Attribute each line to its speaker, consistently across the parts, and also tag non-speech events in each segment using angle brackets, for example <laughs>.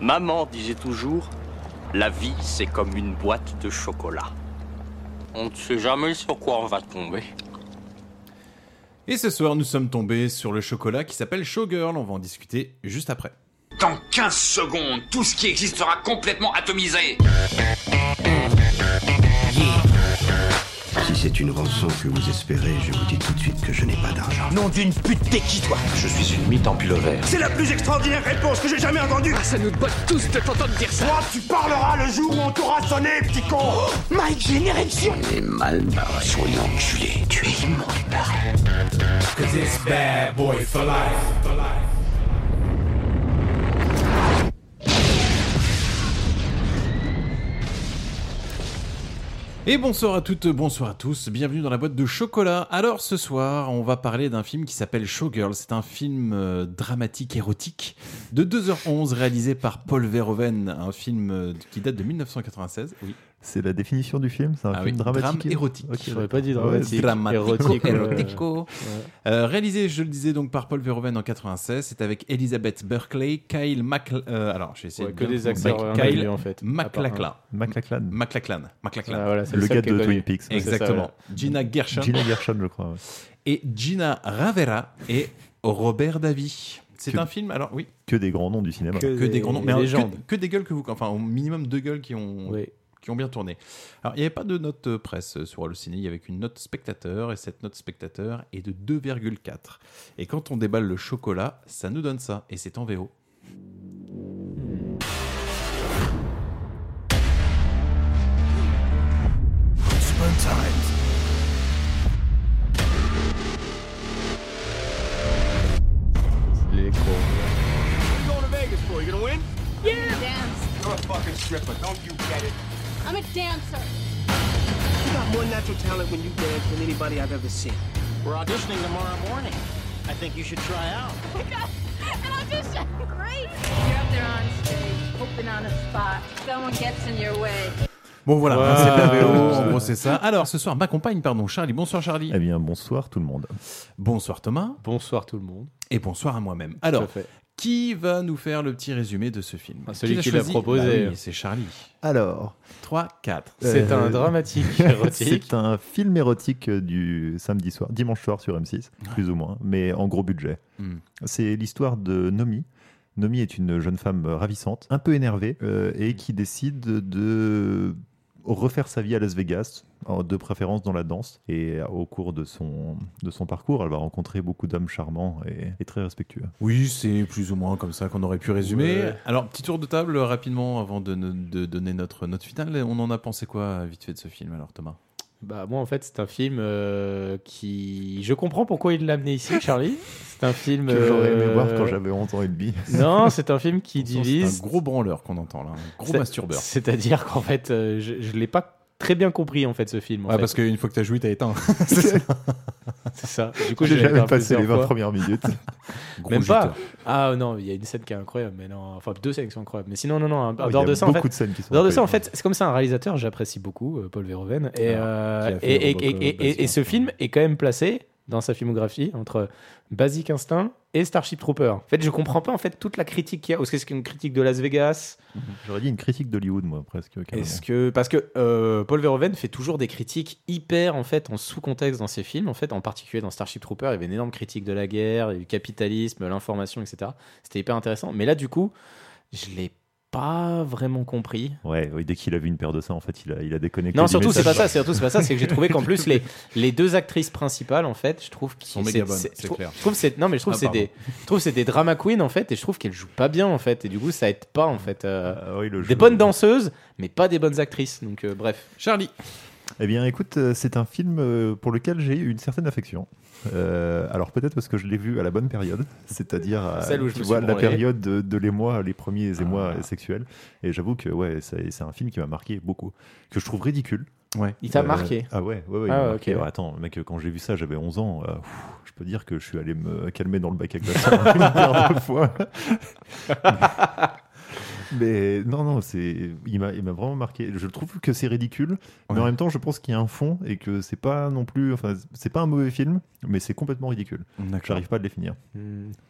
Speaker 1: Maman disait toujours, la vie c'est comme une boîte de chocolat. On ne sait jamais sur quoi on va tomber.
Speaker 2: Et ce soir, nous sommes tombés sur le chocolat qui s'appelle Showgirl. On va en discuter juste après.
Speaker 3: Dans 15 secondes, tout ce qui existe sera complètement atomisé.
Speaker 4: Si c'est une rançon que vous espérez, je vous dis tout de suite que je n'ai pas d'argent.
Speaker 5: Nom d'une pute, t'es qui toi
Speaker 6: Je suis une mythe en pull vert.
Speaker 5: C'est la plus extraordinaire réponse que j'ai jamais entendue
Speaker 7: Ah, Ça nous botte tous de t'entendre dire ça
Speaker 5: Toi, tu parleras le jour où on t'aura sonné, petit con
Speaker 7: Mike, j'ai une érection
Speaker 6: Il est mal barré. Soyez enculé, tu es immonde barré.
Speaker 8: bad boy for life. For life.
Speaker 2: Et bonsoir à toutes, bonsoir à tous, bienvenue dans la boîte de chocolat. Alors ce soir, on va parler d'un film qui s'appelle Showgirl. C'est un film euh, dramatique érotique de 2h11 réalisé par Paul Verhoeven, un film euh, qui date de 1996. Oui.
Speaker 9: C'est la définition du film, c'est un
Speaker 2: Ah
Speaker 9: film
Speaker 2: oui,
Speaker 9: dramatique.
Speaker 2: drame érotique.
Speaker 9: Ok,
Speaker 2: J'aurais
Speaker 10: J'aurais pas dit
Speaker 9: dramatique,
Speaker 10: dramatique.
Speaker 2: Dramatico,
Speaker 10: euh,
Speaker 2: érotico.
Speaker 10: Ouais.
Speaker 2: Euh, réalisé, je le disais donc par Paul Verhoeven en 96, c'est avec Elizabeth Berkeley, Kyle Mac... euh, alors, je vais essayer
Speaker 10: Ouais,
Speaker 2: de
Speaker 10: que
Speaker 2: bien
Speaker 10: des
Speaker 2: prononcer.
Speaker 10: acteurs
Speaker 2: Kyle
Speaker 10: inconnus, en fait. À
Speaker 2: MacLachlan.
Speaker 9: McLachlan.
Speaker 2: MacLachlan. MacLachlan.
Speaker 10: Ah, voilà, c'est
Speaker 9: Le
Speaker 10: seul
Speaker 9: gars
Speaker 10: qui est
Speaker 9: de Twin
Speaker 10: connu.
Speaker 9: Peaks.
Speaker 10: Ouais, c'est ça,
Speaker 2: Exactement.
Speaker 10: ouais.
Speaker 2: Gina Gershon
Speaker 9: Gina Gershon, je crois. ouais.
Speaker 2: et Gina Ravera et Robert Davi. C'est
Speaker 9: Que-
Speaker 2: un film, alors oui,
Speaker 9: Que des grands noms du cinéma.
Speaker 2: que des grands noms, mais
Speaker 10: des
Speaker 2: alors,
Speaker 10: légendes.
Speaker 2: que, que des gueules que vous, enfin au minimum deux gueules qui ont,
Speaker 10: Oui.
Speaker 2: qui ont bien tourné. Alors il n'y avait pas de note euh, presse euh, sur Allociné, il y avait qu'une note spectateur et cette note spectateur est de 2,4. Et quand on déballe le chocolat, ça nous donne ça et c'est en VO.
Speaker 10: L'électro.
Speaker 11: Dance. You're a fucking stripper, don't you get it? I'm a dancer. <laughs>
Speaker 5: You got more natural talent when you dance than anybody I've ever seen.
Speaker 7: We're auditioning tomorrow morning. I think you should try out.
Speaker 11: An audition. <laughs> Great. You're up there on stage, hoping on a spot. Someone gets in your way.
Speaker 2: Bon voilà,
Speaker 10: Wow.
Speaker 2: hein, c'est la VO, en gros c'est ça. Alors ce soir, ma compagne, pardon, Charlie. Bonsoir Charlie.
Speaker 9: Eh bien, bonsoir tout le monde.
Speaker 2: Bonsoir Thomas
Speaker 10: Bonsoir tout le monde.
Speaker 2: et bonsoir à moi-même.
Speaker 10: Tout
Speaker 2: Alors,
Speaker 10: à fait.
Speaker 2: qui va nous faire le petit résumé de ce film
Speaker 10: Ah, celui qui l'a
Speaker 2: choisi
Speaker 10: proposé.
Speaker 2: Bah oui, c'est Charlie.
Speaker 9: Alors,
Speaker 2: 3, 4.
Speaker 10: C'est
Speaker 9: Euh,
Speaker 10: un <laughs> dramatique érotique.
Speaker 9: c'est un film érotique euh, du samedi soir, dimanche soir sur M6, plus ou moins, mais en gros budget.
Speaker 2: Hmm.
Speaker 9: C'est l'histoire de Nomi. Nomi est une jeune femme euh, ravissante, un peu énervée, euh, et qui décide de refaire sa vie à Las Vegas, en- de préférence dans la danse. Et euh, au cours de son, de son parcours, elle va rencontrer beaucoup d'hommes charmants et, et très respectueux.
Speaker 2: Oui, c'est plus ou moins comme ça qu'on aurait pu résumer.
Speaker 10: Ouais.
Speaker 2: Alors, petit tour de table euh, rapidement avant de, ne- de donner notre note finale. On en a pensé quoi euh, vite fait de ce film alors, Thomas
Speaker 10: Bah moi en fait c'est un film euh, qui je comprends pourquoi il l'a amené ici Charlie. C'est un film
Speaker 9: Que j'aurais aimé
Speaker 10: euh,
Speaker 9: voir quand j'avais 11 ans et <laughs> demi.
Speaker 10: Non, c'est un film qui
Speaker 2: Attention,
Speaker 10: divise
Speaker 2: C'est un gros branleur qu'on entend là, un gros
Speaker 10: C'est-
Speaker 2: masturbeur.
Speaker 10: C'est-à-dire qu'en fait euh, je je l'ai pas très bien compris en fait ce film en
Speaker 2: Ouais,
Speaker 10: fait.
Speaker 2: Ah, parce qu'une fois que t'as joué, t'as éteint.
Speaker 10: <laughs> c'est ça. Du coup
Speaker 9: J'ai
Speaker 10: je l'avais
Speaker 9: jamais
Speaker 10: pas
Speaker 9: passé les 20
Speaker 10: plusieurs fois.
Speaker 9: premières <laughs> minutes. Oh,
Speaker 2: Gros
Speaker 10: Même pas.
Speaker 2: juteur.
Speaker 10: Ah non, il y a une scène qui est incroyable mais non, enfin deux scènes qui sont incroyables mais sinon non non, un- en
Speaker 9: Ah Il y
Speaker 10: dehors
Speaker 9: a
Speaker 10: de ça en
Speaker 9: beaucoup
Speaker 10: fait
Speaker 9: de scènes qui sont
Speaker 10: en dehors de ça, en
Speaker 9: incroyables.
Speaker 10: fait, c'est comme ça un réalisateur, j'apprécie beaucoup, euh, Paul Verhoeven. Et, euh,
Speaker 2: qui a fait
Speaker 10: et, et-
Speaker 2: Robocop,
Speaker 10: et- et- et- et ce
Speaker 2: Basic
Speaker 10: film est quand même placé dans sa filmographie entre Basic Instinct et Starship Trooper. En fait, je comprends pas en fait toute la critique qu'il y a. Est-ce que c'est une critique de Las Vegas
Speaker 9: J'aurais dit une critique d'Hollywood, moi, presque. carrément.
Speaker 10: Est-ce que parce que euh, Paul Verhoeven fait toujours des critiques hyper en fait en sous contexte dans ses films. En fait, en particulier dans Starship Trooper, il y avait une énorme critique de la guerre, du capitalisme, l'information, etc. C'était hyper intéressant. Mais là, du coup, je l'ai pas vraiment compris.
Speaker 9: Ouais, oui, dès qu'il a vu une paire de seins, en fait, il a, il a déconnecté.
Speaker 10: Non,
Speaker 9: du
Speaker 10: surtout c'est pas
Speaker 9: message.
Speaker 10: ça. Surtout c'est pas ça. C'est que j'ai trouvé qu'en
Speaker 2: <laughs>
Speaker 10: plus les les deux actrices principales en fait, je trouve qu'ils
Speaker 2: Sont méga bonnes, c'est
Speaker 10: je trouve-
Speaker 2: clair.
Speaker 10: Je trouve que c'est non mais je trouve
Speaker 2: Ah,
Speaker 10: que c'est
Speaker 2: pardon.
Speaker 10: des je trouve que c'est des drama queens en fait et je trouve qu'elles jouent pas bien en fait et du coup ça aide pas en fait. euh,
Speaker 9: Ah oui, le
Speaker 10: des
Speaker 9: jeu.
Speaker 10: bonnes danseuses mais pas des bonnes actrices donc euh, bref.
Speaker 2: Charlie.
Speaker 9: Eh bien, écoute, euh, c'est un film euh, pour lequel j'ai eu une certaine affection. Euh, alors peut-être parce que je l'ai vu à la bonne période, c'est-à-dire à-
Speaker 10: Celle où je
Speaker 9: tu
Speaker 10: me suis Ah.
Speaker 9: vois, la
Speaker 10: branlé.
Speaker 9: période de, de l'émoi, les premiers émois sexuels. Et j'avoue que ouais, c'est c'est un film qui m'a marqué beaucoup, que je trouve ridicule.
Speaker 2: Ouais.
Speaker 10: Il t'a
Speaker 9: Euh,
Speaker 10: marqué.
Speaker 9: Ah ouais, ouais, ouais, il
Speaker 10: Ah
Speaker 9: m'a
Speaker 10: ouais,
Speaker 9: marqué.
Speaker 10: ok.
Speaker 9: Alors, attends, mec, quand j'ai vu ça, j'avais 11 ans. euh, pff, je peux dire que je suis allé <laughs>
Speaker 10: <laughs>
Speaker 9: me calmer dans le bac à glace une paire de fois. <laughs> Mais non, non, c'est, il m'a, il m'a vraiment marqué. Je trouve que c'est ridicule, mais en même temps, je pense qu'il y a un fond et que c'est pas non plus, enfin, c'est pas un mauvais film, mais c'est complètement ridicule. J'arrive pas à le définir.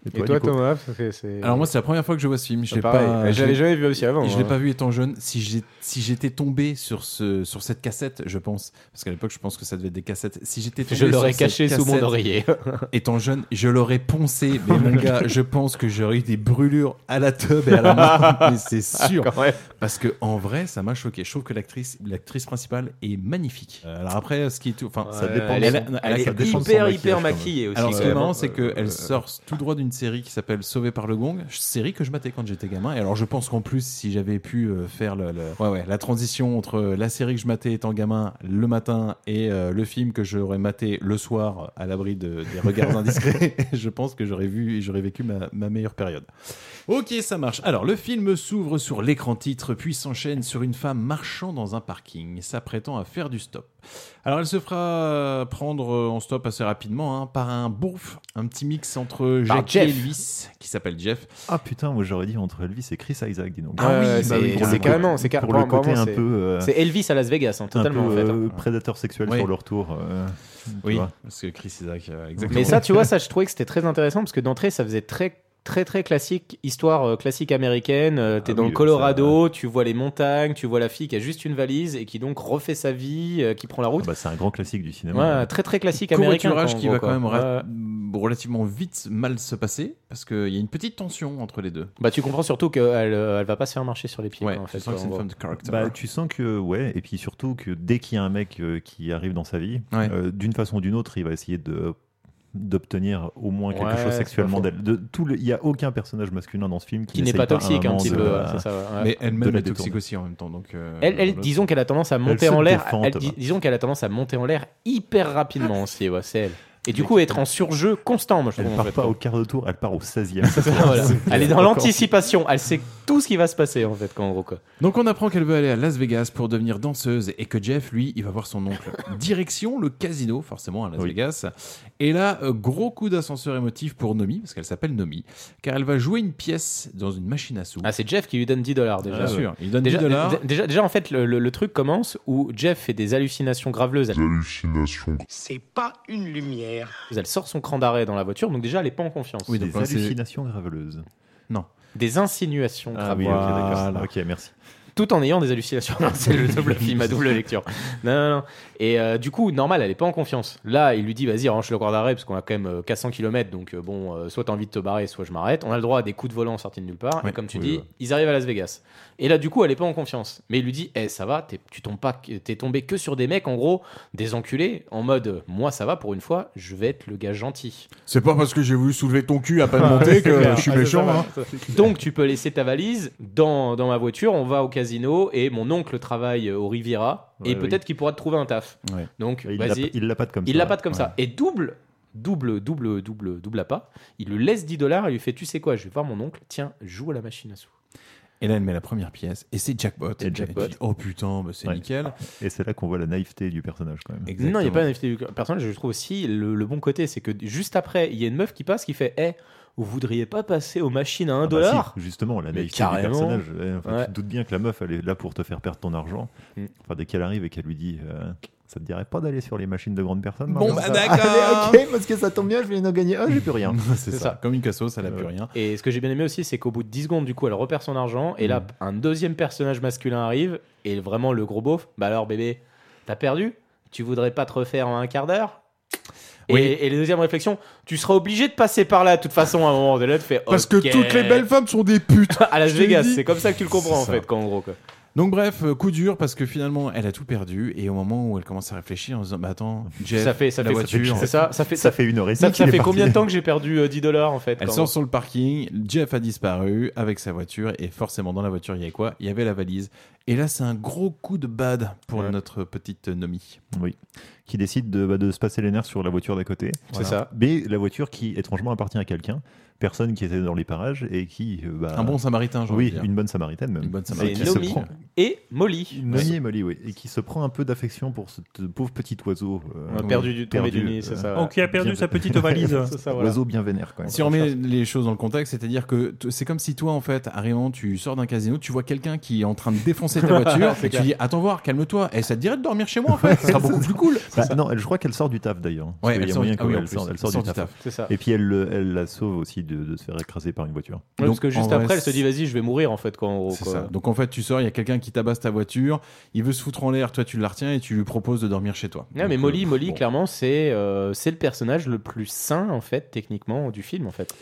Speaker 10: Et toi,
Speaker 9: Nico
Speaker 10: Thomas ça fait- c'est-
Speaker 2: Alors moi, c'est la première fois que je vois ce film. Je
Speaker 10: Ah,
Speaker 2: l'ai
Speaker 10: pareil.
Speaker 2: pas.
Speaker 10: Mais je l'avais
Speaker 2: je-
Speaker 10: jamais vu aussi avant, hein.
Speaker 2: Je
Speaker 10: moi.
Speaker 2: l'ai pas vu étant jeune. Si j'ai, si j'étais tombé sur ce, sur cette cassette, je pense, parce qu'à l'époque, je pense que ça devait être des cassettes. Si j'étais tombé
Speaker 10: Je l'aurais
Speaker 2: sur cette
Speaker 10: caché sous mon
Speaker 2: cassette,
Speaker 10: oreiller.
Speaker 2: étant jeune, je l'aurais poncé. Mais mon
Speaker 10: <laughs>
Speaker 2: gars, je pense que j'aurais eu des brûlures à la teub et à la
Speaker 10: <laughs>
Speaker 2: main. mais c'est sûr.
Speaker 10: Ah, Quand même.
Speaker 2: Parce que en vrai, ça m'a choqué. Je trouve que l'actrice, l'actrice principale est magnifique. Euh, Alors après, ce qui est tout, enfin,
Speaker 9: Ça dépend de
Speaker 10: Elle,
Speaker 9: son-
Speaker 10: est-
Speaker 9: ça
Speaker 10: elle est
Speaker 9: dépend de son
Speaker 10: hyper,
Speaker 9: maquillage,
Speaker 10: hyper
Speaker 9: quand même.
Speaker 10: maquillée aussi. euh,
Speaker 2: Alors, ce qui est
Speaker 10: quand
Speaker 2: marrant,
Speaker 10: même.
Speaker 2: c'est qu'elle sort tout droit d'une série qui s'appelle Sauvé par le Gong, série que je matais quand j'étais gamin. Et alors, je pense qu'en plus, si j'avais pu euh, faire le, le- ouais, ouais, la transition entre la série que je matais étant gamin le matin et euh, le film que j'aurais maté le soir à l'abri de- des regards indiscrets, je pense que j'aurais vu et j'aurais vécu ma, ma meilleure période. Ok, ça marche. Alors, le film s'ouvre sur l'écran titre, puis s'enchaîne sur une femme marchant dans un parking, s'apprêtant à faire du stop. Alors, elle se fera prendre euh, en stop assez rapidement hein, par un bourf, un petit mix entre
Speaker 10: Par
Speaker 2: Jackie et
Speaker 10: Jeff.
Speaker 2: Elvis, qui s'appelle Jeff.
Speaker 9: Ah putain, moi j'aurais dit entre Elvis et Chris Isaac, dis donc.
Speaker 10: Ah oui, c'est-
Speaker 9: bah pour
Speaker 10: c'est
Speaker 9: le
Speaker 10: carrément,
Speaker 9: côté-
Speaker 10: c'est car-
Speaker 9: Pour le
Speaker 10: vraiment,
Speaker 9: côté un
Speaker 10: c'est-
Speaker 9: peu. euh,
Speaker 10: C'est Elvis à Las Vegas, hein,
Speaker 9: un
Speaker 10: totalement
Speaker 9: peu,
Speaker 10: en fait. hein.
Speaker 9: euh, prédateur sexuel
Speaker 2: Oui.
Speaker 9: sur le retour. euh, tu
Speaker 2: Oui,
Speaker 9: vois.
Speaker 2: parce que Chris Isaac, euh, exactement.
Speaker 10: Mais ça, tu vois, ça, je trouvais que c'était très intéressant parce que d'entrée, ça faisait très très très classique histoire euh, classique américaine Euh, t'es
Speaker 9: Ah
Speaker 10: dans
Speaker 9: oui,
Speaker 10: le Colorado tu vois les montagnes tu vois la fille qui a juste une valise et qui donc refait sa vie euh, qui prend la
Speaker 9: Ah
Speaker 10: route
Speaker 9: bah, c'est un grand classique du
Speaker 10: ouais,
Speaker 9: cinéma.
Speaker 10: très très classique américain
Speaker 2: Covoiturage
Speaker 10: quoi, en
Speaker 2: qui
Speaker 10: gros,
Speaker 2: va
Speaker 10: quoi.
Speaker 2: quand même ra-
Speaker 10: Ouais.
Speaker 2: relativement vite mal se passer, parce qu'il y a une petite tension entre les deux.
Speaker 10: bah tu comprends surtout qu'elle euh, elle va pas se faire marcher sur les pieds
Speaker 2: Ouais,
Speaker 10: quoi, en fait,
Speaker 2: je sens
Speaker 10: quoi,
Speaker 2: que c'est une
Speaker 10: en gros.
Speaker 2: femme de caractère.
Speaker 9: Bah, tu sens que, ouais, et puis surtout que dès qu'il y a un mec euh, qui arrive dans sa vie,
Speaker 2: Ouais.
Speaker 9: euh, d'une façon ou d'une autre, il va essayer de d'obtenir au moins quelque
Speaker 10: Ouais, c'est pas
Speaker 9: chose sexuellement
Speaker 10: faux.
Speaker 9: d'elle. De tout le- Il n'y a aucun personnage masculin dans ce film qui,
Speaker 10: qui n'est
Speaker 9: n'essaye
Speaker 10: pas toxique
Speaker 9: à
Speaker 10: un
Speaker 9: moment
Speaker 10: petit
Speaker 9: de-
Speaker 10: peu ouais, c'est ça, ouais, ouais.
Speaker 2: mais elle-même
Speaker 9: la
Speaker 2: est toxique
Speaker 9: détourne.
Speaker 2: aussi en même temps. Donc, euh,
Speaker 10: Elle, elle,
Speaker 2: voilà.
Speaker 10: disons qu'elle a tendance à monter
Speaker 9: se
Speaker 10: en l'air.
Speaker 9: défend,
Speaker 10: elle-
Speaker 9: Thomas.
Speaker 10: dis- disons qu'elle a tendance à monter en l'air hyper rapidement aussi. Ouais, c'est elle. Et du coup, être en surjeu constant, moi je
Speaker 9: Elle
Speaker 10: trouve. en
Speaker 9: part
Speaker 10: fait.
Speaker 9: pas au quart de tour, elle part au
Speaker 10: <laughs>
Speaker 9: 16e. <laughs>
Speaker 10: Voilà. Elle est dans
Speaker 9: Encore.
Speaker 10: l'anticipation. Elle sait tout ce qui va se passer en fait, quand, en gros quoi.
Speaker 2: Donc on apprend qu'elle veut aller à Las Vegas pour devenir danseuse et que Jeff, lui, il va voir son oncle. Direction le casino, forcément, à Las
Speaker 9: Oui.
Speaker 2: Vegas. Et là, euh, gros coup d'ascenseur émotif pour Nomi, parce qu'elle s'appelle Nomi, car elle va jouer une pièce dans une machine à sous.
Speaker 10: Ah, c'est Jeff qui lui donne 10 dollars déjà.
Speaker 2: Bien sûr, il donne
Speaker 10: Déjà,
Speaker 2: 10 dollars.
Speaker 10: d- déjà, déjà, en fait, le, le- le truc commence où Jeff fait des hallucinations graveleuses. Elle,
Speaker 7: C'est pas une lumière.
Speaker 10: elle sort son cran d'arrêt dans la voiture, donc déjà, elle est pas en confiance.
Speaker 2: Oui,
Speaker 9: Des
Speaker 2: donc, c'est-
Speaker 9: hallucinations graveleuses.
Speaker 10: Des insinuations
Speaker 9: Ah oui,
Speaker 10: graveuses.
Speaker 9: ok, d'accord.
Speaker 2: Voilà.
Speaker 9: Ok, merci.
Speaker 10: tout en ayant des hallucinations. Non, c'est le double film à double lecture. Non, non, non. Et euh, du coup, normal, elle est pas en confiance. Là, il lui dit, vas-y, range le corps d'arrêt, parce qu'on a quand même euh, 400 km, donc euh, bon, euh, soit t'as envie de te barrer, soit je m'arrête. On a le droit à des coups de volant sortis de nulle part.
Speaker 2: Ouais,
Speaker 10: et comme tu
Speaker 2: oui,
Speaker 10: dis,
Speaker 2: ouais.
Speaker 10: ils arrivent à Las Vegas. Et là, du coup, elle est pas en confiance. Mais il lui dit, eh, ça va, t'es- tu tombes pas, t'es tombé que sur des mecs, en gros, des enculés, en mode, euh, moi, ça va, pour une fois, je vais être le gars gentil.
Speaker 2: C'est pas parce que j'ai voulu soulever ton cul à pas monter que je
Speaker 5: Ah,
Speaker 2: suis méchant. hein.
Speaker 10: Donc tu peux laisser ta valise dans, dans ma voiture, on va au casino et mon oncle travaille au Riviera
Speaker 9: Ouais,
Speaker 10: et peut-être qu'il pourra te trouver un taf.
Speaker 2: Ouais.
Speaker 10: Donc
Speaker 9: Il l'a-
Speaker 10: vas-y,
Speaker 9: il l'a pas de comme
Speaker 10: il
Speaker 9: ça.
Speaker 10: l'a pas de comme ça. Et double, double, double, double, double à pas, il lui laisse 10 dollars et lui fait tu sais quoi, je vais voir mon oncle, tiens, joue à la machine à sous.
Speaker 2: Et là, elle met la première pièce et c'est jackpot.
Speaker 9: Et jackpot.
Speaker 2: Elle dit, oh putain, bah, c'est
Speaker 9: Ouais.
Speaker 2: nickel.
Speaker 9: Et c'est là qu'on voit la naïveté du personnage quand même.
Speaker 10: Non, il n'y a
Speaker 2: Exactement.
Speaker 10: pas un NFT du personnage. Je trouve aussi le, le bon côté, c'est que juste après, il y a une meuf qui passe qui fait Eh, vous voudriez pas passer aux machines à 1
Speaker 9: Ah bah
Speaker 10: dollar
Speaker 9: si, Justement, la
Speaker 10: Mais
Speaker 9: naïveté du
Speaker 10: carrément.
Speaker 9: personnage. ouais, enfin,
Speaker 10: Ouais.
Speaker 9: Tu te doutes bien que la meuf, elle est là pour te faire perdre ton argent.
Speaker 10: Mm.
Speaker 9: Enfin, dès qu'elle arrive et qu'elle lui dit euh, Ça te dirait pas d'aller sur les machines de grandes personnes
Speaker 2: Bon,
Speaker 9: Marion
Speaker 2: bah,
Speaker 9: Ça-
Speaker 2: d'accord.
Speaker 9: Allez, ok, parce que ça tombe bien, je vais en gagner. Ah, j'ai
Speaker 2: <laughs>
Speaker 9: plus rien.
Speaker 2: C'est ça.
Speaker 10: C'est ça.
Speaker 2: Comme une cassos, elle a plus
Speaker 9: Ouais.
Speaker 2: rien.
Speaker 10: Et ce que j'ai bien aimé aussi, c'est qu'au bout de 10 secondes, du coup, elle repère son argent. Et
Speaker 2: Mm.
Speaker 10: là, un deuxième personnage masculin arrive. Et vraiment, le gros beauf, bah alors, bébé, t'as perdu Tu voudrais pas te refaire en un quart d'heure et,
Speaker 2: Oui.
Speaker 10: et la deuxième réflexion, tu seras obligé de passer par là, de toute façon, à un moment de là, tu fais. ok. <laughs>
Speaker 2: femmes sont des putes.
Speaker 10: À Las
Speaker 2: je te l'ai
Speaker 10: Vegas,
Speaker 2: dit.
Speaker 10: c'est comme ça que tu le comprends, en
Speaker 2: C'est
Speaker 10: fait,
Speaker 2: ça.
Speaker 10: quand, en gros. Quoi.
Speaker 2: Donc bref, euh, coup dur parce que finalement elle a tout perdu et au moment où elle commence à réfléchir en se disant bah attends, Jeff,
Speaker 10: ça fait, ça
Speaker 2: la
Speaker 10: fait,
Speaker 2: voiture.
Speaker 10: C'est ça, ça fait,
Speaker 9: Ça fait une heure et
Speaker 10: ça-
Speaker 9: demie
Speaker 10: ça
Speaker 9: qu'il
Speaker 10: fait
Speaker 9: est
Speaker 10: combien de
Speaker 9: parti.
Speaker 10: temps que j'ai perdu euh, 10 dollars, en fait
Speaker 2: Elle
Speaker 10: quand-
Speaker 2: sort sur le parking, Jeff a disparu avec sa voiture et forcément dans la voiture il y avait quoi Il y avait la valise. Et là c'est un gros coup de bad pour
Speaker 10: Ouais.
Speaker 2: notre petite euh, Nomi.
Speaker 9: Oui. Qui décide de, bah, de se passer les nerfs sur la voiture d'à côté.
Speaker 10: C'est ça.
Speaker 9: Mais la voiture qui, étrangement, appartient à quelqu'un. Personne qui était dans les parages et qui. euh, bah,
Speaker 2: Un bon samaritain, j'ai envie
Speaker 9: Oui,
Speaker 2: de dire.
Speaker 9: une bonne samaritaine même.
Speaker 2: Une bonne
Speaker 9: Et
Speaker 2: Samaritaine.
Speaker 9: qui se
Speaker 10: Nomi.
Speaker 9: prend-
Speaker 10: et Molly.
Speaker 9: Nomi et Molly, oui. Et qui se prend un peu d'affection pour ce t- pauvre petit oiseau. euh,
Speaker 10: On a perdu du- tombé du nid,
Speaker 2: euh,
Speaker 10: c'est ça.
Speaker 12: Oh, qui a perdu
Speaker 9: bien-
Speaker 12: sa petite
Speaker 10: <laughs>
Speaker 12: valise. C'est ça, voilà.
Speaker 9: Oiseau bien vénère, quand même.
Speaker 2: Si on met les choses dans le contexte, c'est-à-dire que t- c'est comme si toi, en fait, arrivant, tu sors d'un casino, tu vois quelqu'un qui est en train de défoncer
Speaker 9: <laughs>
Speaker 2: ta voiture,
Speaker 9: C'est
Speaker 2: et tu
Speaker 9: clair.
Speaker 2: dis Attends, voir, calme-toi, et ça te dirait de dormir chez moi, en
Speaker 9: <laughs>
Speaker 2: fait, ça sera beaucoup plus cool.
Speaker 9: Bah, non, elle- je crois qu'elle sort du taf d'ailleurs.
Speaker 2: Ouais,
Speaker 9: Parce qu'il
Speaker 2: elle
Speaker 9: y a
Speaker 2: sort
Speaker 9: moyen
Speaker 2: du- ah oui,
Speaker 9: qu'elle
Speaker 2: en plus,
Speaker 9: sorte- elle
Speaker 2: elle
Speaker 9: sort du taf.
Speaker 10: C'est ça.
Speaker 9: Et puis elle, le- elle la sauve aussi de, de se faire écraser par une voiture.
Speaker 10: Ouais,
Speaker 2: Donc,
Speaker 10: parce que
Speaker 2: en
Speaker 10: juste
Speaker 2: vrai,
Speaker 10: après, elle se
Speaker 2: c'est-
Speaker 10: dit vas-y, je vais mourir en fait, quoi, en gros.
Speaker 2: C'est
Speaker 10: quoi.
Speaker 2: ça. Donc en fait, tu sors, il y a quelqu'un qui tabasse ta voiture, il veut se foutre en l'air, toi tu la retiens et tu lui proposes de dormir chez toi. euh,
Speaker 10: Non, Ah, mais
Speaker 9: euh,
Speaker 10: Molly, Molly, clairement, c'est euh, c'est le personnage le plus sain en fait, techniquement, du film en fait.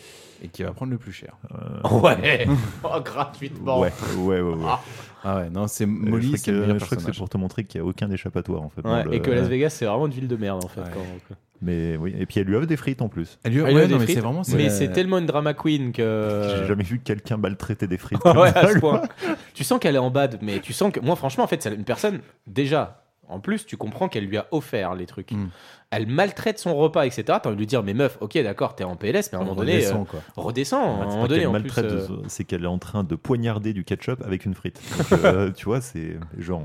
Speaker 2: Et qui va prendre le plus cher.
Speaker 9: Euh,
Speaker 10: Ouais. Oh, gratuitement.
Speaker 9: Ouais, ouais, ouais. ouais.
Speaker 10: Ah.
Speaker 2: Ah ouais, non, c'est
Speaker 9: Euh,
Speaker 2: Molly,
Speaker 9: je
Speaker 2: c'est
Speaker 9: crois
Speaker 2: le
Speaker 9: que,
Speaker 2: meilleur
Speaker 9: je crois que c'est
Speaker 2: personnage.
Speaker 9: pour te montrer qu'il n'y a aucun échappatoire en fait.
Speaker 10: Ouais,
Speaker 9: dans le-
Speaker 10: et
Speaker 9: euh,
Speaker 10: que Las Vegas, c'est vraiment une ville de merde en Ah, fait. quand- quoi.
Speaker 9: Mais oui, et puis elle lui offre des frites en plus.
Speaker 2: Elle lui-
Speaker 10: Elle a
Speaker 2: ouais,
Speaker 10: des
Speaker 2: non, mais
Speaker 10: frites,
Speaker 2: c'est vraiment.
Speaker 10: mais
Speaker 2: la-
Speaker 10: c'est tellement une drama queen que. <laughs>
Speaker 9: J'ai jamais vu quelqu'un maltraiter des frites. comme
Speaker 10: Euh. ouais, à
Speaker 9: ça,
Speaker 10: ce
Speaker 9: quoi.
Speaker 10: point. tu sens qu'elle est en bad, mais tu sens que. Moi, franchement, en fait, c'est une personne. Déjà, en plus, tu comprends qu'elle lui a offert les trucs.
Speaker 9: Mm.
Speaker 10: Elle maltraite son repas, etc. T'as envie de lui dire, mais meuf, ok, d'accord, t'es en PLS, mais à un moment donné.
Speaker 9: Redescends,
Speaker 10: euh,
Speaker 9: quoi.
Speaker 10: Redescends,
Speaker 9: Ouais,
Speaker 10: à un
Speaker 9: c'est
Speaker 10: moment
Speaker 9: pas
Speaker 10: donné,
Speaker 9: qu'elle
Speaker 10: en plus.
Speaker 9: maltraite,
Speaker 10: euh,
Speaker 9: c'est qu'elle est en train de poignarder du ketchup avec une frite.
Speaker 10: <laughs>
Speaker 9: Donc, euh, tu vois, c'est genre.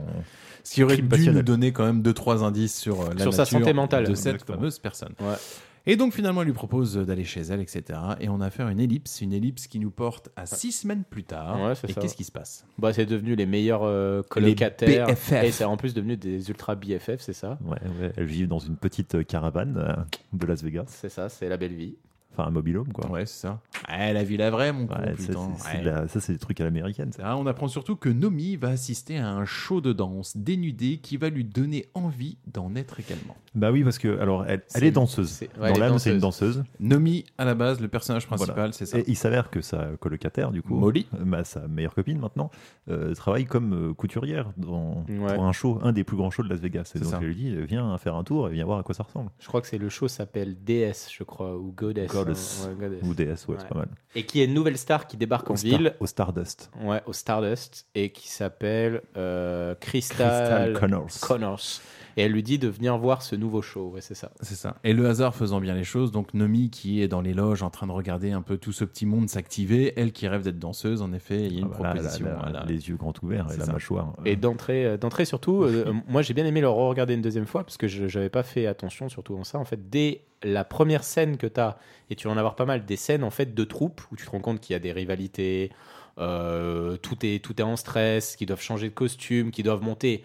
Speaker 2: Ce qui aurait
Speaker 9: crime
Speaker 2: dû
Speaker 9: passionnel.
Speaker 2: nous donner quand même 2-3 indices sur euh, la
Speaker 10: Sur sa
Speaker 2: nature
Speaker 10: santé mentale.
Speaker 2: de cette
Speaker 10: Exactement.
Speaker 2: fameuse personne. Et donc finalement, elle lui propose d'aller chez elle, etc. Et on a fait une ellipse, une ellipse qui nous porte à 6 semaines plus tard.
Speaker 10: Ouais, c'est
Speaker 2: et
Speaker 10: ça.
Speaker 2: qu'est-ce qui se passe
Speaker 10: Bah, c'est devenu les meilleurs euh, colocataires.
Speaker 2: BFF.
Speaker 10: Et c'est en plus devenu des ultra BFF, c'est ça
Speaker 9: Ouais, ouais, elles vivent dans une petite euh, caravane euh, de Las Vegas.
Speaker 10: C'est ça, c'est la belle vie.
Speaker 9: Enfin, un mobilhome, quoi.
Speaker 2: Ouais, c'est ça. Ouais, la vie la vraie, mon con,
Speaker 9: Ouais, ça,
Speaker 2: putain.
Speaker 9: c'est- c'est
Speaker 2: Ouais.
Speaker 9: de la- ça, c'est des trucs à l'américaine. ça.
Speaker 2: Ah, on apprend surtout que Nomi va assister à un show de danse dénudé qui va lui donner envie d'en être également.
Speaker 9: Bah oui, parce que alors elle, elle
Speaker 2: C'est-
Speaker 9: est danseuse.
Speaker 2: c'est- ouais, elle
Speaker 9: dans
Speaker 2: est
Speaker 9: l'âme, c'est une danseuse.
Speaker 2: Nomi, à la base, le personnage principal,
Speaker 9: Voilà.
Speaker 2: c'est ça.
Speaker 9: Et il s'avère que sa colocataire, du coup,
Speaker 2: Molly.
Speaker 9: euh, bah, sa meilleure copine maintenant, euh, travaille comme euh, couturière dans,
Speaker 10: Ouais.
Speaker 9: pour un show, un des plus grands shows de Las Vegas. Et
Speaker 10: C'est
Speaker 9: donc
Speaker 10: ça.
Speaker 9: elle lui dit, viens faire un tour et viens voir à quoi ça ressemble.
Speaker 10: Je crois que c'est le show s'appelle DS, je crois, ou Goddess.
Speaker 9: Goddess.
Speaker 10: hein, ouais, Goddess.
Speaker 9: Ou DS, ouais, c'est pas mal.
Speaker 10: Et qui est une nouvelle star qui débarque en
Speaker 9: Au Star-
Speaker 10: ville.
Speaker 9: au Stardust.
Speaker 10: Ouais, au Stardust. Et qui s'appelle euh, Crystal,
Speaker 9: Crystal Connors. Ah,
Speaker 10: Connors. Et elle lui dit de venir voir ce nouveau show. Ouais, c'est ça.
Speaker 2: C'est ça. Et le hasard faisant bien les choses, donc Nomi qui est dans les loges en train de regarder un peu tout ce petit monde s'activer, elle qui rêve d'être danseuse, en effet, il y a une
Speaker 9: Ah bah là, là,
Speaker 2: proposition.
Speaker 9: là,
Speaker 2: voilà.
Speaker 9: Les yeux grands ouverts et
Speaker 2: C'est
Speaker 9: la
Speaker 2: ça.
Speaker 9: mâchoire.
Speaker 10: Et d'entrée, euh, d'entrée surtout, euh, euh, moi j'ai bien aimé le re-regarder une deuxième fois parce que je n'avais pas fait attention surtout en ça. En fait, dès la première scène que tu as, et tu vas en avoir pas mal, des scènes en fait de troupes où tu te rends compte qu'il y a des rivalités, euh, tout, est, tout est en stress, qu'ils doivent changer de costume, qu'ils doivent monter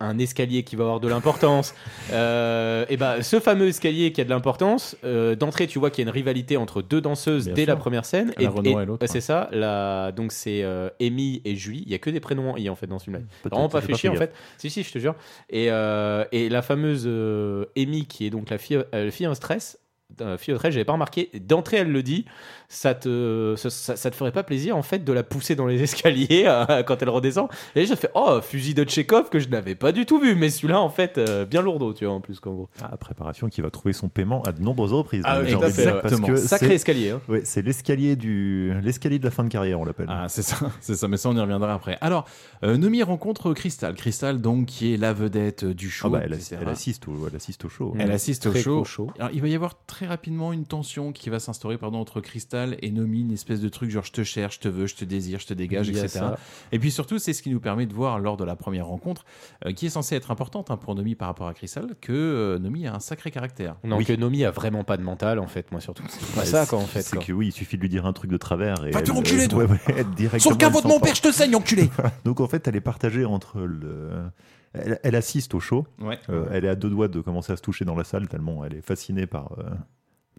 Speaker 10: un escalier qui va avoir
Speaker 2: <laughs>
Speaker 10: de l'importance. et ben ce fameux escalier qui a de l'importance, euh, d'entrée tu vois qu'il y a une rivalité entre deux danseuses
Speaker 2: Bien
Speaker 10: dès
Speaker 2: sûr.
Speaker 10: la première scène.
Speaker 2: La Renoir et l'autre, hein.
Speaker 10: C'est ça, la, donc c'est euh, Amy et Julie, il y a que des prénoms en I en fait dans ce film-là.
Speaker 9: Peut-être,
Speaker 10: Vraiment pas
Speaker 9: j'ai
Speaker 10: fait
Speaker 9: pas
Speaker 10: chier en
Speaker 9: fait
Speaker 10: fait. Si, si, je te jure. Et, euh, et la fameuse euh, Amy qui est donc la fille, euh, la fille en stress. euh, fille en stress, j'avais pas remarqué. D'entrée, elle le dit, ça te, ça, ça- ça te ferait pas plaisir en fait de la pousser dans les <laughs> escaliers euh, quand elle redescend. Et je fais, oh, fusil de Tchekhov que je n'avais pas du tout vu, mais celui-là en fait, euh, bien lourdeau, tu vois, en plus qu'en gros.
Speaker 9: Ah, préparation qui va trouver son paiement à de nombreuses reprises.
Speaker 10: Ah
Speaker 9: hein,
Speaker 10: oui,
Speaker 9: j'ai
Speaker 10: tout à
Speaker 9: envie de
Speaker 10: fait,
Speaker 9: dire,
Speaker 10: ouais.
Speaker 9: parce que
Speaker 10: Sacré
Speaker 9: c'est-
Speaker 10: escalier, hein.
Speaker 9: Ouais, c'est l'escalier du l'escalier de la fin de carrière, on l'appelle.
Speaker 2: Ah, c'est ça, <laughs> c'est ça, mais ça on y reviendra après. Alors, euh, Nomi rencontre Crystal. Crystal, donc, qui est la vedette euh, du show.
Speaker 9: Ah bah, elle,
Speaker 2: etc.
Speaker 9: elle assiste au, elle assiste au show.
Speaker 2: Elle assiste au
Speaker 10: Très
Speaker 2: show.
Speaker 10: gros show.
Speaker 2: Alors, il va y avoir très rapidement une tension qui va s'instaurer pardon, entre Crystal et Nomi, une espèce de truc genre je te cherche, je te veux, je te désire, je te dégage,
Speaker 10: Il y a
Speaker 2: etc.
Speaker 10: ça.
Speaker 2: Et puis surtout, c'est ce qui nous permet de voir lors de la première rencontre, euh, qui est censée être importante hein, pour Nomi par rapport à Crystal, que euh, Nomi a un sacré caractère.
Speaker 10: Donc Nomi a vraiment pas de mental en fait, moi surtout. C'est pas ça quoi en fait.
Speaker 9: C'est
Speaker 10: quoi.
Speaker 9: que oui, il suffit de lui dire un truc de travers et
Speaker 2: Va te
Speaker 9: elle-
Speaker 2: reculer,
Speaker 9: elle-
Speaker 2: toi.
Speaker 9: <laughs> ouais, ouais, elle, directement,
Speaker 2: Sur le
Speaker 9: elle
Speaker 2: caveau de
Speaker 9: s'en
Speaker 2: mon
Speaker 9: part.
Speaker 2: père, je te saigne, enculé
Speaker 9: Donc en fait, elle est partagée entre le. Elle, elle assiste au show.
Speaker 2: <laughs> Ouais.
Speaker 9: Euh, elle est à deux doigts de commencer à se toucher dans la salle tellement elle est fascinée par euh,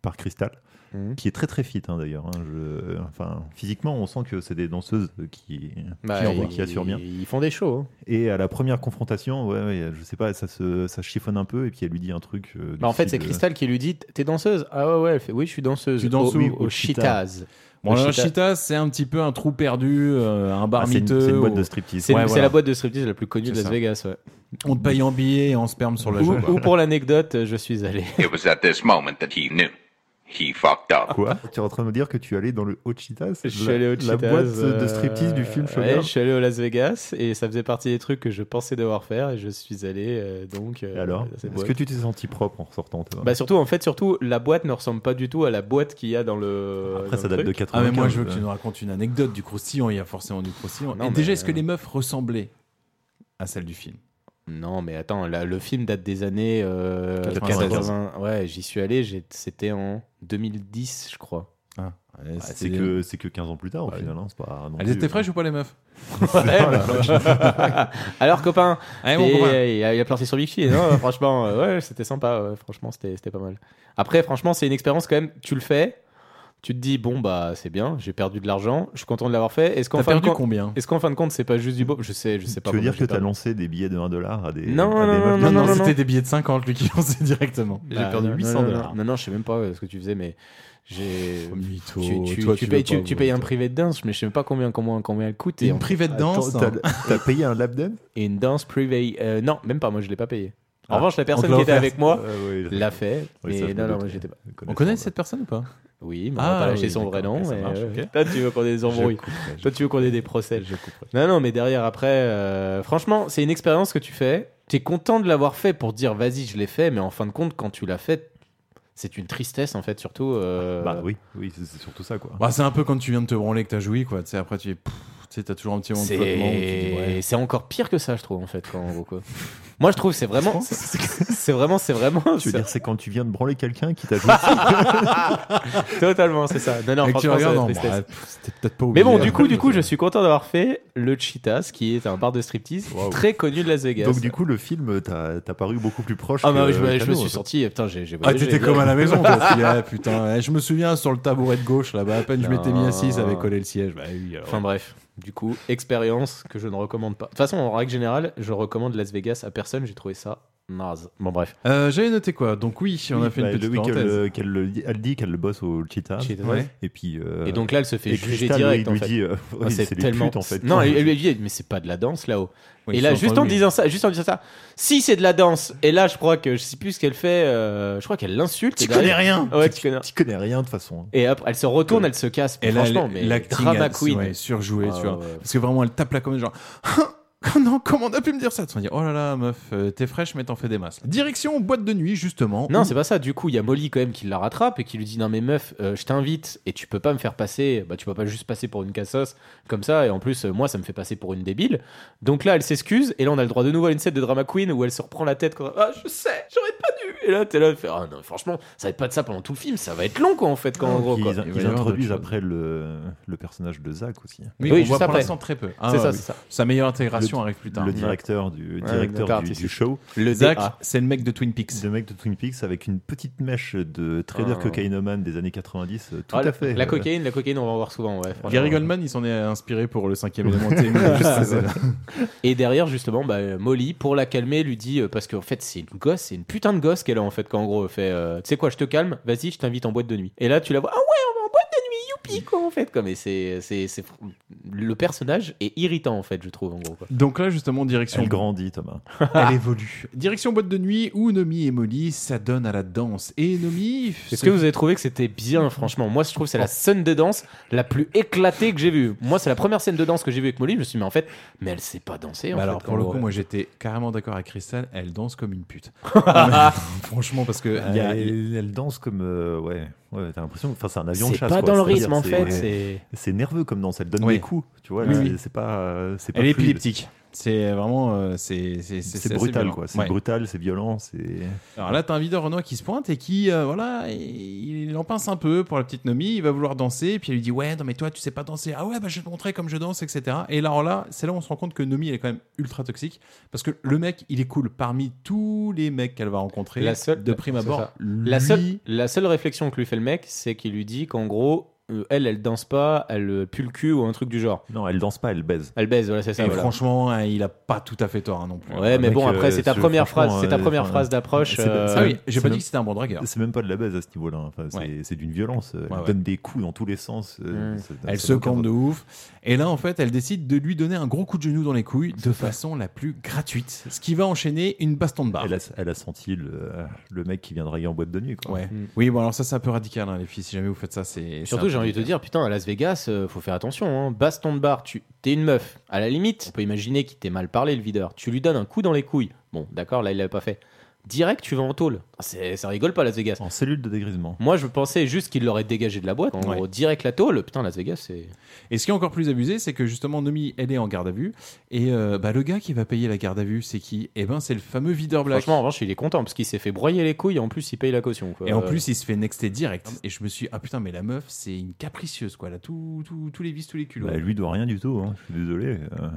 Speaker 9: par Crystal,
Speaker 2: Mm.
Speaker 10: Mhm.
Speaker 9: qui est très très fit hein, d'ailleurs. hein. Je- Enfin, physiquement, on sent que c'est des danseuses qui
Speaker 10: Bah,
Speaker 9: qui, envoient,
Speaker 10: ils-
Speaker 9: qui assurent bien.
Speaker 10: Ils font des shows. hein.
Speaker 9: Et à la première confrontation, ouais, ouais, je sais pas, ça se ça se chiffonne un peu et puis elle lui dit un truc. euh, du
Speaker 10: Bah, en fait,
Speaker 9: style,
Speaker 10: c'est
Speaker 9: euh,
Speaker 10: Crystal qui lui dit T'es danseuse Ah ouais, ouais, elle fait Oui, je suis danseuse.
Speaker 2: Tu danses
Speaker 10: au,
Speaker 2: où
Speaker 10: oui,
Speaker 9: Au
Speaker 10: au
Speaker 9: Cheetahs.
Speaker 10: Cheetahs.
Speaker 2: Bon,
Speaker 10: Au
Speaker 2: alors,
Speaker 10: Cheetahs.
Speaker 2: Cheetah, c'est un petit peu un trou perdu, euh, un bar
Speaker 9: Ah, c'est une-
Speaker 2: miteux.
Speaker 9: c'est une boîte
Speaker 2: où-
Speaker 9: de striptease.
Speaker 10: C'est
Speaker 2: Ouais,
Speaker 10: c'est
Speaker 2: voilà.
Speaker 10: la boîte de striptease la plus connue de
Speaker 2: C'est
Speaker 10: Las
Speaker 2: ça.
Speaker 10: Vegas. ouais.
Speaker 2: On te paye en billets et en sperme sur la joue.
Speaker 10: Ou, ou pour l'anecdote, je suis allé.
Speaker 6: It was at this moment that he knew. He fucked up.
Speaker 9: Quoi Tu es en train de me dire que tu es allé dans le Ochitas
Speaker 10: Je suis allé
Speaker 9: <laughs>
Speaker 10: au
Speaker 9: La
Speaker 10: Cheetahs,
Speaker 9: boîte de
Speaker 10: euh,
Speaker 9: striptease du film
Speaker 10: ouais,
Speaker 9: Shogun.
Speaker 10: Je suis allé au Las Vegas et ça faisait partie des trucs que je pensais devoir faire et je suis allé euh, donc.
Speaker 9: Et alors Est-ce que tu t'es senti propre en ressortant toi
Speaker 10: Bah surtout en fait surtout la boîte ne ressemble pas du tout à la boîte qu'il y a dans le.
Speaker 9: Ah, Après,
Speaker 10: dans
Speaker 9: ça
Speaker 10: le
Speaker 9: date de
Speaker 10: truc.
Speaker 9: 95.
Speaker 2: Ah mais moi je veux que tu nous racontes une anecdée du croustillon, il y a forcément du croustillon.
Speaker 10: Non,
Speaker 2: et
Speaker 10: mais-
Speaker 9: euh,
Speaker 2: déjà est-ce que les meufs ressemblaient à celle du film.
Speaker 10: Non, mais attends, là, le film date des années euh,
Speaker 2: 94.
Speaker 10: 80. Ouais, j'y suis allé, j'ai- c'était en 2010, je crois.
Speaker 2: Ah, ouais,
Speaker 9: Ah,
Speaker 2: c'était-
Speaker 9: c'est que, c'est que 15 ans plus tard au final. hein, c'est pas non
Speaker 2: Elles
Speaker 9: plus,
Speaker 2: étaient
Speaker 9: euh,
Speaker 2: fraîches ou pas les meufs
Speaker 10: <laughs> Alors, copain,
Speaker 2: Allez, Eh, mon
Speaker 10: t'es-
Speaker 2: copain.
Speaker 10: Il, a, il a planté sur Vichy. Non, <laughs> franchement, euh, ouais, c'était sympa. ouais, franchement, c'était c'était pas mal. Après, franchement, c'est une expérience quand même. Tu le fais, tu te dis, bon, bah, c'est bien, j'ai perdu de l'argent, je suis content de l'avoir fait. Est-ce qu'en
Speaker 2: T'as
Speaker 10: fin, de
Speaker 2: perdu
Speaker 10: compte-
Speaker 2: combien
Speaker 10: est-ce qu'en fin de compte, c'est pas juste du beau Je sais, je sais pas.
Speaker 9: Tu veux
Speaker 10: combien
Speaker 9: dire
Speaker 10: j'ai
Speaker 9: que t'as
Speaker 10: perdu.
Speaker 9: lancé des billets de 1 dollar à des.
Speaker 10: Non,
Speaker 9: à des
Speaker 10: non,
Speaker 9: meufs
Speaker 10: non,
Speaker 2: Non,
Speaker 9: qui-
Speaker 2: non,
Speaker 10: non,
Speaker 2: c'était des billets de 50, lui, qui lançait directement.
Speaker 10: Bah,
Speaker 9: J'ai perdu
Speaker 10: non,
Speaker 9: 800
Speaker 10: non, non,
Speaker 9: dollars.
Speaker 10: Non, non, je sais même pas euh, ce que tu faisais, mais j'ai.
Speaker 2: Mytho,
Speaker 10: Tu, tu-
Speaker 2: toi,
Speaker 10: tu
Speaker 2: veux
Speaker 10: payes, tu-
Speaker 2: pas,
Speaker 10: tu
Speaker 2: vous-
Speaker 10: payes un privé de danse, mais je sais même pas combien, combien, combien elle coûte. Et
Speaker 2: Une
Speaker 10: en-
Speaker 2: privée de
Speaker 9: Attends,
Speaker 2: danse.
Speaker 9: t'as-
Speaker 2: hein.
Speaker 9: T'as payé un lap dance
Speaker 10: et une danse privée. euh, non, même pas, moi je l'ai pas payé. En
Speaker 2: Ah,
Speaker 10: revanche, la
Speaker 2: on te
Speaker 10: personne
Speaker 2: l'a
Speaker 10: qui était
Speaker 2: offert.
Speaker 10: avec moi
Speaker 9: Euh, oui, je-
Speaker 10: l'a fait,
Speaker 9: Oui,
Speaker 10: mais
Speaker 9: ça, je me
Speaker 10: non, non,
Speaker 9: doute.
Speaker 10: moi j'étais pas.
Speaker 2: On connaît cette personne ou pas
Speaker 10: Oui, mais on
Speaker 2: Ah,
Speaker 10: va pas lâcher
Speaker 2: oui,
Speaker 10: son vrai
Speaker 2: d'accord,
Speaker 10: nom.
Speaker 2: ok, ça
Speaker 10: mais,
Speaker 2: marche,
Speaker 10: euh,
Speaker 2: ok.
Speaker 10: Toi, tu veux qu'on
Speaker 2: <laughs>
Speaker 10: ait des embrouilles. Toi, tu veux qu'on ait des procès. Non, non, mais derrière, après, euh, franchement, c'est une expérience que tu fais. T'es content de l'avoir fait pour dire vas-y, je l'ai fait, mais en fin de compte, quand tu l'as fait, c'est une tristesse en fait, surtout. euh,
Speaker 9: Bah oui, oui, c'est c'est surtout ça quoi.
Speaker 2: Bah, c'est un peu quand tu viens de te branler que t'as joui, quoi. Tu sais, après, tu es- pff, tu sais, t'as toujours un petit moment de flottement où tu dis, ouais.
Speaker 10: C'est c'est encore pire que ça, je trouve en fait. Quand, en
Speaker 2: <laughs>
Speaker 10: gros, quoi. Moi, je trouve c'est vraiment, <laughs> c'est vraiment, c'est vraiment,
Speaker 9: Tu veux
Speaker 10: c'est-
Speaker 9: dire, c'est quand tu viens de branler quelqu'un
Speaker 10: <laughs>
Speaker 9: qui t'a joué
Speaker 10: totalement, c'est ça. Non, non,
Speaker 2: Et que tu
Speaker 10: franchement, c'est
Speaker 2: regardes,
Speaker 10: la
Speaker 2: non,
Speaker 10: tristesse.
Speaker 2: bah, pff, c'était peut-être pas
Speaker 10: Mais bon,
Speaker 2: obligé.
Speaker 10: du coup,
Speaker 9: <laughs>
Speaker 10: du coup, je suis content d'avoir fait le Cheetahs, qui est un bar de striptease
Speaker 9: Waouh.
Speaker 10: très connu de Las Vegas.
Speaker 9: Donc du coup, le film t'a t'a paru beaucoup plus proche.
Speaker 10: ah bah
Speaker 9: que
Speaker 10: oui, je, me- je me
Speaker 9: Cano,
Speaker 10: suis
Speaker 9: quoi.
Speaker 10: sorti, et putain, j'ai j'ai
Speaker 2: Ah,
Speaker 10: voyagé, euh,
Speaker 2: t'étais
Speaker 10: les
Speaker 2: comme
Speaker 10: gars.
Speaker 2: à la maison, toi. parce que, ah, putain, eh, je me souviens sur le tabouret de gauche, là-bas, à peine je
Speaker 10: Non.
Speaker 2: m'étais mis assis, ça avait collé le siège. Bah oui, alors.
Speaker 10: Enfin bref, du coup, expérience que je ne recommande pas. De toute façon, en règle générale, je recommande Las Vegas à personne. J'ai trouvé ça naze. Bon bref.
Speaker 2: Euh, J'avais noté quoi Donc, oui, on a
Speaker 9: Oui,
Speaker 2: fait
Speaker 9: bah,
Speaker 2: une petite
Speaker 9: le week-end,
Speaker 2: parenthèse.
Speaker 9: euh, qu'elle le dit- elle dit qu'elle le bosse au cheetah.
Speaker 10: Cheetah.
Speaker 2: Ouais.
Speaker 9: Et puis. euh,
Speaker 10: Et donc là, elle se fait
Speaker 9: et
Speaker 10: juger
Speaker 9: Crystal,
Speaker 10: direct.
Speaker 9: il
Speaker 10: en
Speaker 9: lui
Speaker 10: fait.
Speaker 9: dit, euh,
Speaker 10: Ah,
Speaker 9: oui,
Speaker 10: c'est
Speaker 9: c'est les
Speaker 10: tellement.
Speaker 9: putes en fait.
Speaker 10: Non, elle elle lui a dit, mais c'est pas de la danse là-haut.
Speaker 2: Oui,
Speaker 10: et là,
Speaker 2: c'est
Speaker 10: juste en
Speaker 2: entendu.
Speaker 10: disant ça, juste en disant ça, si c'est de la danse. Et là, je crois que je sais plus ce qu'elle fait. euh, je crois qu'elle l'insulte. et
Speaker 9: Tu
Speaker 10: derrière-
Speaker 9: connais rien <laughs>
Speaker 10: Ouais, tu connais.
Speaker 9: Tu connais rien de toute façon.
Speaker 10: Et hop, elle se retourne, elle se casse.
Speaker 2: Et là,
Speaker 10: Franchement,
Speaker 2: l-
Speaker 10: mais
Speaker 2: l'acting
Speaker 10: drama
Speaker 2: a-
Speaker 10: queen.
Speaker 2: ouais, surjoué,
Speaker 10: Ah,
Speaker 2: tu vois.
Speaker 10: ouais.
Speaker 2: Parce que vraiment, elle tape la comédie, genre. Ah, non, comment on a pu me dire ça Tu vas dire, oh là là, meuf, euh, t'es fraîche, mais t'en fais des masses. Direction boîte de nuit, justement.
Speaker 10: Non,
Speaker 2: où-
Speaker 10: c'est pas ça. Du coup, il y a Molly quand même qui la rattrape et qui lui dit Non, mais meuf, euh, je t'invite et tu peux pas me faire passer. Bah, tu peux pas juste passer pour une cassos comme ça. Et en plus, euh, moi, ça me fait passer pour une débile. Donc là, elle s'excuse. Et là, on a le droit de nouveau à une scène de drama queen où elle se reprend la tête. Quand... Ah, je sais, j'aurais pas dû. Et là, t'es là, elle fait, Ah non, franchement, ça va être pas de ça pendant tout le film. Ça va être long, quoi, en fait, quand
Speaker 2: Ah,
Speaker 10: en gros.
Speaker 9: Ils,
Speaker 10: quoi.
Speaker 9: ils
Speaker 2: Il va y avoir
Speaker 10: euh,
Speaker 9: introduisent
Speaker 2: d'autres choses.
Speaker 9: après le, le personnage de Zach aussi.
Speaker 2: Oui,
Speaker 10: Oui,
Speaker 2: on
Speaker 10: juste
Speaker 2: voit pour
Speaker 10: après.
Speaker 2: l'instant très peu. Ah,
Speaker 10: C'est
Speaker 2: ouais,
Speaker 10: ça,
Speaker 2: oui.
Speaker 10: c'est ça.
Speaker 2: Sa meilleure intégration arrive plus tard.
Speaker 9: Le directeur du, directeur
Speaker 10: notaire
Speaker 9: du, du
Speaker 10: artistique.
Speaker 9: show.
Speaker 10: Le
Speaker 2: Zach,
Speaker 10: DA.
Speaker 2: c'est le mec de Twin Peaks.
Speaker 9: Le mec de Twin Peaks avec une petite mèche de trader
Speaker 10: Ah.
Speaker 9: cocaïnoman des années 90. euh, Tout
Speaker 10: Ah,
Speaker 9: à fait.
Speaker 10: La
Speaker 9: euh,
Speaker 10: cocaïne, la cocaïne, on va en voir souvent. Ouais, franchement.
Speaker 2: Gary Goldman, il s'en est inspiré pour le cinquième
Speaker 10: <laughs>
Speaker 2: élément. T'es mieux, juste ça, c'est-
Speaker 10: Et derrière, justement, bah, euh, Molly, pour la calmer, lui dit euh, parce qu'en fait, c'est une gosse, c'est une putain de gosse qu'elle a en fait. Quand en gros, elle fait euh, tu sais quoi, je te calme, vas-y, je t'invite en boîte de nuit. Et là, tu la vois, ah ouais, on va en boîte de nuit, youpi, quoi, en fait. Comme, et c'est, c'est, c'est- Le personnage est irritant, en fait, je trouve, en gros. Quoi.
Speaker 2: Donc là, justement, direction.
Speaker 9: Elle grandit, Thomas.
Speaker 2: Elle évolue. Direction boîte de nuit où Nomi et Molly s'adonnent à la danse. Et Nomi.
Speaker 10: Est-ce
Speaker 2: c'est-
Speaker 10: que vous avez trouvé que c'était bien, franchement Moi, je trouve que c'est la scène de danse la plus éclatée que j'ai vue. Moi, c'est la première scène de danse que j'ai vue avec Molly. Je me suis dit, mais en fait, mais elle sait pas danser. En
Speaker 2: Bah
Speaker 10: fait,
Speaker 2: alors,
Speaker 10: en
Speaker 2: pour le
Speaker 10: gros.
Speaker 2: coup, moi j'étais carrément d'accord avec Crystal, elle danse comme une
Speaker 10: <laughs>
Speaker 2: pute. <laughs> Non, mais- franchement, parce que.
Speaker 9: Elle,
Speaker 2: il y a-
Speaker 9: elle danse comme. euh, ouais, ouais t'as l'impression. Enfin, c'est un avion de
Speaker 10: c'est
Speaker 9: chasse.
Speaker 10: pas
Speaker 9: quoi.
Speaker 10: dans le
Speaker 9: C'est-à-dire,
Speaker 10: rythme, en fait.
Speaker 9: C'est,
Speaker 10: C'est...
Speaker 9: c'est nerveux comme danse. Elle donne
Speaker 2: Oui.
Speaker 9: des coups. Tu vois,
Speaker 2: Oui,
Speaker 9: c'est,
Speaker 2: oui.
Speaker 9: c'est pas. euh, C'est pas
Speaker 2: Elle est
Speaker 9: fluide.
Speaker 2: épileptique. C'est vraiment. euh, c'est c'est- c'est-
Speaker 9: C'est
Speaker 2: assez
Speaker 9: brutal,
Speaker 2: violent.
Speaker 9: quoi. C'est
Speaker 2: Ouais.
Speaker 9: brutal, c'est violent. C'est.
Speaker 2: Alors là, t'as un videur Renoir qui se pointe et qui, euh, voilà, il, il en pince un peu pour la petite Nomi. Il va vouloir danser, et puis elle lui dit Ouais, non, mais toi, tu sais pas danser. Ah ouais, bah je vais te montrer comme je danse, etc. Et là, alors là, c'est là où on se rend compte que Nomi, elle est quand même ultra toxique. Parce que le mec, il est cool parmi tous les mecs qu'elle va rencontrer.
Speaker 10: La seule-
Speaker 2: de prime
Speaker 10: c'est
Speaker 2: abord,
Speaker 10: ça. La seule,
Speaker 2: lui-
Speaker 10: la seule réflexion que lui fait le mec, c'est qu'il lui dit qu'en gros, euh, elle, elle danse pas, elle euh, pue le cul ou un truc du genre.
Speaker 9: Non, elle danse pas, elle baise.
Speaker 10: Elle baise, voilà, c'est ça.
Speaker 2: Et
Speaker 10: voilà.
Speaker 2: franchement, hein, il a pas tout à fait tort hein, non plus.
Speaker 10: Ouais, mais
Speaker 9: mec,
Speaker 10: bon, après,
Speaker 9: euh,
Speaker 10: c'est ta
Speaker 9: ce-
Speaker 10: première
Speaker 9: franchement,
Speaker 10: phrase, c'est ta
Speaker 9: euh,
Speaker 10: première
Speaker 9: enfin,
Speaker 10: phrase d'approche.
Speaker 9: c'est-
Speaker 10: euh,
Speaker 2: Ah oui, j'ai
Speaker 9: c'est
Speaker 2: pas
Speaker 9: même-
Speaker 2: dit que c'était un bon dragueur.
Speaker 9: C'est même pas de la baise à ce niveau-là. hein. Enfin, c'est,
Speaker 2: Ouais.
Speaker 9: c'est d'une violence. Elle
Speaker 2: Ouais, ouais.
Speaker 9: donne des coups dans tous les sens. euh,
Speaker 10: Mm.
Speaker 9: ça- ça
Speaker 2: Elle
Speaker 9: n'a
Speaker 2: se
Speaker 9: aucun
Speaker 2: campe de ouf. Et là, en fait, elle décide de lui donner un gros coup de genou dans les couilles de façon la plus gratuite. Ce qui va enchaîner une baston de barre.
Speaker 9: Elle a, elle a senti le, le mec qui vient draguer en boîte de nuit. Quoi.
Speaker 2: Ouais.
Speaker 10: Mm.
Speaker 2: Oui, bon, alors ça, c'est un peu radical, hein, les filles. Si jamais vous faites ça, c'est. c'est un
Speaker 10: Surtout,
Speaker 2: peu
Speaker 10: j'ai envie de te
Speaker 2: radical.
Speaker 10: dire, putain, à Las Vegas, euh, faut faire attention. Hein. Baston de bar, tu t'es une meuf. À la limite, on peut imaginer qu'il t'ait mal parlé, le videur. Tu lui donnes un coup dans les couilles. Bon, d'accord, là, il l'avait pas fait. direct, tu vas en tôle. C'est- Ça rigole pas, Las Vegas.
Speaker 9: En cellule de dégrisement.
Speaker 10: Moi, je pensais juste qu'il l'aurait dégagé de la boîte. En
Speaker 2: Ouais.
Speaker 10: gros, direct la tôle. Putain, Las Vegas, c'est.
Speaker 2: Et ce qui est encore plus abusé, c'est que justement, Nomi, elle est en garde à vue. Et euh, bah, le gars qui va payer la garde à vue, c'est qui Eh ben, c'est le fameux videur Black.
Speaker 10: Franchement, en revanche, il est content parce qu'il s'est fait broyer les couilles et en plus, il paye la caution. quoi.
Speaker 2: Et en plus, il se fait nexter direct. Et je me suis dit, ah putain, mais la meuf, c'est une capricieuse, quoi. Elle a tout, tout- tous les vices, tous les culots.
Speaker 9: Bah, elle lui doit rien du tout, hein, je suis désolé. euh.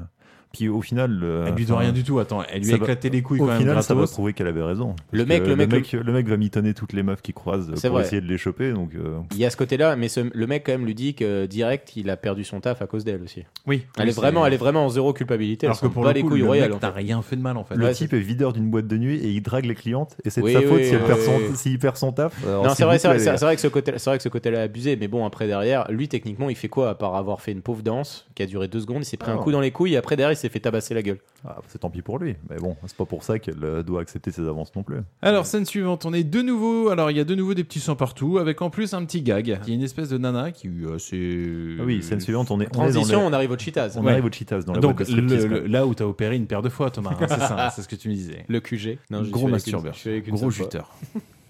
Speaker 9: Puis au final. euh,
Speaker 2: Elle lui doit
Speaker 9: enfin,
Speaker 2: rien du tout. Attends, elle lui
Speaker 9: ça
Speaker 2: a
Speaker 9: va-
Speaker 2: éclaté les couilles
Speaker 9: au
Speaker 2: quand même.
Speaker 9: final, ça va
Speaker 2: gratos.
Speaker 9: prouver qu'elle avait raison. Parce
Speaker 10: Le mec-
Speaker 9: que
Speaker 10: le mec-
Speaker 9: le mec, le mec va mitonner toutes les meufs qui croisent euh,
Speaker 10: C'est
Speaker 9: pour
Speaker 10: vrai.
Speaker 9: essayer de les choper. Donc, euh,
Speaker 10: Il y a ce côté-là, mais ce- le mec quand même lui dit que euh, direct, il a perdu son taf à cause d'elle aussi.
Speaker 2: Oui.
Speaker 10: Elle
Speaker 2: Oui,
Speaker 10: est vraiment,
Speaker 2: Ah, c'est-
Speaker 10: elle est vraiment en zéro culpabilité.
Speaker 2: Alors
Speaker 10: elle
Speaker 2: que
Speaker 10: s'en
Speaker 2: pour
Speaker 10: bat
Speaker 2: le
Speaker 10: les
Speaker 2: coup,
Speaker 10: couilles
Speaker 2: le
Speaker 10: royales.
Speaker 2: mec,
Speaker 10: en
Speaker 2: t'as
Speaker 10: fait.
Speaker 2: rien fait de mal en fait.
Speaker 9: le
Speaker 10: Ouais,
Speaker 9: type est videur d'une boîte de nuit et il drague les clientes. Et c'est de
Speaker 10: Oui,
Speaker 9: sa
Speaker 10: oui,
Speaker 9: faute
Speaker 10: oui,
Speaker 9: si elle
Speaker 10: oui,
Speaker 9: perd son-
Speaker 10: oui.
Speaker 9: s'il perd son taf. Alors,
Speaker 10: Non,
Speaker 9: s'il
Speaker 10: c'est
Speaker 9: vous
Speaker 10: vrai, c'est vrai,
Speaker 9: plaît,
Speaker 2: euh.
Speaker 10: c'est c'est vrai que ce côté, c'est vrai que ce côté-là est abusé, mais bon, après derrière, lui techniquement, il fait quoi à part avoir fait une pauvre danse qui a duré deux secondes, il s'est pris un
Speaker 9: Ah.
Speaker 10: coup dans les couilles et après derrière, il s'est fait tabasser la gueule.
Speaker 9: ah, c'est tant pis pour lui. Mais bon, c'est pas pour ça qu'elle euh, doit accepter ses avances non plus.
Speaker 2: Alors, scène suivante, on est de nouveau. Alors, il y a de nouveau des petits sangs partout, avec en plus un petit gag. Il y a une espèce de nana qui est assez.
Speaker 9: Ah oui, scène suivante, on est, on est dans
Speaker 10: Transition,
Speaker 9: le-
Speaker 10: on arrive au Cheetahs,
Speaker 9: on
Speaker 2: Ouais.
Speaker 9: arrive au Cheetahs dans la
Speaker 2: Donc,
Speaker 9: boîte de
Speaker 2: euh, le-
Speaker 9: striptease,
Speaker 2: le-
Speaker 9: quoi.
Speaker 2: là où t'as opéré une paire de fois, Thomas, hein, c'est <laughs> ça, c'est ce que tu me disais.
Speaker 10: le QG. Non, je suis
Speaker 2: gros
Speaker 10: avec une-
Speaker 2: masturbeur,
Speaker 10: je suis avec une
Speaker 2: gros
Speaker 10: seule fois.
Speaker 2: <laughs> juteur.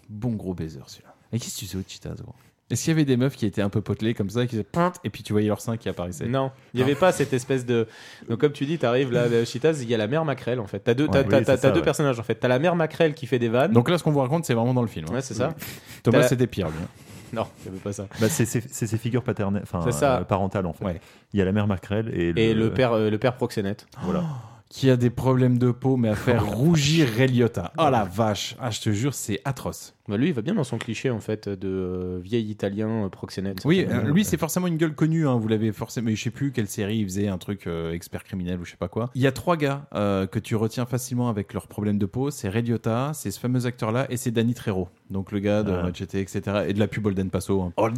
Speaker 2: bon gros baiser celui-là. Et qu'est-ce que tu faisais au Cheetahs, gros Est-ce qu'il y avait des meufs qui étaient un peu potelées comme ça, qui faisaient pinte, et puis tu voyais leur sein qui apparaissait
Speaker 10: Non, il n'y avait pas cette espèce de. Donc, comme tu dis, t'arrives là, au Cheetahs, il y a la mère Macrel en fait. T'as deux,
Speaker 9: Ouais,
Speaker 10: t'as-
Speaker 9: oui,
Speaker 10: t'as-
Speaker 9: c'est
Speaker 10: t'as-
Speaker 9: ça,
Speaker 10: t'as deux
Speaker 9: ouais.
Speaker 10: personnages en fait. T'as la mère Macrel qui fait des vannes.
Speaker 2: Donc là, ce qu'on vous raconte, c'est vraiment dans le film. hein.
Speaker 10: ouais,
Speaker 9: <laughs>
Speaker 10: c'est ça.
Speaker 2: Thomas,
Speaker 10: T'as-
Speaker 2: c'était pire, lui. hein.
Speaker 10: Non, il n'y avait pas ça.
Speaker 9: Bah, c'est c'est- c'est ses figures paternelles, enfin
Speaker 10: C'est ça.
Speaker 9: euh, parentales en fait.
Speaker 2: Ouais.
Speaker 9: Il y a la mère Macrel et le,
Speaker 10: Et le père, euh, le père proxénète.
Speaker 9: Voilà.
Speaker 2: Qui a des problèmes de peau, mais à <laughs> faire rougir Ray Liotta. Oh la vache Ah, je te jure, c'est atroce.
Speaker 10: Bah, lui, il va bien dans son cliché en fait de euh, vieil italien euh, proxénète.
Speaker 2: Oui,
Speaker 10: Certainement.
Speaker 2: euh, lui, c'est forcément une gueule connue. hein, vous l'avez forcément. Mais je sais plus quelle série il faisait, un truc euh, expert criminel ou je sais pas quoi. Il y a trois gars euh, que tu retiens facilement avec leurs problèmes de peau. C'est Ray Liotta, c'est ce fameux acteur-là, et c'est Danny Trejo. Donc le gars de
Speaker 9: Ah.
Speaker 2: Machete, etc. Et de la pub Holden Paso. hein.
Speaker 10: Oh.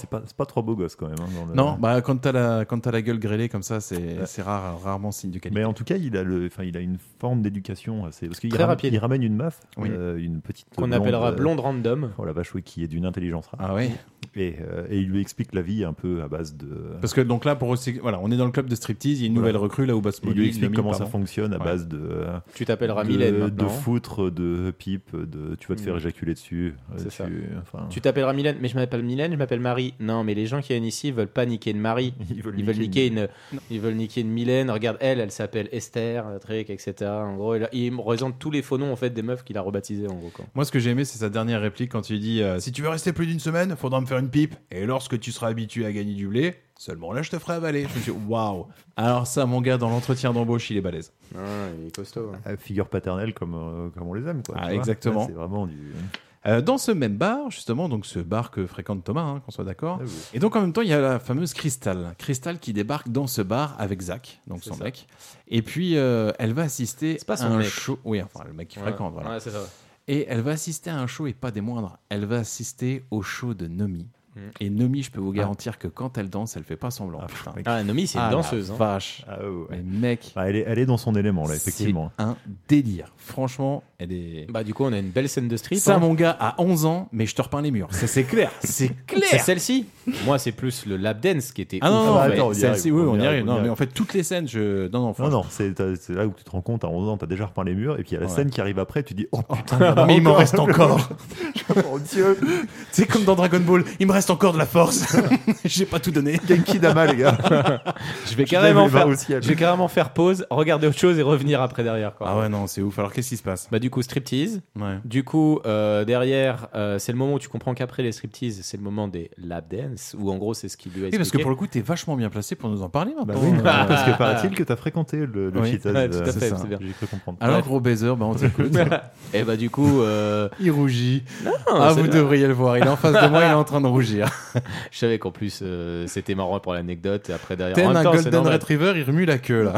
Speaker 9: C'est pas, c'est pas trop beau gosse quand même. hein, dans le-
Speaker 2: Non, bah quand t'as la quand t'as la gueule grêlée comme ça, c'est c'est rare, rarement signe de qualité.
Speaker 9: Mais en tout cas, il a le, enfin, il a une forme d'éducation. C'est parce qu'il
Speaker 10: Très
Speaker 9: ram-
Speaker 10: rapide.
Speaker 9: il ramène une meuf,
Speaker 2: Oui.
Speaker 9: euh, une petite
Speaker 10: Qu'on
Speaker 9: blonde,
Speaker 10: appellera
Speaker 9: euh,
Speaker 10: blonde random.
Speaker 9: Oh la vache, oui, qui est d'une intelligence rare.
Speaker 2: Ah ouais.
Speaker 9: Et, euh, et il lui explique la vie un peu à base de.
Speaker 2: Parce que donc là, pour aussi, voilà, on est dans le club de striptease. Il y a une
Speaker 9: Voilà.
Speaker 2: nouvelle recrue là où Boss
Speaker 9: Il
Speaker 2: Molly,
Speaker 9: lui explique
Speaker 2: Nomi,
Speaker 9: comment ça
Speaker 2: pardon.
Speaker 9: fonctionne à
Speaker 2: Ouais.
Speaker 9: base de.
Speaker 10: Tu t'appelleras
Speaker 9: de-
Speaker 10: Mylène
Speaker 9: de,
Speaker 10: maintenant.
Speaker 9: foutre, de pipe, de tu vas te faire
Speaker 10: Mm.
Speaker 9: éjaculer dessus. euh,
Speaker 10: C'est
Speaker 9: tu-
Speaker 10: ça.
Speaker 9: enfin, <laughs>
Speaker 10: Tu t'appelleras Mylène, mais je m'appelle Mylène, je m'appelle Marie. Non, mais les gens qui viennent ici veulent pas niquer une Marie.
Speaker 9: Ils veulent
Speaker 10: Ils veulent niquer
Speaker 9: niquer
Speaker 10: une, ils veulent niquer une Mylène. Regarde, elle, elle s'appelle Esther, euh, un truc, etc. En gros, il, il me représente tous les faux noms en fait des meufs qu'il a rebaptisées en gros. Quoi.
Speaker 2: Moi, ce que j'ai aimé, c'est sa dernière réplique quand il dit euh, Si tu veux rester plus d'une semaine, faudra me faire une pipe. Et lorsque tu seras habitué à gagner du blé, seulement là, je te ferai avaler. Je me suis dit, Waouh Alors, ça, mon gars, dans l'entretien d'embauche, il est balèze.
Speaker 10: Ah, il est costaud. hein.
Speaker 9: euh, figure paternelle comme, euh, comme on les aime. Quoi,
Speaker 2: Ah,
Speaker 9: tu vois.
Speaker 2: exactement.
Speaker 9: Ouais, C'est vraiment du.
Speaker 2: Euh, dans ce même bar, justement, donc ce bar que fréquente Thomas, hein, qu'on soit
Speaker 10: Oh.
Speaker 2: d'accord.
Speaker 9: Ah oui.
Speaker 2: Et donc, en même temps, il y a la fameuse Crystal. Crystal qui débarque dans ce bar avec Zach, donc
Speaker 10: C'est
Speaker 2: son
Speaker 10: ça.
Speaker 2: mec. Et puis, euh, elle va assister
Speaker 10: C'est pas son
Speaker 2: à un
Speaker 10: mec.
Speaker 2: show. Oui, enfin, le mec qui fréquente,
Speaker 10: Ouais.
Speaker 2: voilà.
Speaker 10: Ouais, c'est ça.
Speaker 2: Et elle va assister à un show et pas des moindres. Elle va assister au show de Nomi.
Speaker 10: Mm.
Speaker 2: Et Nomi, je peux vous garantir que quand elle danse, elle fait pas semblant.
Speaker 9: Ah,
Speaker 2: putain.
Speaker 9: mec.
Speaker 10: Ah, Nomi, c'est une
Speaker 2: Ah, la
Speaker 10: danseuse. hein.
Speaker 2: Vache.
Speaker 9: Ah, ouais.
Speaker 2: Mais mec,
Speaker 9: Ah, elle, est, elle est dans son élément là,
Speaker 2: c'est
Speaker 9: effectivement.
Speaker 2: un délire. Franchement, elle est.
Speaker 10: Bah, du coup, on a une belle scène de strip.
Speaker 2: Ça,
Speaker 10: hein.
Speaker 2: mon gars, à 11 ans, mais je te repeins les murs. Ça, c'est <laughs> clair. c'est
Speaker 10: C'est
Speaker 2: clair.
Speaker 10: celle-ci. Moi, c'est plus le lap dance qui était.
Speaker 2: Ah
Speaker 10: ouf,
Speaker 2: non, non,
Speaker 10: en
Speaker 9: Ah,
Speaker 2: mais
Speaker 10: fait.
Speaker 9: attends, on y
Speaker 2: celle-ci,
Speaker 9: arrive,
Speaker 2: oui,
Speaker 9: on
Speaker 2: on y arrive.
Speaker 9: on
Speaker 2: Non,
Speaker 9: y
Speaker 2: mais
Speaker 9: arrive.
Speaker 2: en fait, toutes les scènes, je. Non, non,
Speaker 9: Non,
Speaker 2: franchement.
Speaker 9: non, c'est t'as- c'est là où tu te rends compte, à 11 ans, t'as déjà repeint les murs, et puis il y a la
Speaker 2: Ouais.
Speaker 9: scène qui arrive après, tu dis Oh putain,
Speaker 2: mais il m'en reste encore.
Speaker 9: mon dieu,
Speaker 2: C'est comme dans Dragon Ball, il me reste encore de la <laughs> force. J'ai pas tout donné.
Speaker 9: <laughs> Genki Dama, les gars.
Speaker 10: Je vais
Speaker 9: Je
Speaker 10: carrément
Speaker 9: lève les mains
Speaker 10: faire.
Speaker 9: au ciel.
Speaker 10: Je vais carrément faire pause, regarder autre chose et revenir après derrière. Quoi.
Speaker 2: Ah ouais, non, c'est ouf. Alors, qu'est-ce qui se passe
Speaker 10: Bah, du coup, striptease.
Speaker 2: Ouais.
Speaker 10: Du coup, euh, derrière, euh, c'est le moment où tu comprends qu'après les stripteases, c'est le moment des lap dance, où en gros, c'est ce qu'il lui a
Speaker 2: Oui,
Speaker 10: expliqué.
Speaker 2: parce que pour le coup, t'es vachement bien placé pour nous en parler maintenant.
Speaker 9: Bah oui,
Speaker 2: Euh,
Speaker 9: parce que paraît-il que t'as fréquenté le, le
Speaker 2: Oui.
Speaker 9: Cheetahs,
Speaker 10: Ouais, tout à
Speaker 9: euh,
Speaker 10: fait,
Speaker 9: c'est
Speaker 10: c'est bien.
Speaker 9: J'ai cru comprendre.
Speaker 2: Alors,
Speaker 10: Ouais.
Speaker 2: gros baiser, bah, on
Speaker 10: <laughs>
Speaker 2: t'écoute.
Speaker 10: Et bah, du coup, euh,
Speaker 2: il rougit.
Speaker 10: non,
Speaker 2: ah,
Speaker 10: c'est-
Speaker 2: vous devriez le voir. Il est en face de moi, il est en train de rougir.
Speaker 10: je savais qu'en plus, euh, c'était marrant pour l'anecdote. Et après, derrière, en
Speaker 2: Tel
Speaker 10: même
Speaker 2: un
Speaker 10: temps, c'est
Speaker 2: Golden
Speaker 10: normal.
Speaker 2: Retriever, il remue la queue, là.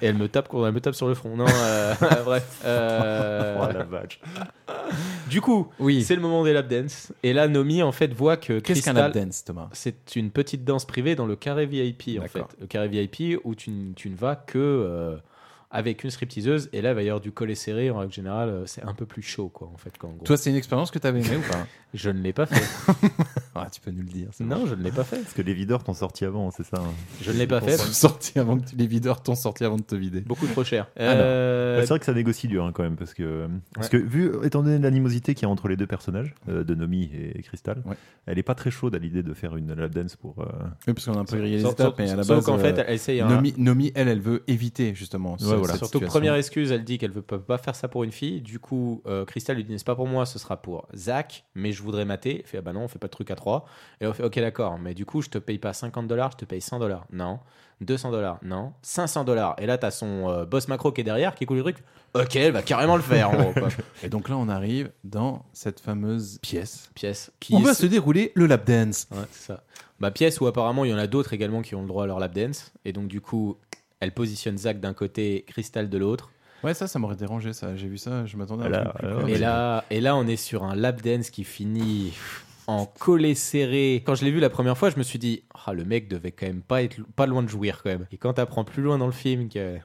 Speaker 10: Et elle me tape, elle me tape sur le front. Non, euh, <laughs> bref.
Speaker 2: <laughs>
Speaker 10: euh,
Speaker 9: Oh la vache.
Speaker 10: Du coup,
Speaker 2: Oui.
Speaker 10: c'est le moment des lap dance. Et là, Nomi, en fait, voit que
Speaker 2: Qu'est-ce qu'un
Speaker 10: Crystal-
Speaker 2: lap dance, Thomas
Speaker 10: C'est une petite danse privée dans le carré VIP, en fait.
Speaker 2: D'accord.
Speaker 10: Le carré VIP où tu, n- tu ne vas que euh, avec une stripteaseuse. Et là, il va y avoir du collet serré. En règle générale, euh, c'est un peu plus chaud, quoi, en fait. Quoi, en
Speaker 2: <laughs>
Speaker 10: gros.
Speaker 2: Toi, c'est une expérience que t'avais aimée ou pas
Speaker 10: Je ne l'ai pas fait.
Speaker 2: Ah, tu peux nous le dire. c'est
Speaker 10: Non,
Speaker 2: bon.
Speaker 10: je ne l'ai pas fait.
Speaker 9: Parce que les videurs t'ont sorti avant, c'est ça hein.
Speaker 10: Je ne l'ai pas
Speaker 2: T'en
Speaker 10: fait.
Speaker 2: sont sortis avant que tu- les videurs t'ont sorti avant de te vider.
Speaker 10: Beaucoup trop cher.
Speaker 2: Ah non.
Speaker 10: Euh,
Speaker 9: Ouais, c'est vrai que ça négocie dur hein, quand même, parce que, parce que vu, étant donné l'animosité qu'il y a entre les deux personnages, euh, de Nomi et Crystal,
Speaker 2: Ouais.
Speaker 9: elle est pas très chaude à l'idée de faire une lap dance pour. euh,
Speaker 2: Oui, parce qu'on a un peu grillé les
Speaker 10: sauf-
Speaker 2: étapes,
Speaker 10: sauf-
Speaker 2: mais à la
Speaker 10: sauf
Speaker 2: base.
Speaker 10: qu'en fait,
Speaker 2: euh,
Speaker 10: elle essaye hein. un-
Speaker 2: Nomi, Nomi, elle, elle veut éviter justement. ce-
Speaker 9: Ouais, voilà.
Speaker 2: cette
Speaker 10: Surtout que
Speaker 2: situation.
Speaker 10: première excuse, elle dit qu'elle ne peut pas faire ça pour une fille. Du coup, euh, Crystal lui dit c'est pas pour moi, ce sera pour Zach, mais je voudrais mater. Elle fait ah bah non, on fait pas de truc à trois. Et on fait ok, d'accord, mais du coup, je te paye pas 50 dollars, je te paye 100 dollars. Non. 200 dollars, non. 500 dollars. Et là, t'as son euh, boss macro qui est derrière qui écoute le truc. Ok, elle va carrément le faire. en <laughs> gros, quoi.
Speaker 2: Et donc là, on arrive dans cette fameuse pièce.
Speaker 10: Pièce. Qui
Speaker 2: Où
Speaker 10: est-
Speaker 2: va se dérouler le lap dance.
Speaker 10: Ouais, c'est ça. Bah, pièce où apparemment il y en a d'autres également qui ont le droit à leur lap dance. Et donc, du coup, elle positionne Zach d'un côté, Crystal de l'autre.
Speaker 2: Ouais, ça, ça m'aurait dérangé, ça. J'ai vu ça, je m'attendais à un
Speaker 9: Là,
Speaker 2: truc plus
Speaker 9: là,
Speaker 2: cool.
Speaker 9: ouais.
Speaker 10: Et là, et là, on est sur un lap dance qui finit en collet serré. Quand je l'ai vu la première fois, je me suis dit, ah, le mec devait quand même pas être pas loin de jouir quand même. Et quand t'apprends plus loin dans le film que,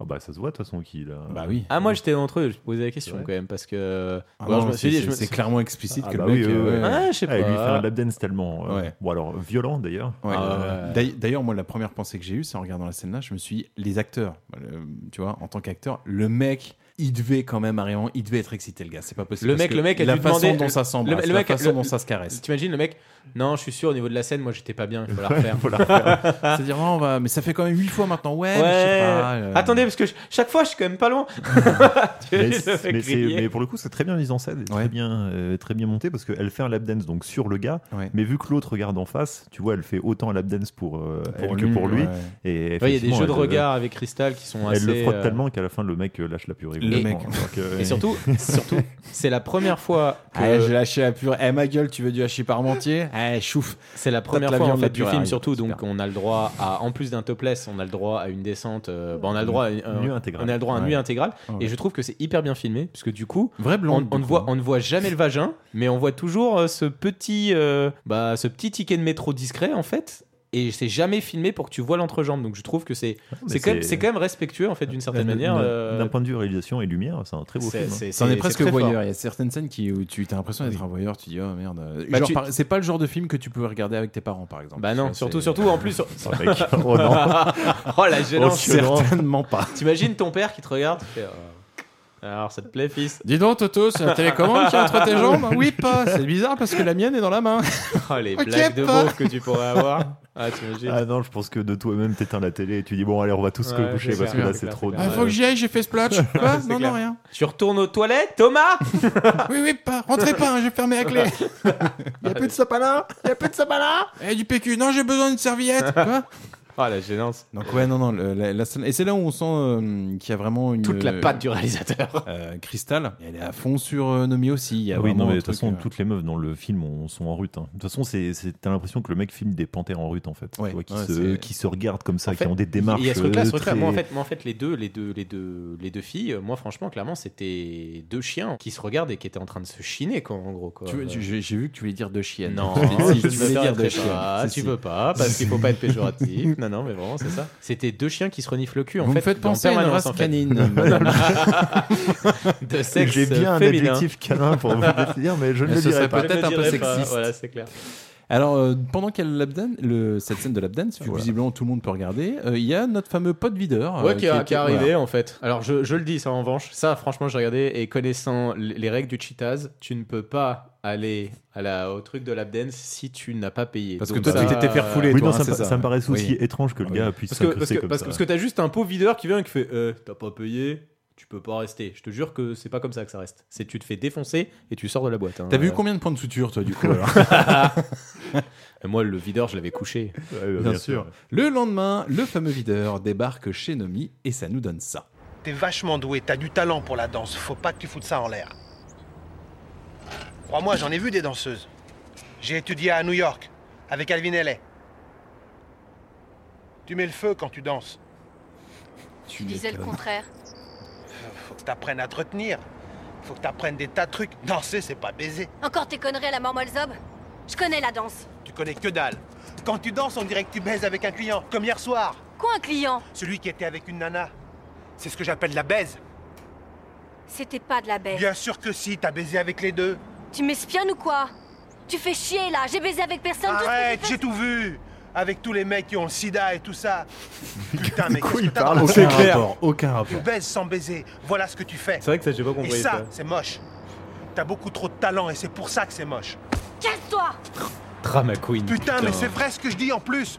Speaker 9: Ah bah ça se voit de toute façon qu'il a.
Speaker 2: Bah oui.
Speaker 10: ah, moi j'étais entre eux, je posais la question
Speaker 9: Ouais.
Speaker 10: quand même parce que,
Speaker 2: Ah
Speaker 10: Bon,
Speaker 2: non,
Speaker 10: je me suis
Speaker 2: c'est-
Speaker 10: dit, je me-
Speaker 2: c'est clairement explicite
Speaker 9: Ah
Speaker 2: que
Speaker 9: bah
Speaker 2: le
Speaker 9: oui,
Speaker 2: mec.
Speaker 9: oui,
Speaker 2: euh,
Speaker 9: oui.
Speaker 10: Ah, je sais
Speaker 9: Ah, et lui faire
Speaker 10: pas.
Speaker 9: un lap dance tellement. euh,
Speaker 2: Ouais.
Speaker 9: Bon alors, violent d'ailleurs.
Speaker 2: Ouais.
Speaker 10: Ah ouais.
Speaker 2: D'ail- D'ailleurs, moi, la première pensée que j'ai eue, c'est en regardant la scène-là, je me suis dit, les acteurs, bah, le- tu vois, en tant qu'acteur, le mec, il devait quand même arriver, en- il devait être excité, le gars. C'est pas possible.
Speaker 10: Le
Speaker 2: parce
Speaker 10: mec-
Speaker 2: que
Speaker 10: le mec a
Speaker 2: la
Speaker 10: dû
Speaker 2: façon
Speaker 10: demander-
Speaker 2: dont ça s'embrasse,
Speaker 10: le- le
Speaker 2: la
Speaker 10: mec a-
Speaker 2: façon
Speaker 10: le-
Speaker 2: dont ça se caresse.
Speaker 10: T'imagines le mec Non, je suis sûr au niveau de la scène, moi j'étais pas bien, je vais la refaire.
Speaker 9: Faut la refaire.
Speaker 2: C'est-à-dire, non, on va, mais ça fait quand même huit fois maintenant. Ouais,
Speaker 10: Ah. Ouais.
Speaker 2: mais je sais pas. euh,
Speaker 10: Attendez, parce que je- chaque fois je suis quand même
Speaker 9: <laughs>
Speaker 10: pas loin. <laughs> Tu vois,
Speaker 9: mais,
Speaker 10: il se fait
Speaker 9: mais c'est-
Speaker 10: griller.
Speaker 9: mais pour le coup, c'est très bien mis en scène, et
Speaker 2: Ouais.
Speaker 9: très bien, euh, très bien monté parce qu'elle fait un lap dance donc sur le gars,
Speaker 2: Ouais.
Speaker 9: mais vu que l'autre regarde en face, tu vois, elle fait autant un lap dance pour, euh,
Speaker 2: bah, Pour
Speaker 9: elle
Speaker 2: lui,
Speaker 9: que pour lui.
Speaker 2: ouais.
Speaker 9: Et
Speaker 10: Ouais, il y a des
Speaker 9: effectivement,
Speaker 10: jeux de
Speaker 9: elle, euh,
Speaker 10: regard avec Crystal qui sont
Speaker 9: Elle
Speaker 10: assez.
Speaker 9: le frotte
Speaker 10: euh,
Speaker 9: tellement qu'à la fin, le mec euh, lâche la purée.
Speaker 2: Le mec.
Speaker 9: complètement. Alors que-
Speaker 10: Et surtout, surtout, c'est la première fois que
Speaker 2: Ah, j'ai lâché la pure. Eh, ma gueule, tu veux du hachis parmentier Eh, chouf.
Speaker 10: C'est la première
Speaker 2: la
Speaker 10: fois en
Speaker 2: viande,
Speaker 10: fait
Speaker 2: la
Speaker 10: du
Speaker 2: purée
Speaker 10: film
Speaker 2: arrive.
Speaker 10: surtout, donc
Speaker 2: Super.
Speaker 10: on a le droit à, en plus d'un topless, on a le droit à une descente, euh, bah, on a le droit à une un-
Speaker 9: Nuit intégrale.
Speaker 10: on a le droit à une
Speaker 2: Ouais.
Speaker 10: nuit intégrale,
Speaker 2: Ouais.
Speaker 10: et je trouve que c'est hyper bien filmé, parce que du coup,
Speaker 2: Vrai
Speaker 10: on,
Speaker 2: blond.
Speaker 10: on ne voit, on ne voit jamais le vagin, mais on voit toujours euh, ce petit, euh, bah, ce petit ticket de métro discret en fait. Et c'est jamais filmé pour que tu vois l'entrejambe, donc je trouve que c'est
Speaker 9: mais
Speaker 10: c'est quand même c'est quand même respectueux en fait d'une certaine
Speaker 9: D'un-
Speaker 10: manière.
Speaker 9: d'un-
Speaker 10: euh,
Speaker 9: D'un point de vue réalisation et lumière, c'est un très beau film. hein.
Speaker 2: T'en es presque
Speaker 10: très fort.
Speaker 2: voyeur. Il y a certaines scènes qui, où tu as l'impression d'être un voyeur. Tu dis, oh merde. euh,
Speaker 10: Bah,
Speaker 2: genre,
Speaker 10: tu-
Speaker 2: par- C'est pas le genre de film que tu peux regarder avec tes parents, par exemple.
Speaker 10: Bah non,
Speaker 2: Ça,
Speaker 10: surtout
Speaker 2: c'est-
Speaker 10: surtout en plus.
Speaker 9: Oh, mec. Oh, non.
Speaker 10: <laughs> oh la gênance.
Speaker 2: Certainement pas.
Speaker 10: T'imagines ton père qui te regarde tu fais, euh, Alors ça te plaît fils
Speaker 2: <laughs> <laughs> Dis donc, Toto, c'est la télécommande qui est entre tes jambes Oui, pas. C'est bizarre parce que la mienne est dans la main.
Speaker 10: Oh les
Speaker 2: Ok,
Speaker 10: blagues de
Speaker 2: pas.
Speaker 10: pauvre que tu pourrais avoir Ah t'imagines
Speaker 9: Ah non, je pense que de toi-même, t'éteins la télé et tu dis bon, allez, on va tous se
Speaker 10: Ouais,
Speaker 9: coucher
Speaker 10: c'est
Speaker 9: parce que
Speaker 10: clair,
Speaker 9: là,
Speaker 10: c'est
Speaker 9: c'est
Speaker 10: clair,
Speaker 9: trop.
Speaker 10: c'est
Speaker 9: de-
Speaker 10: clair. Ah, Faut que
Speaker 2: Ah, j'y aille, j'ai fait <laughs> splotch. Quoi
Speaker 10: C'est Non, non, clair.
Speaker 2: rien.
Speaker 10: Tu retournes aux toilettes Thomas
Speaker 2: Oui, oui, pas. Rentrez pas, hein, j'ai fermé la <laughs> clé. Il y a plus de sapalin. Il y a plus de sapalin. Et Eh, du PQ. Non, j'ai besoin d'une <laughs> serviette. Quoi
Speaker 10: Oh la gênance
Speaker 2: Donc ouais, non, non. le- la, la scène- Et c'est là où on sent euh, qu'il y a vraiment une
Speaker 10: Toute la patte du réalisateur
Speaker 2: euh, Cristal. Elle est à fond sur euh, Nomi aussi. Il y a
Speaker 9: Ah oui,
Speaker 2: vraiment
Speaker 9: non, mais
Speaker 2: un
Speaker 9: de
Speaker 2: truc,
Speaker 9: toute façon,
Speaker 2: euh,
Speaker 9: toutes les meufs dans le film ont- sont en rute. hein. De toute façon, c'est- c'est- t'as l'impression que le mec filme des panthères en rute, en fait.
Speaker 2: Ouais,
Speaker 9: Tu vois, qui,
Speaker 2: ouais,
Speaker 9: se,
Speaker 2: c'est-
Speaker 9: qui se regardent comme ça,
Speaker 10: En fait,
Speaker 9: qui ont des démarches.
Speaker 10: Il y a ce truc-là, ce
Speaker 9: euh,
Speaker 10: truc-là.
Speaker 9: très-
Speaker 10: Moi, en fait, moi, en fait, les deux, les deux, les deux, les deux filles. euh, Moi, franchement, clairement, c'était deux chiens qui se regardent et qui étaient en train de se chiner, quoi, en gros. Quoi.
Speaker 2: Tu veux- tu- j'ai j'ai vu que tu voulais dire de chienne.
Speaker 10: <laughs> Non,
Speaker 9: <laughs>
Speaker 2: Si, tu
Speaker 10: je ne
Speaker 2: voulais dire
Speaker 10: t'arrêterai
Speaker 2: de chienne.
Speaker 10: pas,
Speaker 2: Si,
Speaker 10: tu
Speaker 2: si.
Speaker 10: peux pas, parce qu'il faut pas être péjoratif. Non, non, mais vraiment, c'est ça. C'était deux chiens qui se reniflent le cul, en
Speaker 2: Vous
Speaker 10: fait.
Speaker 2: me faites
Speaker 10: en
Speaker 2: penser à une
Speaker 10: permanence,
Speaker 2: race
Speaker 10: en fait.
Speaker 2: canine. madame.
Speaker 10: <laughs> de sexe
Speaker 9: J'ai bien un
Speaker 10: féminin.
Speaker 9: adjectif câlin pour vous définir, mais je ne
Speaker 2: Mais
Speaker 9: le
Speaker 2: ce serait
Speaker 9: dirai
Speaker 10: Je
Speaker 9: pas.
Speaker 10: ne
Speaker 2: peut-être un peu
Speaker 10: dirais pas,
Speaker 2: sexiste.
Speaker 10: Voilà, c'est clair.
Speaker 2: Alors, euh, pendant qu'elle lap dance, le, cette scène de lap dance, que visiblement tout le monde peut regarder, euh, il y a notre fameux pote videur. euh,
Speaker 10: Ouais, qui, a-
Speaker 2: était-
Speaker 10: qui est
Speaker 2: voilà.
Speaker 10: arrivé en fait. Alors je, je le dis, ça en revanche, ça franchement, j'ai regardé et connaissant l- les règles du cheetahs, tu ne peux pas aller à la, au truc de l'abdance si tu n'as pas payé.
Speaker 2: Parce
Speaker 10: Donc
Speaker 2: que toi,
Speaker 10: ça-
Speaker 2: tu t'étais fait refouler.
Speaker 9: Oui,
Speaker 2: toi,
Speaker 9: non,
Speaker 2: hein,
Speaker 9: ça,
Speaker 2: c'est
Speaker 9: me-
Speaker 2: ça.
Speaker 9: ça me paraissait aussi
Speaker 2: Oui.
Speaker 9: étrange que le
Speaker 2: Oui.
Speaker 9: gars puisse
Speaker 10: Parce que, parce
Speaker 9: s'incruster
Speaker 10: que,
Speaker 9: comme
Speaker 10: parce,
Speaker 9: ça.
Speaker 10: que- parce que t'as juste un pauvre videur qui vient et qui fait euh, T'as pas payé, tu peux pas rester. Je te jure que c'est pas comme ça que ça reste. C'est tu te fais défoncer et tu sors de la boîte. hein.
Speaker 2: T'as vu
Speaker 10: Euh,
Speaker 2: combien de points de suture, toi,
Speaker 9: <laughs>
Speaker 2: du coup alors
Speaker 10: Moi, le videur, je l'avais couché.
Speaker 9: Ouais, ouais,
Speaker 2: Bien sûr. Le lendemain, le fameux videur débarque chez Nomi et ça nous donne ça.
Speaker 5: T'es vachement doué, t'as du talent pour la danse. Faut pas que tu foutes ça en l'air. Crois-moi, j'en ai vu des danseuses. J'ai étudié à New York, avec Alvin Ailey. Tu mets le feu quand tu danses.
Speaker 11: Je disais le contraire.
Speaker 5: Faut que t'apprennes à te retenir. Faut que t'apprennes des tas de trucs. Danser, c'est pas baiser.
Speaker 11: Encore tes conneries à la mort Zob Je connais la danse.
Speaker 5: Tu connais que dalle. Quand tu danses, on dirait que tu baises avec un client, comme hier soir.
Speaker 11: Quoi un client
Speaker 5: Celui qui était avec une nana. C'est ce que j'appelle la baise.
Speaker 11: C'était pas de la baie.
Speaker 5: Bien sûr que si, t'as baisé avec les deux.
Speaker 11: Tu m'espionnes ou quoi Tu fais chier là, j'ai baisé avec personne. tout ce que
Speaker 5: Arrête,
Speaker 11: j'ai fait,
Speaker 5: j'ai tout vu Avec tous les mecs qui ont le sida et tout
Speaker 10: <laughs>
Speaker 5: ça. Putain, mais
Speaker 9: De quoi
Speaker 5: qu'est-ce que
Speaker 9: il
Speaker 5: t'as
Speaker 9: parle
Speaker 5: dans le
Speaker 2: C'est
Speaker 5: sang
Speaker 2: clair. rapport, aucun
Speaker 5: Tu
Speaker 2: rapport.
Speaker 5: baises sans baiser, voilà ce que tu fais.
Speaker 10: C'est vrai que ça, j'ai pas
Speaker 5: Et
Speaker 10: compris.
Speaker 5: ça,
Speaker 10: ça.
Speaker 5: c'est moche. T'as beaucoup trop de talent et c'est pour ça que c'est moche.
Speaker 11: Casse-toi
Speaker 10: Drama Queen.
Speaker 5: Putain, mais c'est vrai ce que je dis en plus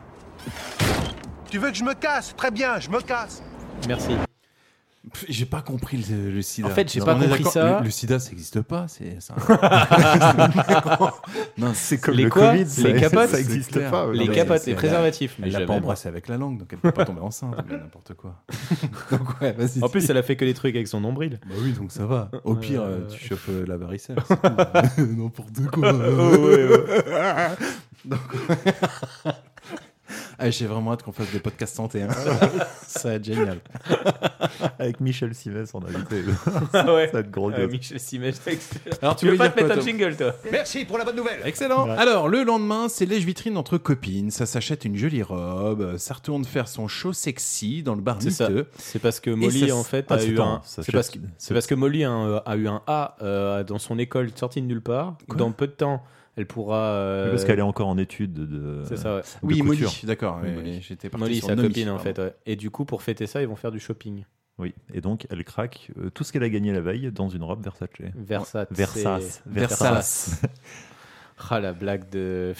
Speaker 5: Tu veux que je me casse Très bien, je me casse.
Speaker 10: Merci.
Speaker 2: Pff, J'ai pas compris le, le sida.
Speaker 10: En fait, j'ai
Speaker 2: Non,
Speaker 10: pas
Speaker 2: on est
Speaker 10: compris
Speaker 2: d'accord,
Speaker 10: ça.
Speaker 2: Le, le sida, ça n'existe pas. C'est c'est un- <laughs> Non, c'est
Speaker 10: comme Les le quoi Covid, ça- Les
Speaker 2: c'est-
Speaker 10: capotes
Speaker 2: c'est
Speaker 9: ça existe
Speaker 2: clair.
Speaker 9: pas, ouais.
Speaker 10: Les
Speaker 2: Non, mais
Speaker 10: capotes,
Speaker 2: c'est-
Speaker 10: les
Speaker 2: elle a-
Speaker 10: préservatifs. Mais
Speaker 2: Elle l'a
Speaker 10: j'avais
Speaker 2: pas
Speaker 10: même
Speaker 2: embrassée avec la langue, donc elle peut pas tomber enceinte. mais N'importe
Speaker 10: <laughs>
Speaker 2: quoi. Donc ouais, vas-y.
Speaker 10: En plus, elle a fait que des trucs avec son nombril.
Speaker 2: Bah oui, donc ça va. Au pire, euh, tu chopes euh, la varicelle. <laughs> non, pour deux quoi.
Speaker 10: Oh,
Speaker 2: <laughs> Donc, <laughs> Ah, J'ai vraiment hâte qu'on fasse des podcasts santé.
Speaker 10: <laughs>
Speaker 2: hein. ça va être génial.
Speaker 9: Avec Michel Simès en invité.
Speaker 10: <laughs> Ah ouais.
Speaker 9: ça va être grandiose.
Speaker 10: Euh, Michel Simès.
Speaker 2: Alors,
Speaker 10: <laughs> Tu veux pas te mettre un
Speaker 2: Tom
Speaker 10: jingle, toi
Speaker 5: Merci pour la bonne nouvelle
Speaker 2: Excellent. Alors, le lendemain, c'est les vitrines entre copines. Ça s'achète une jolie robe. euh, Ça retourne faire son show sexy dans le bar
Speaker 10: C'est ça.
Speaker 2: miteux.
Speaker 10: C'est parce que
Speaker 2: Et
Speaker 10: Molly
Speaker 2: ça-
Speaker 10: en fait
Speaker 9: Ah,
Speaker 10: a
Speaker 9: c'est
Speaker 10: eu
Speaker 9: temps,
Speaker 10: un.
Speaker 9: ça fait-
Speaker 10: C'est parce que c'est
Speaker 9: c'est-
Speaker 10: parce que Molly a, un- a eu un A euh, dans son école sortie de nulle part. Dans peu de temps, elle pourra. euh,
Speaker 9: Parce qu'elle est encore en étude de.
Speaker 10: C'est ça. ouais.
Speaker 9: de
Speaker 2: Oui, Molly.
Speaker 9: couture.
Speaker 2: D'accord.
Speaker 9: Oui,
Speaker 2: mais
Speaker 9: Molly.
Speaker 2: J'étais parti
Speaker 10: Molly,
Speaker 2: sur
Speaker 10: sa
Speaker 2: Nomi,
Speaker 10: copine en
Speaker 2: pardon.
Speaker 10: fait. ouais. Et du coup, pour fêter ça, ils vont faire du shopping.
Speaker 9: Oui. Et donc, elle craque euh, tout ce qu'elle a gagné la veille dans une robe Versace.
Speaker 10: Versace.
Speaker 9: Versace.
Speaker 2: Versace.
Speaker 10: Ah la blague de.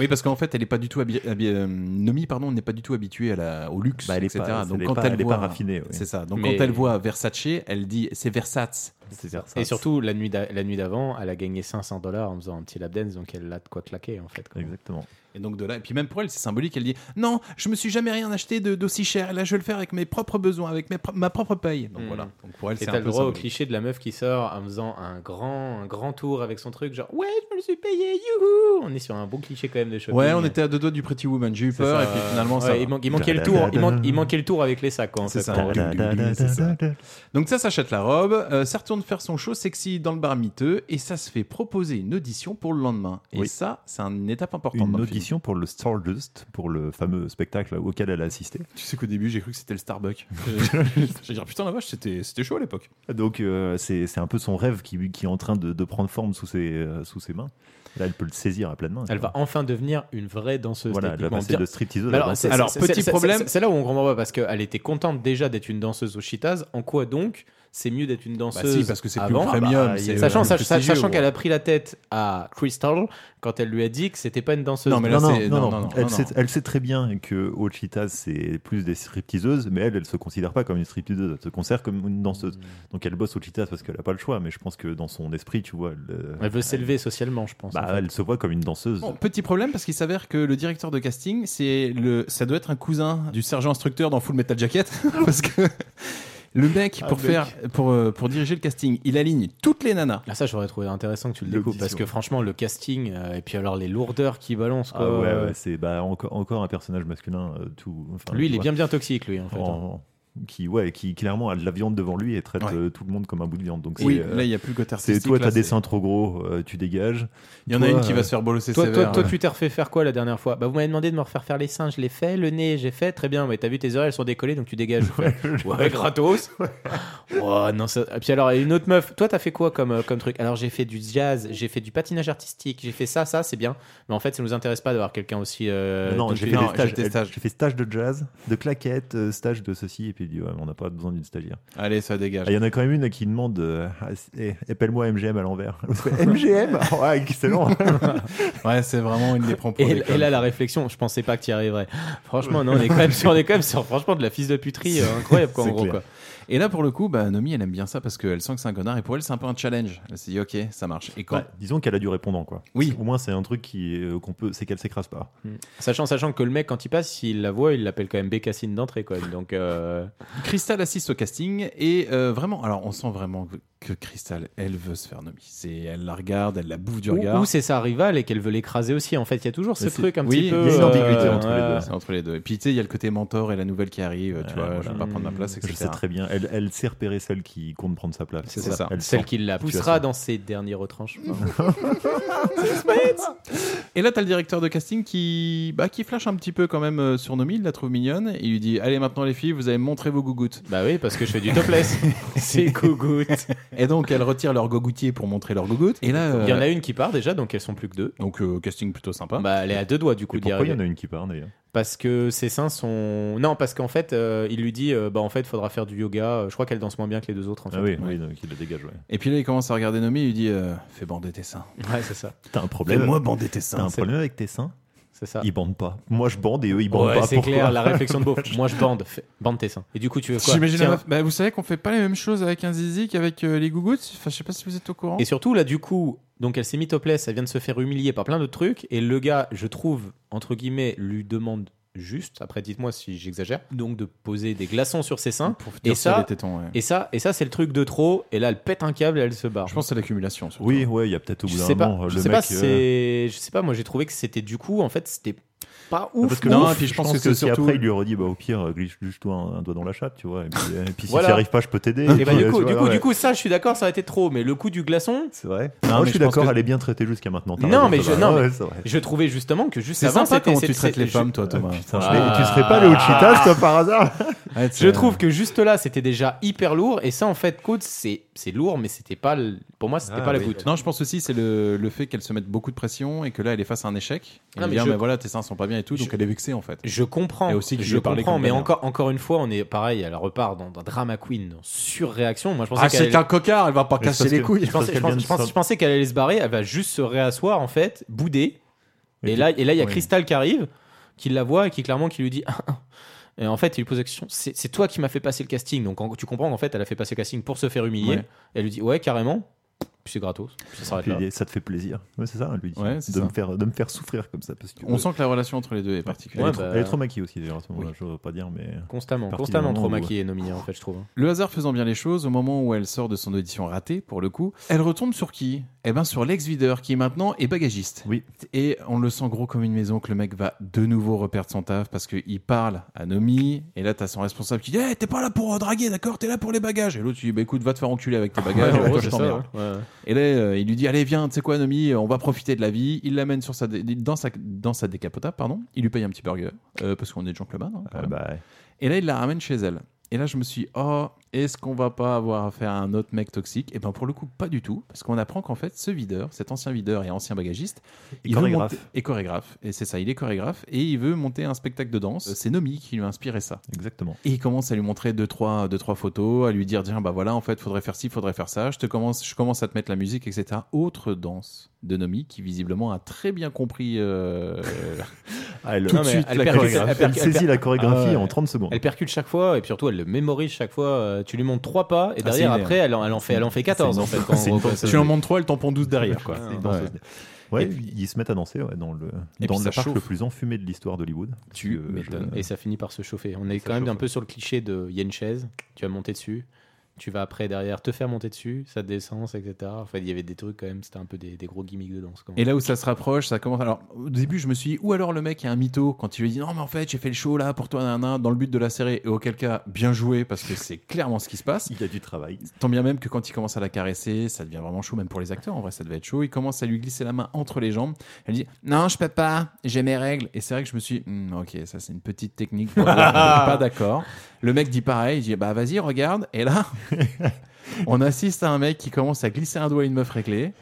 Speaker 2: Oui, parce qu'en fait, elle est pas du tout habi- habi- euh, Nomi, pardon, n'est pas du tout habituée à la... au luxe,
Speaker 9: Bah, elle est
Speaker 2: etc.
Speaker 9: pas-
Speaker 2: Donc
Speaker 9: elle est
Speaker 2: quand
Speaker 9: pas-
Speaker 2: elle,
Speaker 9: elle est
Speaker 2: voit,
Speaker 9: pas raffinée, oui.
Speaker 2: c'est ça. Donc
Speaker 10: Mais-
Speaker 2: quand elle voit Versace, elle dit c'est Versace.
Speaker 9: C'est Versace.
Speaker 10: Et surtout, la nuit d'a- la nuit d'avant, elle a gagné 500 dollars en faisant un petit lap dance, donc elle a de quoi claquer en fait. quoi.
Speaker 9: Exactement.
Speaker 2: Et donc de là, et puis même pour elle, c'est symbolique. Elle dit non, je me suis jamais rien acheté de- d'aussi cher. Et là, je vais le faire avec mes propres besoins, avec mes pro- ma propre paye. Donc
Speaker 10: Mm.
Speaker 2: voilà. Donc pour elle,
Speaker 10: Et
Speaker 2: c'est un
Speaker 10: t'as
Speaker 2: peu
Speaker 10: le droit au
Speaker 2: symbolique.
Speaker 10: cliché de la meuf qui sort en faisant un grand, un grand tour avec son truc, genre ouais, je me le suis payé, youhou On est sur un bon cliché quand même de shopping.
Speaker 2: Ouais, on était à deux doigts du Pretty Woman. J'ai eu
Speaker 10: C'est
Speaker 2: peur
Speaker 10: ça,
Speaker 2: et puis
Speaker 10: euh,
Speaker 2: finalement ça.
Speaker 10: ouais,
Speaker 2: va.
Speaker 10: il, manque- il manquait le tour, il, manque- il manquait le tour avec les sacs, quoi, en
Speaker 2: C'est
Speaker 10: fait.
Speaker 2: ça.
Speaker 10: en vrai.
Speaker 2: c'est ça. Donc ça s'achète la robe, euh, ça retourne faire son show sexy dans le bar miteux et ça se fait proposer une audition pour le lendemain. Et
Speaker 9: Oui.
Speaker 2: ça, c'est une étape importante.
Speaker 9: Une
Speaker 2: dans le film.
Speaker 9: audition pour le Stardust, pour le fameux spectacle auquel elle a assisté.
Speaker 2: Tu sais qu'au début, j'ai cru que c'était le Starbucks. <laughs> J'ai dit putain la vache, c'était c'était chaud à l'époque.
Speaker 9: Donc euh, c'est c'est un peu son rêve qui, qui est en train de, de prendre forme sous ses, euh, sous ses mains. Là, elle peut le saisir à pleine main.
Speaker 10: Elle va enfin devenir une vraie danseuse.
Speaker 9: voilà, elle va
Speaker 10: techniquement.
Speaker 9: passer
Speaker 10: Bien-
Speaker 9: de stripteaseuse à
Speaker 10: Alors,
Speaker 9: danseuse.
Speaker 10: c'est-
Speaker 2: Alors,
Speaker 10: c'est-
Speaker 2: petit
Speaker 10: c'est- c'est-
Speaker 2: problème-
Speaker 10: c'est- C'est là où on comprend pas parce qu'elle était contente déjà d'être une danseuse au Cheetahs. En quoi donc c'est mieux d'être une danseuse
Speaker 2: Bah si, parce que c'est plus
Speaker 10: avant
Speaker 2: premium,
Speaker 10: bah,
Speaker 2: c'est,
Speaker 10: sachant
Speaker 2: euh,
Speaker 10: sach-
Speaker 2: prestigieux,
Speaker 10: sachant
Speaker 2: ouais.
Speaker 10: qu'elle a pris la tête à Crystal quand elle lui a dit que c'était pas une danseuse.
Speaker 2: Non, mais là,
Speaker 9: non, non,
Speaker 2: c'est-
Speaker 9: non,
Speaker 2: non,
Speaker 9: non.
Speaker 2: non,
Speaker 9: Elle,
Speaker 2: non,
Speaker 9: sait,
Speaker 2: non.
Speaker 9: elle sait très bien que au Cheetah, c'est plus des stripteaseuses, mais elle, elle se considère pas comme une stripteaseuse, elle se considère comme une danseuse.
Speaker 10: Hmm.
Speaker 9: Donc elle bosse au Cheetah parce qu'elle a pas le choix, mais je pense que dans son esprit, tu vois, elle, euh,
Speaker 10: Elle veut s'élever socialement, je pense.
Speaker 9: bah,
Speaker 10: en fait.
Speaker 9: elle se voit comme une danseuse.
Speaker 2: Bon, petit problème parce qu'il s'avère que le directeur de casting, c'est le, ça doit être un cousin du sergent instructeur dans Full Metal Jacket, <laughs> parce que Ah, le mec pour faire, pour euh, pour diriger le casting, il aligne toutes les nanas.
Speaker 10: Ah, ça, j'aurais trouvé intéressant que tu le
Speaker 9: L'audition.
Speaker 10: découvres parce que franchement, le casting euh, et puis alors les lourdeurs qui balancent.
Speaker 9: Ah
Speaker 10: quoi.
Speaker 9: ouais, ouais, c'est bah, encore, encore un personnage masculin euh, tout. enfin,
Speaker 10: Lui, il
Speaker 9: tu
Speaker 10: est
Speaker 9: vois,
Speaker 10: bien bien toxique, lui. En fait. hein.
Speaker 9: en- qui ouais, qui clairement a de la viande devant lui et traite
Speaker 2: Ouais.
Speaker 9: euh, tout le monde comme un bout de viande. Donc
Speaker 2: Oui,
Speaker 9: c'est, euh,
Speaker 2: là il y a plus le côté
Speaker 9: c'est
Speaker 2: artistique.
Speaker 9: toi,
Speaker 2: là,
Speaker 9: t'as
Speaker 2: c'est-
Speaker 9: des seins trop gros, euh, tu dégages.
Speaker 2: Il y en a
Speaker 9: toi,
Speaker 2: une qui va
Speaker 9: euh,
Speaker 2: se faire bolosser
Speaker 10: Toi, toi,
Speaker 2: sévère.
Speaker 10: toi, tu t'es refait faire quoi la dernière fois Bah, vous m'avez demandé de me refaire faire les seins, je l'ai fait, le nez, j'ai fait, très bien. Mais t'as vu, tes oreilles, elles sont décollées, donc
Speaker 9: <laughs>
Speaker 10: tu dégages. Ouais, gratos. oh non, ça... et Puis alors, et une autre meuf, toi, t'as fait quoi comme, euh, comme truc Alors, j'ai fait du jazz, j'ai fait du patinage artistique, j'ai fait ça, ça, c'est bien. Mais en fait, ça nous intéresse pas d'avoir quelqu'un aussi. euh,
Speaker 9: non,
Speaker 10: tout
Speaker 9: j'ai fait,
Speaker 10: de
Speaker 2: non,
Speaker 9: des
Speaker 10: suite.
Speaker 9: stages.
Speaker 2: j'ai des
Speaker 9: Elle-
Speaker 2: stages.
Speaker 9: j'ai fait stage de jazz, de claquettes, euh, stage de ceci, et puis il dit, ouais, mais on n'a pas besoin d'une stagiaire.
Speaker 2: Allez, ça
Speaker 9: Ah,
Speaker 2: dégage.
Speaker 9: Il y en a quand même une qui demande euh, Ah, c'est- eh, appelle-moi MGM
Speaker 2: <laughs>
Speaker 9: à l'envers. L'autre fait, MGM Ouais, excellent
Speaker 2: Ouais, c'est vraiment une des prend pour
Speaker 10: Et,
Speaker 2: des
Speaker 10: et
Speaker 2: connes.
Speaker 10: là, la réflexion, je pensais pas que tu y arriverais. Franchement, non, on est
Speaker 9: <laughs>
Speaker 10: quand même sur, on est quand même sur, franchement, de la fils de puterie euh, incroyable, quoi, en
Speaker 2: C'est
Speaker 10: gros.
Speaker 2: clair.
Speaker 10: Quoi.
Speaker 2: Et là, pour le coup, bah, Nomi, elle aime bien ça parce qu'elle sent que c'est un connard et pour elle, c'est un peu un challenge. Elle s'est dit, ok, ça marche. Et <laughs> quand.
Speaker 9: Bah, Disons qu'elle a du répondant, quoi.
Speaker 2: Oui.
Speaker 9: Au moins, c'est un truc qui, euh, qu'on peut, c'est qu'elle s'écrase pas.
Speaker 10: Sachant, sachant que le mec, quand il passe, s'il la voit, il l'appelle quand même Bécassine d'entrée, quoi. Donc, euh,
Speaker 2: Crystal assiste au casting et euh, vraiment, alors on sent vraiment que- que Crystal, elle veut se faire nommer. C'est, elle la regarde, elle la bouffe du
Speaker 10: ou,
Speaker 2: regard.
Speaker 10: ou c'est sa rivale et qu'elle veut l'écraser aussi. En fait, il y a toujours ce
Speaker 9: Mais c'est-
Speaker 10: truc un
Speaker 2: oui,
Speaker 10: petit peu. euh,
Speaker 2: il y a une
Speaker 9: ambiguïté entre les deux.
Speaker 2: C'est entre les deux. Et puis tu sais, il y a le côté mentor et la nouvelle qui arrive. Tu
Speaker 9: Ouais,
Speaker 2: vois, je
Speaker 9: voilà.
Speaker 2: vais pas prendre ma place,
Speaker 9: Je
Speaker 2: etc.
Speaker 9: sais très bien. Elle, elle sait repérer celle qui compte prendre sa place.
Speaker 2: C'est ça.
Speaker 9: Elle
Speaker 10: Celle
Speaker 9: sent.
Speaker 10: qui la poussera
Speaker 9: Situation.
Speaker 10: dans ses derniers <laughs> retranchements.
Speaker 2: <laughs> Et là, t'as le directeur de casting qui, bah, qui flash un petit peu quand même euh, sur Nomi. Il la trouve mignonne et il lui dit, allez maintenant les filles, vous allez montrer vos gougouttes.
Speaker 9: <laughs>
Speaker 10: bah oui, parce que je fais du topless. c'est gougoute.
Speaker 2: Et donc, elles retirent leur gogoutier pour montrer leur gogoute. Et là,
Speaker 10: Il y en a
Speaker 2: euh,
Speaker 10: une qui part déjà, donc elles sont plus que deux.
Speaker 2: Donc euh, casting plutôt sympa.
Speaker 10: Bah, elle est à deux doigts du coup.
Speaker 9: Et
Speaker 10: d'y
Speaker 9: pourquoi il y en
Speaker 10: arriver.
Speaker 9: a une qui part d'ailleurs
Speaker 10: Parce que ses seins sont. Non, parce qu'en fait, euh, il lui dit euh, bah en fait, faudra faire du yoga. Euh, Je crois qu'elle danse moins bien que les deux autres. En fait.
Speaker 9: Ah oui, oui, donc il la dégage, ouais.
Speaker 2: Et puis là, il commence à regarder Nomi et il dit euh, Fais bander tes seins.
Speaker 10: <laughs> Ouais, c'est ça.
Speaker 9: T'as un problème
Speaker 2: Fais-moi bander tes seins,
Speaker 9: T'as un
Speaker 2: c'est
Speaker 9: problème avec tes seins
Speaker 10: C'est ça.
Speaker 9: Ils bandent pas. Moi je bande et eux ils bandent
Speaker 10: Ah. Ouais,
Speaker 9: pas.
Speaker 10: c'est
Speaker 9: Pourquoi
Speaker 10: clair,
Speaker 9: <laughs>
Speaker 10: la réflexion de beauf. Moi, je bande. Fais- Bande tes seins. Et du coup, tu veux quoi
Speaker 2: J'imagine la
Speaker 10: Tiens.
Speaker 2: meuf, bah, vous savez qu'on fait pas les mêmes choses avec un zizi qu'avec euh, les gougouttes Enfin, je sais pas si vous êtes au courant.
Speaker 10: Et surtout, là, du coup, donc elle s'est mise topless, elle vient de se faire humilier par plein de trucs, et le gars, je trouve, entre guillemets, lui demande juste, après dites-moi si j'exagère, donc de poser des glaçons sur ses seins.
Speaker 2: Pour
Speaker 10: Et
Speaker 2: dire sur
Speaker 10: ça,
Speaker 2: les tétons, ouais.
Speaker 10: et ça, et ça c'est le truc de trop, et là, elle pète un câble et elle se barre.
Speaker 2: Je pense que c'est l'accumulation. surtout.
Speaker 9: Oui, ouais, il y a peut-être au
Speaker 10: Je
Speaker 9: bout
Speaker 10: sais
Speaker 9: d'un
Speaker 10: pas,
Speaker 9: moment.
Speaker 10: je
Speaker 9: le
Speaker 10: sais pas,
Speaker 9: mec,
Speaker 10: si
Speaker 9: euh,
Speaker 10: c'est- je sais pas, moi j'ai trouvé que c'était du coup, en fait, c'était pas ouf.
Speaker 9: parce que
Speaker 2: non,
Speaker 9: ouf,
Speaker 2: et puis je pense que
Speaker 9: que,
Speaker 2: c'est
Speaker 9: si
Speaker 2: surtout-
Speaker 9: après il lui aurait dit bah au pire euh, glisse juste un, un doigt dans la chatte tu vois et puis, euh, et puis si
Speaker 10: Voilà.
Speaker 9: t'y arrives pas je peux t'aider
Speaker 10: Et
Speaker 9: Et
Speaker 10: bah,
Speaker 9: puis,
Speaker 10: du
Speaker 9: euh,
Speaker 10: coup,
Speaker 9: tu
Speaker 10: du
Speaker 9: vois,
Speaker 10: coup,
Speaker 9: ouais.
Speaker 10: du coup, ça, je suis d'accord, ça aurait été trop, mais le coup du glaçon,
Speaker 9: c'est vrai
Speaker 2: Non,
Speaker 9: moi
Speaker 2: mais
Speaker 9: je suis
Speaker 2: je pense
Speaker 9: d'accord
Speaker 2: que-
Speaker 9: elle est bien traitée jusqu'à maintenant T'as raison,
Speaker 10: Non, mais
Speaker 9: ça
Speaker 10: je-
Speaker 9: va.
Speaker 10: non, mais-
Speaker 9: Ouais, c'est vrai.
Speaker 10: je trouvais justement que juste
Speaker 2: C'est sympa
Speaker 10: avant, c'était-
Speaker 2: comment
Speaker 10: c'est-
Speaker 2: tu traites
Speaker 10: c'est-
Speaker 2: les
Speaker 10: je-
Speaker 2: femmes, toi,
Speaker 9: Ah,
Speaker 2: Thomas.
Speaker 9: putain,
Speaker 10: Ah.
Speaker 9: je l'ai- et tu serais pas le Ouchitas toi par hasard
Speaker 2: Ouais,
Speaker 10: Je
Speaker 2: c'est- euh,
Speaker 10: trouve que juste là, c'était déjà hyper lourd. Et ça, en fait, Côte, c'est c'est lourd, mais c'était pas. le- Pour moi, c'était
Speaker 9: Ah,
Speaker 10: pas la
Speaker 9: oui.
Speaker 10: goutte.
Speaker 2: Non, je pense aussi c'est le, le fait qu'elle se mette beaucoup de pression et que là elle est face à un échec.
Speaker 10: Non,
Speaker 2: Elle
Speaker 10: mais
Speaker 2: dit ah,
Speaker 10: je-
Speaker 2: mais voilà tes seins sont pas bien et tout, donc
Speaker 10: Je-
Speaker 2: elle est vexée en fait.
Speaker 10: Je comprends.
Speaker 2: Et aussi que je
Speaker 10: je
Speaker 2: lui ai parlé
Speaker 10: comprends,
Speaker 2: comme
Speaker 10: mais
Speaker 2: bannière.
Speaker 10: encore, encore une fois, on est pareil. Elle repart dans, dans Drama Queen, dans surréaction. Moi, je
Speaker 2: Ah,
Speaker 10: pensais qu'elle. allait-
Speaker 2: cocard, elle va pas
Speaker 9: Mais c'est parce que-
Speaker 10: Je pensais, je
Speaker 9: qu'elle vient
Speaker 10: pensais-
Speaker 9: de
Speaker 10: je pensais-
Speaker 9: sortir-
Speaker 10: je pensais qu'elle allait se barrer. Elle va juste se réasseoir, en fait, bouder. Et,
Speaker 9: Et
Speaker 10: là, et là, il y a
Speaker 2: oui.
Speaker 10: Crystal qui arrive, qui la voit et qui clairement qui lui dit. Ah, ah. Et en fait, il lui pose la question c'est c'est toi qui m'as fait passer le casting. Donc en- tu comprends qu'en fait, elle a fait passer le casting pour se faire humilier.
Speaker 2: Ouais.
Speaker 10: Elle lui dit Ouais, carrément. Puis c'est gratos. Ça s'arrête
Speaker 9: Puis
Speaker 10: là.
Speaker 9: il dit, ça te fait plaisir ouais, c'est ça hein, lui dit.
Speaker 2: Ouais, c'est
Speaker 9: de
Speaker 2: ça.
Speaker 9: me faire de me faire souffrir comme ça parce que euh,
Speaker 2: On sent que la relation entre les deux est particulière.
Speaker 10: Ouais,
Speaker 9: elle, est
Speaker 10: bah-
Speaker 9: trop, elle est trop maquillée aussi d'ailleurs à ce moment-là
Speaker 10: Oui.
Speaker 9: je veux pas dire mais
Speaker 10: Constamment,
Speaker 9: À partir
Speaker 10: constamment
Speaker 9: du moment
Speaker 10: trop
Speaker 9: où-
Speaker 10: maquillé et nominé en fait, je trouve.
Speaker 2: Le hasard faisant bien les choses, au moment où elle sort de son audition ratée, pour le coup, elle retombe sur qui Eh ben sur l'ex-videur qui maintenant est bagagiste.
Speaker 9: Oui.
Speaker 2: Et on le sent gros comme une maison que le mec va de nouveau reperdre son taf parce qu'il parle à Nomi. Et là, t'as son responsable qui dit Eh, T'es pas là pour euh, draguer, d'accord T'es là pour les bagages. Et l'autre, il dit Bah écoute, va te faire enculer avec tes bagages.
Speaker 10: Ah, Ouais, en
Speaker 2: toi,
Speaker 10: gros,
Speaker 2: je
Speaker 10: c'est
Speaker 2: t'emmerde.
Speaker 10: ça, ouais. Ouais.
Speaker 2: Et là, euh, il lui dit Allez, viens, tu sais quoi, Nomi, on va profiter de la vie. Il l'amène sur sa dé- dans, sa, dans sa décapotable, pardon. Il lui paye un petit burger, euh, parce qu'on est gentleman. hein, quand
Speaker 9: Ah,
Speaker 2: même.
Speaker 9: bah, ouais.
Speaker 2: Et là, il la ramène chez elle. Et là, je me suis dit, Oh, est-ce qu'on va pas avoir affaire à un autre mec toxique Et ben pour le coup, pas du tout, parce qu'on apprend qu'en fait, ce videur, cet ancien videur et ancien bagagiste, il veut
Speaker 9: chorégraphe.
Speaker 2: monter- et chorégraphe. Et c'est ça, il est chorégraphe et il veut monter un spectacle de danse. Euh, C'est Nomi qui lui a inspiré ça.
Speaker 9: exactement
Speaker 2: Et il commence à lui montrer deux trois, deux, trois photos, à lui dire tiens bah voilà en fait faudrait faire ci, faudrait faire ça. Je te commence, je commence à te mettre la musique, etc. Autre danse de Nomi qui visiblement a très bien compris.
Speaker 9: <laughs>
Speaker 2: euh,
Speaker 9: Ah, elle-
Speaker 2: Tout de
Speaker 9: non, mais
Speaker 2: suite,
Speaker 10: elle
Speaker 2: la
Speaker 10: percute-
Speaker 2: chorégraphie.
Speaker 10: elle
Speaker 9: elle
Speaker 10: percute- elle
Speaker 9: saisit la
Speaker 10: Ah ouais.
Speaker 9: chorégraphie en 30 secondes
Speaker 10: Elle percute chaque fois et puis surtout elle le mémorise chaque fois. Euh, Tu lui montres trois pas et derrière
Speaker 2: c'est une-
Speaker 10: après elle en, elle en fait elle en fait 14 en fait. quand
Speaker 9: c'est
Speaker 10: on
Speaker 9: une
Speaker 10: repasse-
Speaker 9: danseuse.
Speaker 2: tu en montes trois, elle t'en pond 12 derrière quoi.
Speaker 9: C'est une danseuse. Ouais, ils se mettent à danser ouais, dans le
Speaker 2: Et
Speaker 9: dans
Speaker 2: puis ça
Speaker 9: le parc
Speaker 2: chauffe.
Speaker 9: le plus enfumé de l'histoire d'Hollywood.
Speaker 2: Tu
Speaker 9: Parce que, euh,
Speaker 2: m'étonnes.
Speaker 10: Et ça finit par se chauffer. On est
Speaker 9: Ça
Speaker 10: quand même un
Speaker 9: chauffe.
Speaker 10: peu sur le cliché de il y a une chaise, tu vas monter dessus, tu vas après derrière te faire monter dessus, ça te descend, etc. En fait, il y avait des trucs quand même, c'était un peu des, des gros gimmicks de danse. quand même.
Speaker 2: Et là où ça se rapproche, ça commence. Alors, au début, je me suis dit, ou alors le mec est un mytho quand il lui dit non, mais en fait, j'ai fait le show là pour toi, nanana, dans le but de la serrer. Et auquel cas, bien joué, parce que c'est clairement ce qui se passe.
Speaker 9: Il a du travail.
Speaker 2: Tant bien même que quand il commence à la caresser, ça devient vraiment chaud, même pour les acteurs, en vrai, ça devait être chaud. Il commence à lui glisser la main entre les jambes. Elle dit non, je peux pas, j'ai mes règles. Et c'est vrai que je me suis dit, Hmm, ok, ça c'est une petite technique. Pour dire, je suis pas d'accord. Le mec dit pareil, il dit bah vas-y, regarde. Et là, on assiste à un mec qui commence à glisser un doigt à une meuf réglée.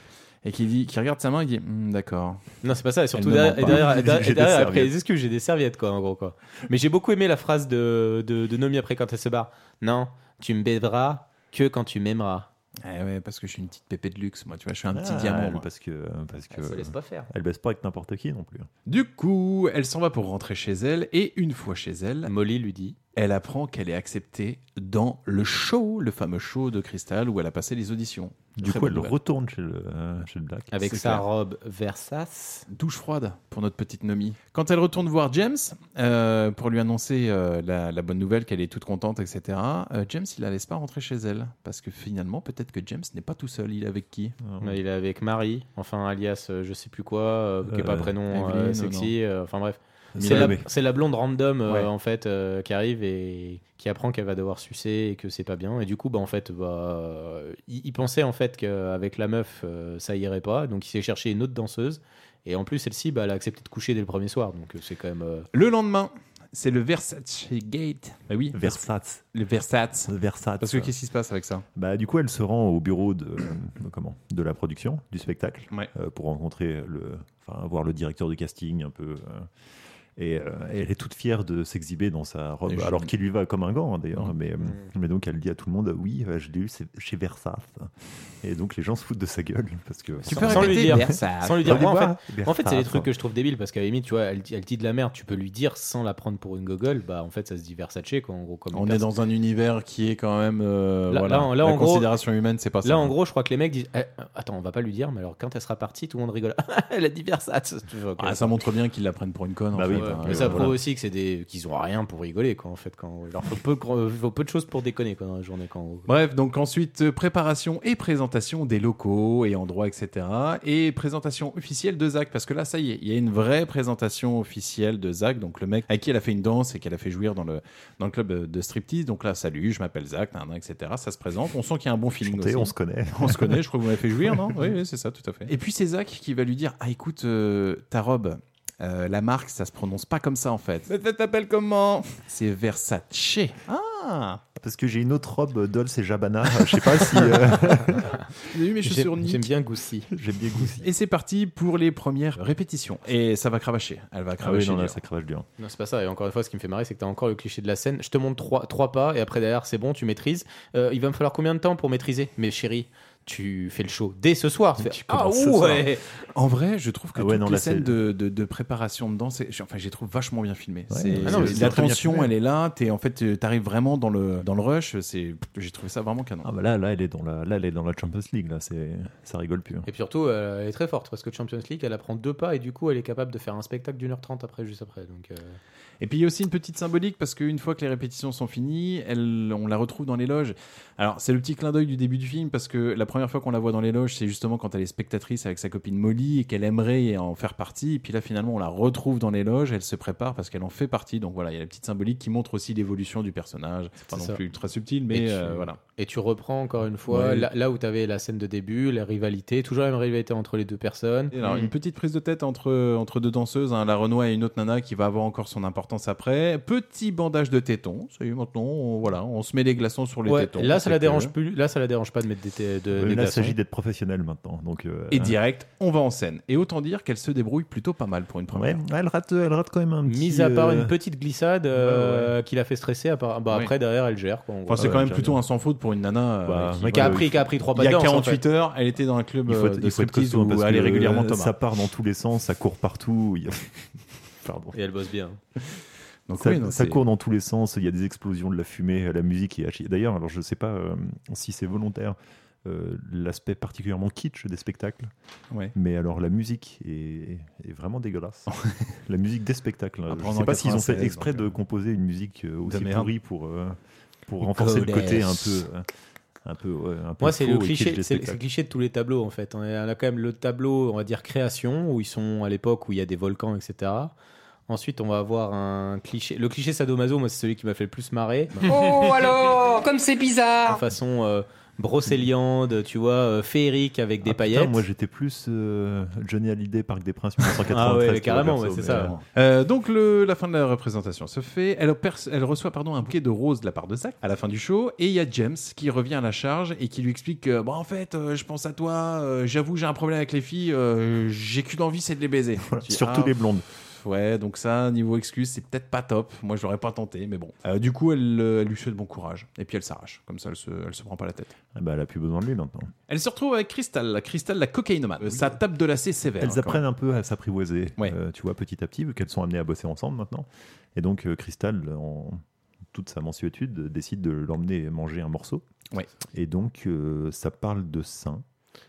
Speaker 2: Et qui dit, qui regarde sa main, il dit, Hmm, d'accord.
Speaker 10: Non, c'est pas ça. Et surtout,
Speaker 2: Elle ne
Speaker 10: derrière,
Speaker 2: ment
Speaker 10: et
Speaker 2: pas.
Speaker 10: derrière-
Speaker 2: <laughs>
Speaker 10: et derrière-
Speaker 9: J'ai
Speaker 10: et derrière,
Speaker 9: des
Speaker 10: après les
Speaker 9: serviettes.
Speaker 10: excuses, j'ai des serviettes, quoi, en gros, quoi. Mais j'ai beaucoup aimé la phrase de, de, de Nomi après quand elle se barre. Non, tu me baiseras que quand tu m'aimeras.
Speaker 2: Eh ouais, parce que je suis une petite pépée de luxe, moi, tu vois, je suis un petit
Speaker 9: Ah,
Speaker 2: diamant. Ah,
Speaker 9: elle,
Speaker 2: moi.
Speaker 9: parce que parce que
Speaker 10: Elle se laisse pas faire.
Speaker 9: elle baisse pas avec n'importe qui non plus.
Speaker 2: Du coup, elle s'en va pour rentrer chez elle, et une fois chez elle,
Speaker 10: Molly lui dit.
Speaker 2: elle apprend qu'elle est acceptée dans le show, le fameux show de Crystal où elle a passé les auditions.
Speaker 9: Du
Speaker 2: Très
Speaker 9: coup,
Speaker 2: bonne
Speaker 9: elle
Speaker 2: nouvelle.
Speaker 9: retourne chez le euh, chez le Black.
Speaker 10: Avec
Speaker 2: C'est
Speaker 10: sa
Speaker 2: clair.
Speaker 10: robe Versace.
Speaker 2: Douche froide pour notre petite Nomi. Quand elle retourne voir James euh, pour lui annoncer euh, la, la bonne nouvelle qu'elle est toute contente, etc., euh, James, il la laisse pas rentrer chez elle. Parce que finalement, peut-être que James n'est pas tout seul. Il est avec qui
Speaker 9: Ah,
Speaker 10: Ouais, Il est avec Marie, enfin alias euh, je sais plus quoi, euh, qui est pas
Speaker 9: Euh,
Speaker 10: prénom euh,
Speaker 2: Evelyne,
Speaker 10: sexy, euh, enfin bref.
Speaker 9: Mila
Speaker 10: C'est la,
Speaker 9: Kunis.
Speaker 10: c'est la blonde random euh,
Speaker 2: Ouais.
Speaker 10: en fait euh, qui arrive et qui apprend qu'elle va devoir sucer et que c'est pas bien et du coup bah en fait bah euh, il, il pensait en fait qu'avec la meuf euh, ça irait pas donc il s'est cherché une autre danseuse et en plus celle-ci bah, elle a accepté de coucher dès le premier soir donc euh, c'est quand même euh,
Speaker 2: Le lendemain, C'est le Versace Gate. Bah oui.
Speaker 9: Versace.
Speaker 2: Le Versace.
Speaker 9: Versace.
Speaker 2: Parce que qu'est-ce qui se passe avec ça
Speaker 9: Bah, du coup, elle se rend au bureau de, de comment de la production du spectacle
Speaker 2: Ouais.
Speaker 9: euh, pour rencontrer le, enfin, voir le directeur du casting un peu. euh, et euh, elle est toute fière de s'exhiber dans sa robe,
Speaker 2: Et je-
Speaker 9: alors qu'il lui va comme un gant hein, d'ailleurs.
Speaker 2: Mhm.
Speaker 9: Mais, euh, mais donc elle dit à tout le monde Oui, euh, je l'ai eu c'est chez Versace. Et donc les gens se foutent de sa gueule. Parce que,
Speaker 2: Tu peux Sans répéter
Speaker 10: lui dire.
Speaker 2: Versace.
Speaker 10: Sans lui dire.
Speaker 9: Allez
Speaker 10: Moi, en
Speaker 9: voir.
Speaker 10: fait, moi, en fait, c'est les
Speaker 9: Versace.
Speaker 10: trucs que je trouve débiles parce qu'à la limite, tu vois, elle, dit- elle dit de la merde. Tu peux lui dire sans la prendre pour une gogole. Bah, en fait, ça se dit Versace, quoi. En gros, comme
Speaker 2: On
Speaker 10: une
Speaker 2: est
Speaker 10: personne.
Speaker 2: dans un univers qui est quand même. euh,
Speaker 10: Là-
Speaker 2: voilà.
Speaker 10: là, en- là,
Speaker 2: la
Speaker 10: en gros-
Speaker 2: considération humaine, c'est pas ça.
Speaker 10: Là, en gros, je crois que les mecs disent eh, Attends, on va pas lui dire, mais alors quand elle sera partie, tout le monde rigole. <laughs> elle a dit Versace. Tu vois, quoi.
Speaker 2: Ah, ça montre bien qu'ils la prennent pour une conne. en
Speaker 9: Bah
Speaker 2: fait,
Speaker 9: oui,
Speaker 10: Ouais,
Speaker 2: hein,
Speaker 10: mais
Speaker 2: euh,
Speaker 10: ça
Speaker 2: voilà.
Speaker 10: prouve aussi que c'est des qu'ils ont rien pour rigoler quoi en fait quand il leur faut peu, de- faut peu de choses pour déconner quoi dans la journée quand
Speaker 2: Bref, donc ensuite euh, préparation et présentation des locaux et endroits, etc. Et présentation officielle de Zach, parce que là, ça y est, il y a une vraie présentation officielle de Zach, donc le mec à qui elle a fait une danse et qu'elle a fait jouir dans le, dans le club euh, de striptease. Donc là, salut, je m'appelle Zach, nan, nan, etc. Ça se présente, on sent qu'il y a un bon feeling
Speaker 9: Chanter,
Speaker 2: aussi.
Speaker 9: on se connaît. <laughs>
Speaker 2: On se connaît, je crois que vous m'avez fait jouir, non Oui, oui, c'est ça, tout à fait. Et puis c'est Zach qui va lui dire Ah, écoute, euh, ta robe, euh, la marque, ça se prononce pas comme ça en fait. Mais ça t'appelle comment C'est Versace. Ah
Speaker 9: Parce que j'ai une autre robe Dolce et Jabana. Je sais pas si euh, <laughs>
Speaker 2: Vous avez eu mes chaussures
Speaker 10: j'aime
Speaker 2: Nick
Speaker 10: bien Goussi
Speaker 9: j'ai bien goûté.
Speaker 2: Et c'est parti pour les premières répétitions. Et ça va cravacher. Elle va
Speaker 9: Ah oui,
Speaker 2: cravacher.
Speaker 9: non, là,
Speaker 2: dur.
Speaker 9: ça cravache dur.
Speaker 10: non c'est pas ça et encore une fois ce qui me fait marrer c'est que t'as encore le cliché de la scène je te montre trois trois pas et après derrière c'est bon tu maîtrises Euh, il va me falloir combien de temps pour maîtriser mais chérie tu fais le show dès ce soir Tu fais, ah
Speaker 9: commences ce soir.
Speaker 10: ouais
Speaker 2: En vrai, je trouve que
Speaker 9: Ah ouais,
Speaker 2: toutes
Speaker 9: non,
Speaker 2: les
Speaker 9: là,
Speaker 2: scènes
Speaker 9: c'est-
Speaker 2: de, de- de préparation dedans, c'est- j'ai- enfin, j'ai trouve vachement bien filmé.
Speaker 9: Ouais,
Speaker 2: C'est-
Speaker 9: ah
Speaker 10: non, mais
Speaker 2: c'est-
Speaker 10: c'est
Speaker 2: la
Speaker 9: très bien
Speaker 2: tension,
Speaker 9: filmé.
Speaker 2: elle est là. T'es en fait, euh, t'arrives vraiment dans le dans le rush. C'est, j'ai trouvé ça vraiment canon.
Speaker 9: Ah bah là, là, elle est dans la, là, elle est dans la Champions League. Là, c'est, ça rigole plus. hein.
Speaker 10: et puis surtout euh, elle est très forte parce que Champions League elle apprend deux pas et du coup elle est capable de faire un spectacle d'une heure trente après juste après donc euh,
Speaker 2: Et puis il y a aussi une petite symbolique parce qu'une fois que les répétitions sont finies, elle, on la retrouve dans les loges. Alors c'est le petit clin d'œil du début du film parce que la première fois qu'on la voit dans les loges, c'est justement quand elle est spectatrice avec sa copine Molly et qu'elle aimerait en faire partie. Et puis là finalement on la retrouve dans les loges, elle se prépare parce qu'elle en fait partie. Donc voilà, il y a la petite symbolique qui montre aussi l'évolution du personnage. C'est pas
Speaker 10: C'est
Speaker 2: non
Speaker 10: ça.
Speaker 2: plus ultra subtil, mais
Speaker 10: tu-
Speaker 2: euh, voilà.
Speaker 10: Et tu reprends encore une fois
Speaker 2: Ouais.
Speaker 10: là, là où tu avais la scène de début, la rivalité, toujours la même rivalité entre les deux personnes.
Speaker 2: Et alors, une petite prise de tête entre, entre deux danseuses, hein, la Renoir et une autre nana qui va avoir encore son importance après. Petit bandage de tétons, ça y est, maintenant, on, voilà, on se met les glaçons sur les
Speaker 10: Ouais,
Speaker 2: tétons.
Speaker 10: là ça la
Speaker 2: C'est
Speaker 10: dérange
Speaker 2: que-
Speaker 10: plus, là ça la dérange pas de mettre des, té- de,
Speaker 9: Mais
Speaker 10: des
Speaker 9: là, il
Speaker 10: glaçons.
Speaker 9: s'agit d'être professionnel maintenant. Donc, euh,
Speaker 2: Et direct, on va en scène. Et autant dire qu'elle se débrouille plutôt pas mal pour une
Speaker 9: ouais,
Speaker 2: première.
Speaker 9: elle rate, elle rate quand même un petit.
Speaker 10: Mis à part
Speaker 9: euh,
Speaker 10: une petite glissade euh, qui l'a fait stresser, à part- bah,
Speaker 2: Ouais.
Speaker 10: après derrière elle gère. Quoi, en gros.
Speaker 2: Enfin, c'est
Speaker 9: Ouais,
Speaker 2: quand même
Speaker 9: j'ai
Speaker 2: plutôt un sans faute pour une nana euh,
Speaker 9: Bah,
Speaker 2: qui,
Speaker 9: mec,
Speaker 10: qui, a
Speaker 9: ouais,
Speaker 10: appris, qui a appris trois
Speaker 2: il
Speaker 10: pas
Speaker 2: y
Speaker 10: de
Speaker 2: a
Speaker 10: danse. en
Speaker 2: 48
Speaker 10: fait.
Speaker 2: heures, elle était dans un club
Speaker 9: Il faut
Speaker 2: euh,
Speaker 9: être,
Speaker 2: de
Speaker 9: il faut être
Speaker 2: striptease
Speaker 9: costaud, hein, parce
Speaker 2: où elle est
Speaker 9: que
Speaker 2: régulièrement Thomas.
Speaker 9: Ça part dans tous les sens, ça court partout. il y a- <laughs> Pardon.
Speaker 10: Et elle bosse bien.
Speaker 2: Donc,
Speaker 9: ça,
Speaker 2: oui, non,
Speaker 9: ça
Speaker 2: c'est-
Speaker 9: court dans tous les sens, il y a des explosions de la fumée, euh, la musique est à chier. D'ailleurs, alors je sais pas euh, si c'est volontaire, euh, l'aspect particulièrement kitsch des spectacles,
Speaker 2: Ouais.
Speaker 9: mais alors la musique est, est vraiment dégueulasse.
Speaker 10: <laughs>
Speaker 9: la musique des spectacles. hein.
Speaker 2: Apprendre
Speaker 9: Je
Speaker 2: en
Speaker 9: sais pas s'ils ont fait
Speaker 2: 96,
Speaker 9: exprès
Speaker 2: donc,
Speaker 9: de
Speaker 2: euh,
Speaker 9: composer une musique euh, aussi
Speaker 2: merde.
Speaker 9: pourrie pour, euh, pour renforcer le côté un peu. euh, un peu, ouais, un peu
Speaker 10: Moi, c'est
Speaker 9: faux
Speaker 10: le
Speaker 9: et kitsch
Speaker 10: cliché,
Speaker 9: des
Speaker 10: c'est- c'est le
Speaker 9: spectacles.
Speaker 10: cliché de tous les tableaux en fait. On est- on a quand même le tableau, on va dire création, où ils sont à l'époque où il y a des volcans, etc. Ensuite, on va avoir un cliché. Le cliché sadomaso, moi, c'est celui qui m'a fait le plus marrer.
Speaker 12: Oh alors, comme c'est
Speaker 10: de
Speaker 11: Ah.
Speaker 12: bizarre
Speaker 10: façon euh, brosséliande, tu vois, euh, féerique avec des
Speaker 9: Ah, putain,
Speaker 10: paillettes.
Speaker 9: moi j'étais plus euh, Johnny Hallyday, Parc des Princes
Speaker 10: Ah
Speaker 9: 1993.
Speaker 10: ouais,
Speaker 9: tu vois,
Speaker 10: carrément,
Speaker 9: perso,
Speaker 10: ouais, c'est
Speaker 9: mais,
Speaker 10: ça.
Speaker 9: euh,
Speaker 2: Euh, donc le- la fin de la représentation se fait. Elle, perce- elle reçoit pardon un bouquet de roses de la part de Zach à la fin du show et il y a James qui revient à la charge et qui lui explique que bah en fait euh, je pense à toi. euh, J'avoue j'ai un problème avec les filles. euh, j'ai qu'une envie c'est de les baiser.
Speaker 9: Voilà,
Speaker 2: Tu dis,
Speaker 9: surtout
Speaker 2: Ah,
Speaker 9: les blondes.
Speaker 2: Ouais, donc ça, niveau excuse, c'est peut-être pas top. Moi, je l'aurais pas tenté, mais bon. Euh, du coup, elle, euh, elle lui souhaite bon courage. Et puis, elle s'arrache. Comme ça, elle se, elle se prend pas la tête.
Speaker 9: Ah bah, elle a plus besoin de lui maintenant.
Speaker 2: Elle se retrouve avec Crystal. Crystal, la cocaïnomane. Euh, Ça tape de lacet sévère. hein,
Speaker 9: Elles
Speaker 2: quand
Speaker 9: apprennent un peu à s'apprivoiser,
Speaker 2: Ouais.
Speaker 9: euh, tu vois, petit à petit, vu qu'elles sont amenées à bosser ensemble maintenant. Et donc, euh, Crystal, en toute sa mansuétude, euh, décide de l'emmener manger un morceau.
Speaker 2: Ouais.
Speaker 9: Et donc, euh, ça parle de sein,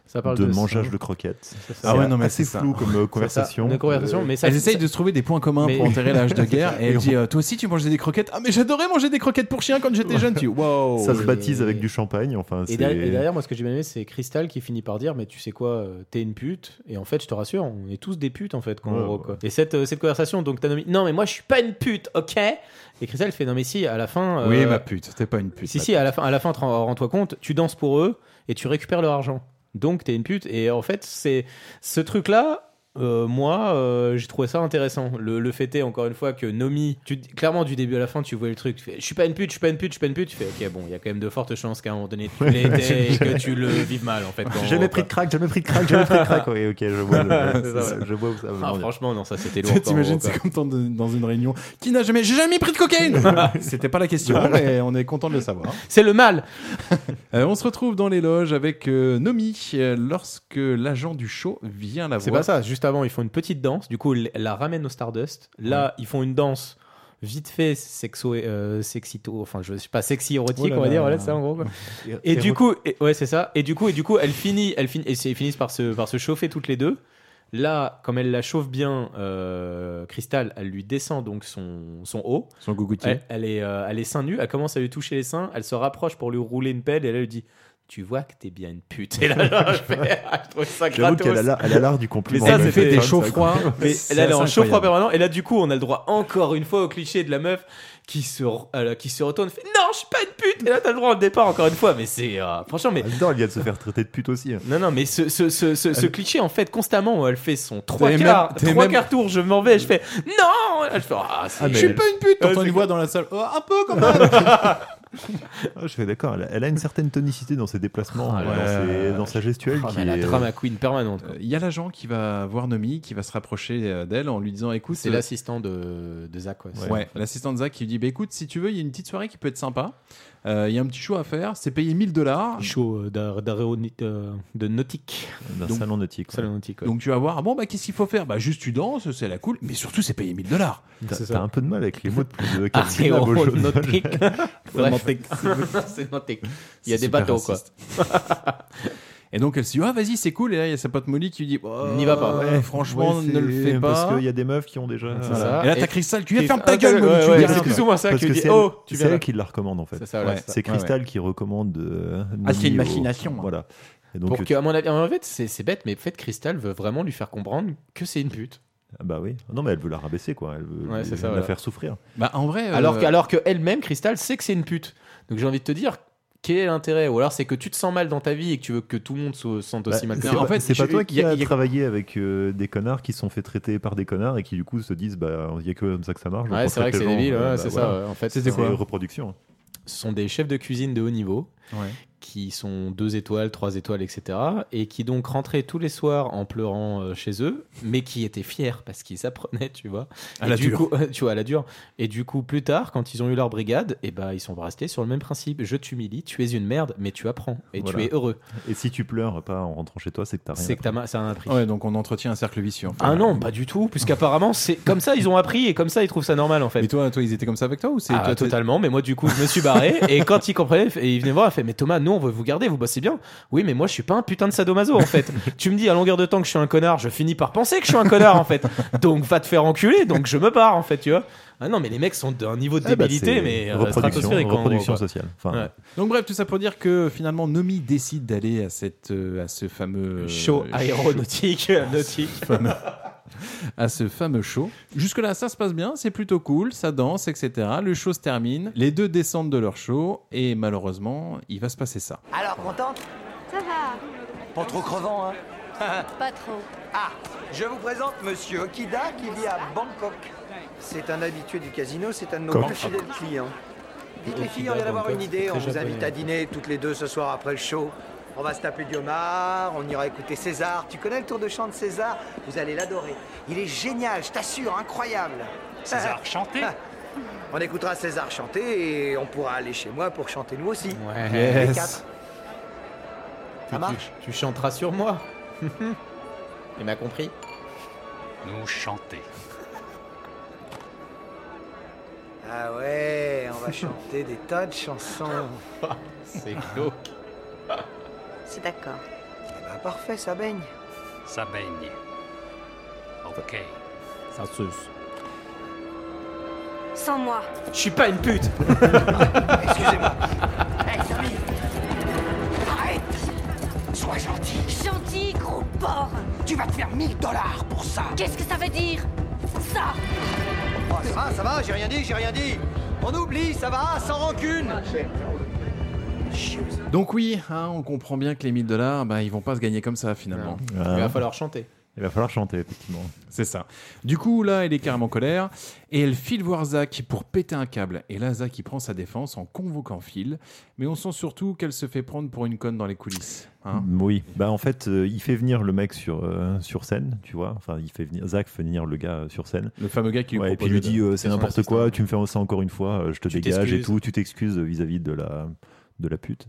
Speaker 10: ça parle
Speaker 9: de,
Speaker 10: ça.
Speaker 9: mangeage de croquettes.
Speaker 10: C'est ça.
Speaker 2: Ah ouais,
Speaker 9: C'est
Speaker 2: non, mais
Speaker 9: assez
Speaker 2: c'est ça.
Speaker 9: flou comme euh,
Speaker 10: C'est ça,
Speaker 9: conversation.
Speaker 10: Une conversation,
Speaker 9: Euh,
Speaker 10: mais ça.
Speaker 2: Elles essayent de se trouver des points communs
Speaker 10: Mais-
Speaker 2: pour enterrer l'âge <laughs> de guerre. Et
Speaker 9: Et
Speaker 2: elle
Speaker 9: on-
Speaker 2: dit euh, Toi aussi, tu manges des croquettes Ah, mais j'adorais manger des croquettes pour chien quand j'étais jeune. Tu wow
Speaker 9: Ça se
Speaker 10: Et-
Speaker 9: baptise avec du champagne. Enfin,
Speaker 10: Et
Speaker 9: c'est-
Speaker 10: derrière, et derrière, moi, ce que j'ai bien aimé, c'est Crystal qui finit par dire Mais tu sais quoi, euh, t'es une pute. Et en fait, je te rassure, on est tous des putes, en fait, quand
Speaker 9: Ouais, bah.
Speaker 10: on gros,
Speaker 9: ouais.
Speaker 10: quoi. Et cette, euh, cette conversation, donc t'as nommé Non, mais moi, je suis pas une pute, ok Et Crystal fait Non, mais si, à la fin. euh,
Speaker 2: Oui, ma pute, t'es pas une pute.
Speaker 10: Si,
Speaker 2: ma
Speaker 10: si, à la fin, à la fin te rends- rends-toi compte, tu danses pour eux et tu récupères leur argent. Donc, t'es une pute. Et en fait, c'est ce truc-là. euh, moi, euh, j'ai trouvé ça intéressant. Le, le fait est, encore une fois, que Nomi, tu, clairement, du début à la fin, tu vois le truc. Tu fais, je suis pas une pute, je suis pas une pute, je suis pas une pute. Tu fais, ok, bon, il y a quand même de fortes chances qu'à un moment donné, tu
Speaker 2: <laughs>
Speaker 10: l'étais et que tu le vives mal, en fait. quand-
Speaker 9: J'ai jamais pris de crack, jamais pris de crack, jamais pris de crack. Oui, ok, je vois. le-
Speaker 10: C'est ça, ouais.
Speaker 9: je vois où ça veut
Speaker 10: Ah,
Speaker 9: en venir.
Speaker 10: franchement, non, ça c'était
Speaker 2: Tu
Speaker 10: lourd.
Speaker 2: sais,
Speaker 10: quoi,
Speaker 2: <laughs>
Speaker 10: en
Speaker 2: T'imagines,
Speaker 10: gros, quoi.
Speaker 2: c'est comme dans, dans une réunion. Qui n'a jamais, j'ai jamais pris de <laughs> cocaïne C'était pas la question, mais on est content de le savoir.
Speaker 10: C'est le mal
Speaker 2: Euh, On se retrouve dans les loges avec euh, Nomi euh, lorsque l'agent du show vient la voir.
Speaker 10: C'est pas ça, juste avant, ils font une petite danse, du coup, ils la ramènent au Stardust. Là, ils font une danse vite fait, sexo, euh, sexito, enfin, je sais pas, sexy, érotique,
Speaker 2: Oh là
Speaker 10: on va
Speaker 2: là
Speaker 10: dire,
Speaker 2: là
Speaker 10: voilà,
Speaker 2: là.
Speaker 10: c'est ça
Speaker 2: <laughs>
Speaker 10: en gros. quoi.
Speaker 2: É-
Speaker 10: Et du
Speaker 2: érotique.
Speaker 10: coup, et- ouais, c'est ça. Et du coup, et du coup, elle finit, elle finit, et c'est- ils finissent par se, par se chauffer toutes les deux. Là, comme elle la chauffe bien, euh, Crystal, elle lui descend donc son, son haut.
Speaker 2: Son gougoutier.
Speaker 10: Elle, elle est, euh, elle est seins nus, elle commence à lui toucher les seins, elle se rapproche pour lui rouler une pelle et là, elle lui dit Tu vois que t'es bien une pute. Et là, là, je, fais, ah, <laughs> je trouve ça
Speaker 9: J'avoue
Speaker 10: gratos.
Speaker 9: qu'elle a l'art- elle a l'art du compliment.
Speaker 10: Mais ça,
Speaker 9: Elle
Speaker 10: c'est
Speaker 9: fait
Speaker 10: fait
Speaker 9: des
Speaker 10: des
Speaker 9: chauds
Speaker 10: chauds
Speaker 9: froids.
Speaker 10: froids. Mais
Speaker 9: bah, hein, C'est
Speaker 10: elle elle est en
Speaker 9: assez
Speaker 10: chaud froid
Speaker 9: incroyable.
Speaker 10: permanent. Et là, du coup, on a le droit encore une fois au cliché de la meuf qui se, euh, qui se retourne, fait Non, je suis pas une pute. Et là, t'as le droit au départ encore une fois. Mais c'est. euh, franchement, mais.
Speaker 9: Non, elle vient de se faire traiter de pute aussi. hein.
Speaker 10: Non, non, mais ce, ce, ce, ce, ce
Speaker 9: Elle-
Speaker 10: cliché, en fait, constamment, où elle fait son trois
Speaker 2: T'es
Speaker 10: quarts,
Speaker 2: même- t'es
Speaker 10: trois
Speaker 2: même-
Speaker 10: quarts tour, je m'en vais, je fais non Je fais ah, c'est-
Speaker 2: Je suis pas une Eh, pute T'entends une voix dans la salle. Oh, un peu <laughs> quand même
Speaker 9: Ah, je suis d'accord, elle, a- elle a une certaine tonicité dans ses déplacements,
Speaker 10: Ah,
Speaker 9: dans,
Speaker 10: ouais.
Speaker 9: ses- dans sa gestuelle.
Speaker 10: Oh,
Speaker 9: qui
Speaker 10: mais la
Speaker 9: est-
Speaker 10: drama queen permanente. quoi.
Speaker 2: Il y a l'agent qui va voir Nomi, qui va se rapprocher euh, d'elle en lui disant écoute,
Speaker 10: C'est
Speaker 2: euh,
Speaker 10: l'assistant de, de Zach, quoi.
Speaker 2: Ouais, l'assistant de Zach qui lui dit bah, écoute, si tu veux, il y a une petite soirée qui peut être sympa. Euh, Il y a un petit show à faire, c'est payé 1000 dollars.
Speaker 10: Show euh, d'ar- d'aéronit- euh, de nautique.
Speaker 9: D'un
Speaker 10: Donc-
Speaker 9: salon nautique. ouais.
Speaker 10: Salon nautique, ouais.
Speaker 2: Donc tu vas voir, ah bon, bah, qu'est-ce qu'il faut faire Bah juste tu danses, c'est la cool, mais surtout c'est payé 1000 dollars.
Speaker 9: T'as
Speaker 10: c'est ça. Ah,
Speaker 9: t'as un peu de mal avec les mots de
Speaker 10: <laughs>
Speaker 9: plus
Speaker 2: Ah,
Speaker 9: de quatre syllabes aujourd'hui. <laughs>
Speaker 2: <laughs>
Speaker 10: Aéronautique. Bref. C'est nautique. Il y a
Speaker 2: C'est
Speaker 10: des
Speaker 2: super
Speaker 10: bateaux, quoi.
Speaker 2: raciste. Et donc elle se dit, ah vas-y, c'est cool. Et là, il y a sa pote Molly qui lui dit, Oh,
Speaker 10: N'y va pas.
Speaker 9: Ouais,
Speaker 2: Franchement,
Speaker 9: ouais,
Speaker 2: ne le
Speaker 9: c'est-
Speaker 2: fais pas.
Speaker 9: Parce qu'il y a des meufs qui ont déjà.
Speaker 10: C'est
Speaker 9: Voilà.
Speaker 10: ça.
Speaker 2: Et là,
Speaker 10: Et-
Speaker 2: t'as Crystal qui lui dit,
Speaker 10: Qui-
Speaker 2: ferme
Speaker 10: Ah,
Speaker 2: ta gueule,
Speaker 10: ouais,
Speaker 2: Molly, tu
Speaker 10: ouais,
Speaker 2: dis
Speaker 10: ouais,
Speaker 2: rien.
Speaker 10: excuse-moi, ça,
Speaker 9: Parce
Speaker 10: qui
Speaker 9: que
Speaker 10: dit,
Speaker 9: c'est
Speaker 10: oh, tu
Speaker 9: c'est
Speaker 10: viens
Speaker 9: elle
Speaker 10: là.
Speaker 9: qui la recommande en fait.
Speaker 10: C'est ça, voilà,
Speaker 9: Ouais,
Speaker 10: c'est ça.
Speaker 9: C'est
Speaker 2: Ouais,
Speaker 9: Crystal qui recommande. euh,
Speaker 2: Ah, c'est une
Speaker 9: Nomi au-
Speaker 2: machination, hein.
Speaker 9: Voilà. Et donc,
Speaker 10: Pour que, à mon avis, en fait, c'est c'est bête, mais en fait, Crystal veut vraiment lui faire comprendre que c'est une pute.
Speaker 9: Ah Bah oui. Non, mais elle veut la rabaisser, quoi. Elle veut
Speaker 10: Ouais,
Speaker 9: lui-
Speaker 10: c'est ça,
Speaker 9: la
Speaker 10: voilà.
Speaker 9: faire souffrir.
Speaker 2: Bah en vrai. euh,
Speaker 10: Alors que, alors que elle-même, Crystal, sait que c'est une pute. Donc j'ai envie de te dire, quel est l'intérêt Ou alors c'est que tu te sens mal dans ta vie et que tu veux que tout le monde se sente aussi
Speaker 9: Bah,
Speaker 10: mal que
Speaker 9: c'est
Speaker 10: toi.
Speaker 2: en
Speaker 9: pas,
Speaker 2: fait,
Speaker 9: c'est pas
Speaker 2: je-
Speaker 9: toi qui
Speaker 2: y a-
Speaker 9: as
Speaker 2: y a-
Speaker 9: travaillé avec euh, des connards qui se sont fait traiter par des connards et qui du coup se disent bah il y a que comme ça que ça marche. donc
Speaker 10: Ouais,
Speaker 9: on
Speaker 10: c'est vrai
Speaker 9: traite
Speaker 10: que
Speaker 9: les gens,
Speaker 10: c'est débile,
Speaker 9: euh, bah,
Speaker 10: ouais, c'est
Speaker 9: voilà.
Speaker 10: ça. ouais. En fait,
Speaker 2: C'était
Speaker 10: c'est-
Speaker 2: quoi
Speaker 9: C'est reproduction.
Speaker 10: Ce sont des chefs de cuisine de haut niveau
Speaker 2: ouais.
Speaker 10: qui sont deux étoiles, trois étoiles, etc. Et qui donc rentraient tous les soirs en pleurant euh, chez eux, mais qui étaient fiers parce qu'ils apprenaient, tu vois.
Speaker 2: À
Speaker 10: Et
Speaker 2: la
Speaker 10: du
Speaker 2: dure.
Speaker 10: coup, <laughs> tu vois, à la dure. Et du coup, plus tard, quand ils ont eu leur brigade, et bah, ils sont restés sur le même principe. Je t'humilie, tu es une merde, mais tu apprends et
Speaker 9: Voilà.
Speaker 10: tu es heureux.
Speaker 9: Et si tu pleures pas en rentrant chez toi, c'est que t'as rien.
Speaker 10: C'est que t'as ma- ça a un prix.
Speaker 2: Ouais, donc on entretient un cercle vicieux. en fait.
Speaker 10: Ah non, pas du tout, puisqu'apparemment, c'est comme ça, ils ont appris et comme ça, ils trouvent ça normal en fait.
Speaker 2: Mais toi, toi, ils étaient comme ça avec toi ou c'est
Speaker 10: Ah,
Speaker 2: toi, t'es-
Speaker 10: totalement, mais moi du coup je me suis barré et quand ils comprenaient et ils venaient voir, ils fait mais Thomas, nous on veut vous garder, vous bossez bien. Oui, mais moi je suis pas un putain de sadomaso en
Speaker 9: <laughs>
Speaker 10: fait. tu me dis à longueur de temps que je suis un connard, je finis par penser que je suis un connard en fait. Donc va te faire enculer, donc je me barre en fait, tu vois. Ah non, mais les mecs sont d'un niveau de
Speaker 9: Ah, bah,
Speaker 10: débilité,
Speaker 9: c'est
Speaker 10: mais euh,
Speaker 9: reproduction,
Speaker 10: stratosphérique. en gros,
Speaker 9: reproduction
Speaker 10: quoi.
Speaker 9: sociale. Enfin,
Speaker 10: Ouais.
Speaker 2: Donc bref, tout ça pour dire que finalement Nomi décide d'aller à cette euh, à ce fameux
Speaker 10: Show
Speaker 2: euh,
Speaker 10: aéronautique, <laughs> nautique.
Speaker 2: à ce fameux show. Jusque là, ça se passe bien, c'est plutôt cool, ça danse, etc. Le show se termine, les deux descendent de leur show et malheureusement, il va se passer ça.
Speaker 7: Alors, contente
Speaker 11: Ça va,
Speaker 7: Pas trop crevant, hein
Speaker 11: pas trop.
Speaker 7: Ah, je vous présente Monsieur Okida qui vit à Bangkok. C'est un habitué du casino, c'est un de nos
Speaker 9: Coq.
Speaker 7: plus fidèles clients. Dites les filles, on vient
Speaker 10: Okida,
Speaker 7: d'avoir
Speaker 10: Bangkok,
Speaker 7: une idée,
Speaker 10: c'est
Speaker 7: on
Speaker 10: très
Speaker 7: vous
Speaker 10: japonais.
Speaker 7: invite à dîner toutes les deux ce soir après le show. On va se taper du homard, on ira écouter César. Tu connais le tour de chant de César Vous allez l'adorer. Il est génial, je t'assure, incroyable. <laughs> César chanter On écoutera César chanter et on pourra aller chez moi pour chanter nous aussi. Euh,
Speaker 10: Ouais.
Speaker 7: Les quatre. Ça marche
Speaker 10: Tu, tu chanteras sur moi. Il m'a compris.
Speaker 3: Nous chanter.
Speaker 7: Ah ouais, on va chanter des tas de chansons.
Speaker 10: C'est glauque.
Speaker 11: C'est d'accord.
Speaker 7: Eh ben, parfait, ça baigne.
Speaker 3: Ça baigne. Ok.
Speaker 10: Ça suce.
Speaker 11: Sans moi.
Speaker 10: Je suis pas une pute.
Speaker 7: Excusez-moi.
Speaker 6: Sois gentil,
Speaker 11: Gentil, gros porc.
Speaker 6: tu vas te faire 1000 dollars pour ça.
Speaker 11: Qu'est-ce que ça veut dire Ça
Speaker 7: Oh, ça va, ça va, j'ai rien dit, j'ai rien dit. On oublie, ça va, sans rancune.
Speaker 2: Donc oui, hein, on comprend bien que les 1000 dollars, bah, ils vont pas se gagner comme ça finalement.
Speaker 10: Il va falloir chanter.
Speaker 9: Il va falloir chanter, effectivement.
Speaker 2: C'est ça. Du coup, là, elle est carrément en colère et elle file voir Zach pour péter un câble. Et là, Zach, il prend sa défense en convoquant Phil. Mais on sent surtout qu'elle se fait prendre pour une conne dans les coulisses. hein.
Speaker 9: oui, bah en fait, euh, il fait venir le mec sur, euh, sur scène, tu vois. Enfin, il fait venir Zach fait venir le gars euh, sur scène.
Speaker 2: Le fameux gars qui lui
Speaker 9: Ouais, et puis il lui
Speaker 2: propose
Speaker 9: dit
Speaker 2: de-
Speaker 9: euh,
Speaker 2: de
Speaker 9: c'est
Speaker 2: son hein.
Speaker 9: n'importe quoi, tu me fais ça encore une fois, euh, je te
Speaker 2: Tu
Speaker 9: dégage et
Speaker 2: t'excuses.
Speaker 9: tout, tu t'excuses vis-à-vis de la de la pute.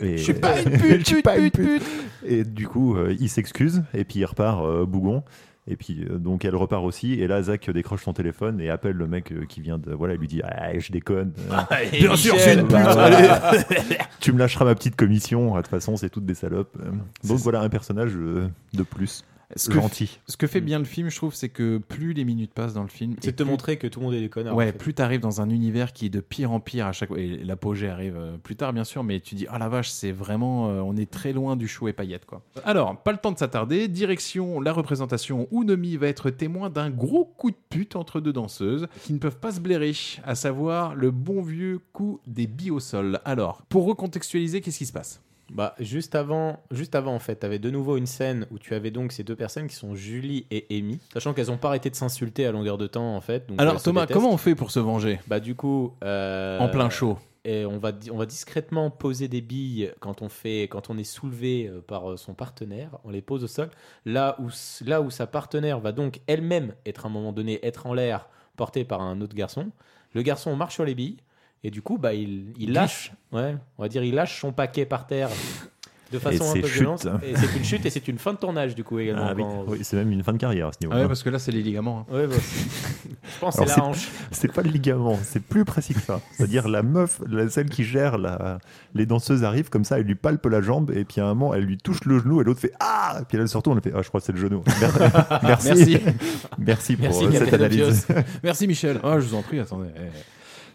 Speaker 9: Et...
Speaker 2: Je suis pas une <laughs> pute,
Speaker 9: Je suis
Speaker 2: pute,
Speaker 9: pas une
Speaker 2: pute, pute.
Speaker 9: <laughs> Et du coup, euh, il s'excuse et puis il repart euh, bougon. Et puis euh, donc elle repart aussi. Et là, Zach décroche son téléphone et appelle le mec euh, qui vient de voilà, il lui dit ah, je déconne.
Speaker 2: Ah, et Bien sûr, Michel. c'est une pute,
Speaker 9: Bah,
Speaker 2: allez.
Speaker 9: voilà. <laughs> tu me lâcheras ma petite commission. Ah, De toute façon, c'est toutes des salopes. Euh, Donc voilà un personnage euh, de plus.
Speaker 2: Ce que,
Speaker 9: gentil.
Speaker 2: ce que fait bien le film, je trouve, c'est que plus les minutes passent dans le film,
Speaker 10: C'est
Speaker 2: et
Speaker 10: de te
Speaker 2: plus-
Speaker 10: montrer que tout le monde est des connards,
Speaker 2: Ouais,
Speaker 10: en fait.
Speaker 2: plus t'arrives dans un univers qui est de pire en pire à chaque fois. Et l'apogée arrive euh, plus tard, bien sûr, mais tu dis ah la vache, c'est vraiment, euh, on est très loin du show et paillettes quoi. Alors, pas le temps de s'attarder. Direction la représentation où Nomi va être témoin d'un gros coup de pute entre deux danseuses qui ne peuvent pas se blairer, à savoir le bon vieux coup des billes au sol. Alors, pour recontextualiser, qu'est-ce qui se passe
Speaker 10: Bah, juste avant, juste avant en fait, t'avais de nouveau une scène où tu avais donc ces deux personnes qui sont Julie et Amy, sachant qu'elles ont pas arrêté de s'insulter à longueur de temps en fait. donc elles
Speaker 2: Alors
Speaker 10: se
Speaker 2: Thomas,
Speaker 10: détestent.
Speaker 2: comment on fait pour se venger
Speaker 10: Bah du coup, euh,
Speaker 2: En plein show.
Speaker 10: Et on va di- on va discrètement poser des billes quand on fait quand on est soulevé euh, par euh, son partenaire, on les pose au sol. Là où s- là où sa partenaire va donc elle-même être à un moment donné être en l'air portée par un autre garçon. Le garçon marche sur les billes et du coup bah il, il lâche ouais, on va dire il lâche son paquet par terre de façon un
Speaker 9: c'est
Speaker 10: peu
Speaker 9: chute.
Speaker 10: violente et c'est une chute et c'est une fin de tournage du coup également.
Speaker 9: Ah oui.
Speaker 10: quand-
Speaker 9: Oui, c'est même une fin de carrière à ce niveau.
Speaker 2: Ah ouais, parce que là, c'est les ligaments.
Speaker 10: Ouais, bah, je pense que
Speaker 9: Alors,
Speaker 10: c'est la hanche.
Speaker 9: C'est pas le ligament, c'est plus précis que ça. C'est-à-dire la meuf, la, celle qui gère la, les danseuses arrive comme ça, elle lui palpe la jambe et puis à un moment elle lui touche le genou et l'autre fait ah et puis elle se retourne elle fait ah je crois que c'est le genou. Mer- Merci, merci pour euh, cette analyse.
Speaker 2: Merci Michel. Ah, je vous en prie, attendez. Eh.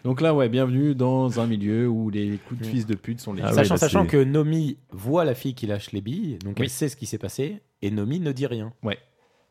Speaker 2: Donc là, ouais, bienvenue dans un milieu où les coups de fils de pute sont les.
Speaker 10: sachant sachant que Nomi voit la fille qui lâche les billes, donc
Speaker 2: bah, Oui.
Speaker 10: elle sait ce qui s'est passé, et Nomi ne dit rien.
Speaker 2: Ouais.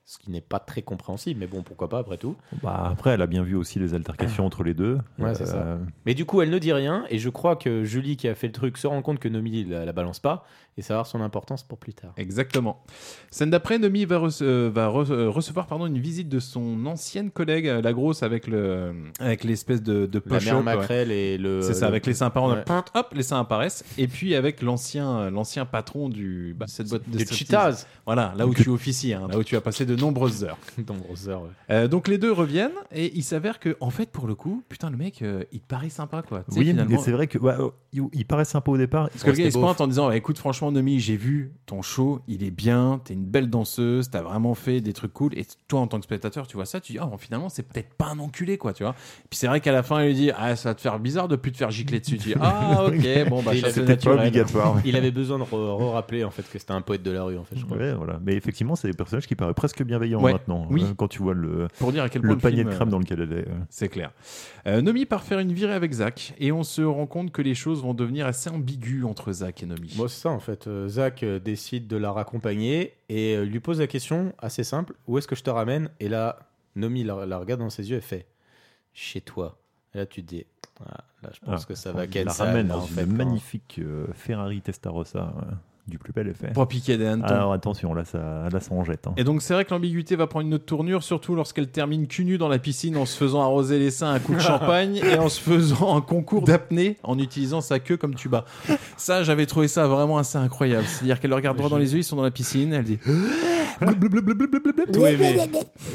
Speaker 10: Ce qui n'est pas très compréhensible, mais bon, pourquoi pas après tout.
Speaker 9: Bah, après elle a bien vu aussi les altercations entre les deux.
Speaker 10: Ouais, c'est ça.
Speaker 9: Euh,
Speaker 10: Mais du coup, elle ne dit rien, et je crois que Julie qui a fait le truc se rend compte que Nomi la, la balance pas, et ça va avoir son importance pour plus tard.
Speaker 2: Exactement. Scène d'après, Nomi va, rece- euh, va re- euh, recevoir pardon, une visite de son ancienne collègue, euh, la grosse, avec le avec l'espèce de, de
Speaker 10: La
Speaker 2: poche-up,
Speaker 10: mère
Speaker 2: ouais.
Speaker 10: Macrel et le.
Speaker 2: C'est ça,
Speaker 10: le-
Speaker 2: avec les seins apparents, on a-
Speaker 10: Ouais.
Speaker 2: hop, les seins apparaissent. Et puis avec l'ancien euh, l'ancien patron du bah, cette boîte de
Speaker 10: Du
Speaker 2: striptease.
Speaker 10: <laughs> Cheetahs.
Speaker 2: Voilà, là où tu officies, hein, là où tu as passé de nombreuses heures.
Speaker 10: nombreuses heures, ouais.
Speaker 2: Euh, donc les deux reviennent et il s'avère que en fait pour le coup, putain le mec, euh, il paraît sympa quoi. Tu sais,
Speaker 9: Oui,
Speaker 2: finalement-
Speaker 9: mais c'est vrai que ouais, euh, il, il paraît sympa au départ.
Speaker 2: Parce que le gars il se pointe en disant Eh, écoute franchement Nomi j'ai vu ton show il est bien t'es une belle danseuse t'as vraiment fait des trucs cool et toi en tant que spectateur tu vois ça tu dis oh finalement c'est peut-être pas un enculé quoi tu vois puis c'est vrai qu'à la fin il lui dit ah ça va te faire bizarre de plus te faire gicler dessus tu dis ah ok bon bah
Speaker 10: Et il
Speaker 2: ça,
Speaker 10: avait-
Speaker 2: <laughs> c'est naturel.
Speaker 10: Il avait besoin de re- rappeler en fait que c'était un poète de la rue en fait. Je crois.
Speaker 9: Ouais, voilà. Mais effectivement, c'est des personnages qui paraissent presque bienveillants
Speaker 2: Ouais.
Speaker 9: maintenant.
Speaker 2: Oui.
Speaker 9: euh, quand tu vois le,
Speaker 2: Pour dire à quel
Speaker 9: le
Speaker 2: point le
Speaker 9: panier
Speaker 2: film,
Speaker 9: de crème
Speaker 2: euh,
Speaker 9: dans lequel elle est. ouais.
Speaker 2: C'est clair. Euh, Nomi part faire une virée avec Zach et on se rend compte que les choses vont devenir assez ambiguës entre Zach et Nomi.
Speaker 10: Moi, c'est ça en fait. Euh, Zach euh, décide de la raccompagner et euh, lui pose la question assez simple Où est-ce que je te ramène Et là, Nomi la, la regarde dans ses yeux et fait Chez toi. Et là, tu te dis Ah, Là, je pense
Speaker 9: Ah,
Speaker 10: que ça
Speaker 9: on
Speaker 10: va qu'elle
Speaker 9: La
Speaker 10: ça,
Speaker 9: ramène
Speaker 10: là,
Speaker 9: dans
Speaker 10: en
Speaker 9: une
Speaker 10: fait, hein.
Speaker 9: magnifique euh, Ferrari Testarossa ouais, du plus bel effet.
Speaker 2: Pas piqué des hannetons.
Speaker 9: Alors attention, là ça, là, ça en jette. hein.
Speaker 2: Et donc c'est vrai que l'ambiguïté va prendre une autre tournure, surtout lorsqu'elle termine cul nu dans la piscine en se faisant arroser les seins à
Speaker 9: <laughs>
Speaker 2: coups de champagne et en se faisant un concours d'apnée en utilisant sa queue comme tuba. Ça, j'avais trouvé ça vraiment assez incroyable. C'est-à-dire qu'elle le regarde droit dans les yeux, ils sont dans la piscine, elle dit
Speaker 10: J'ai tout aimé.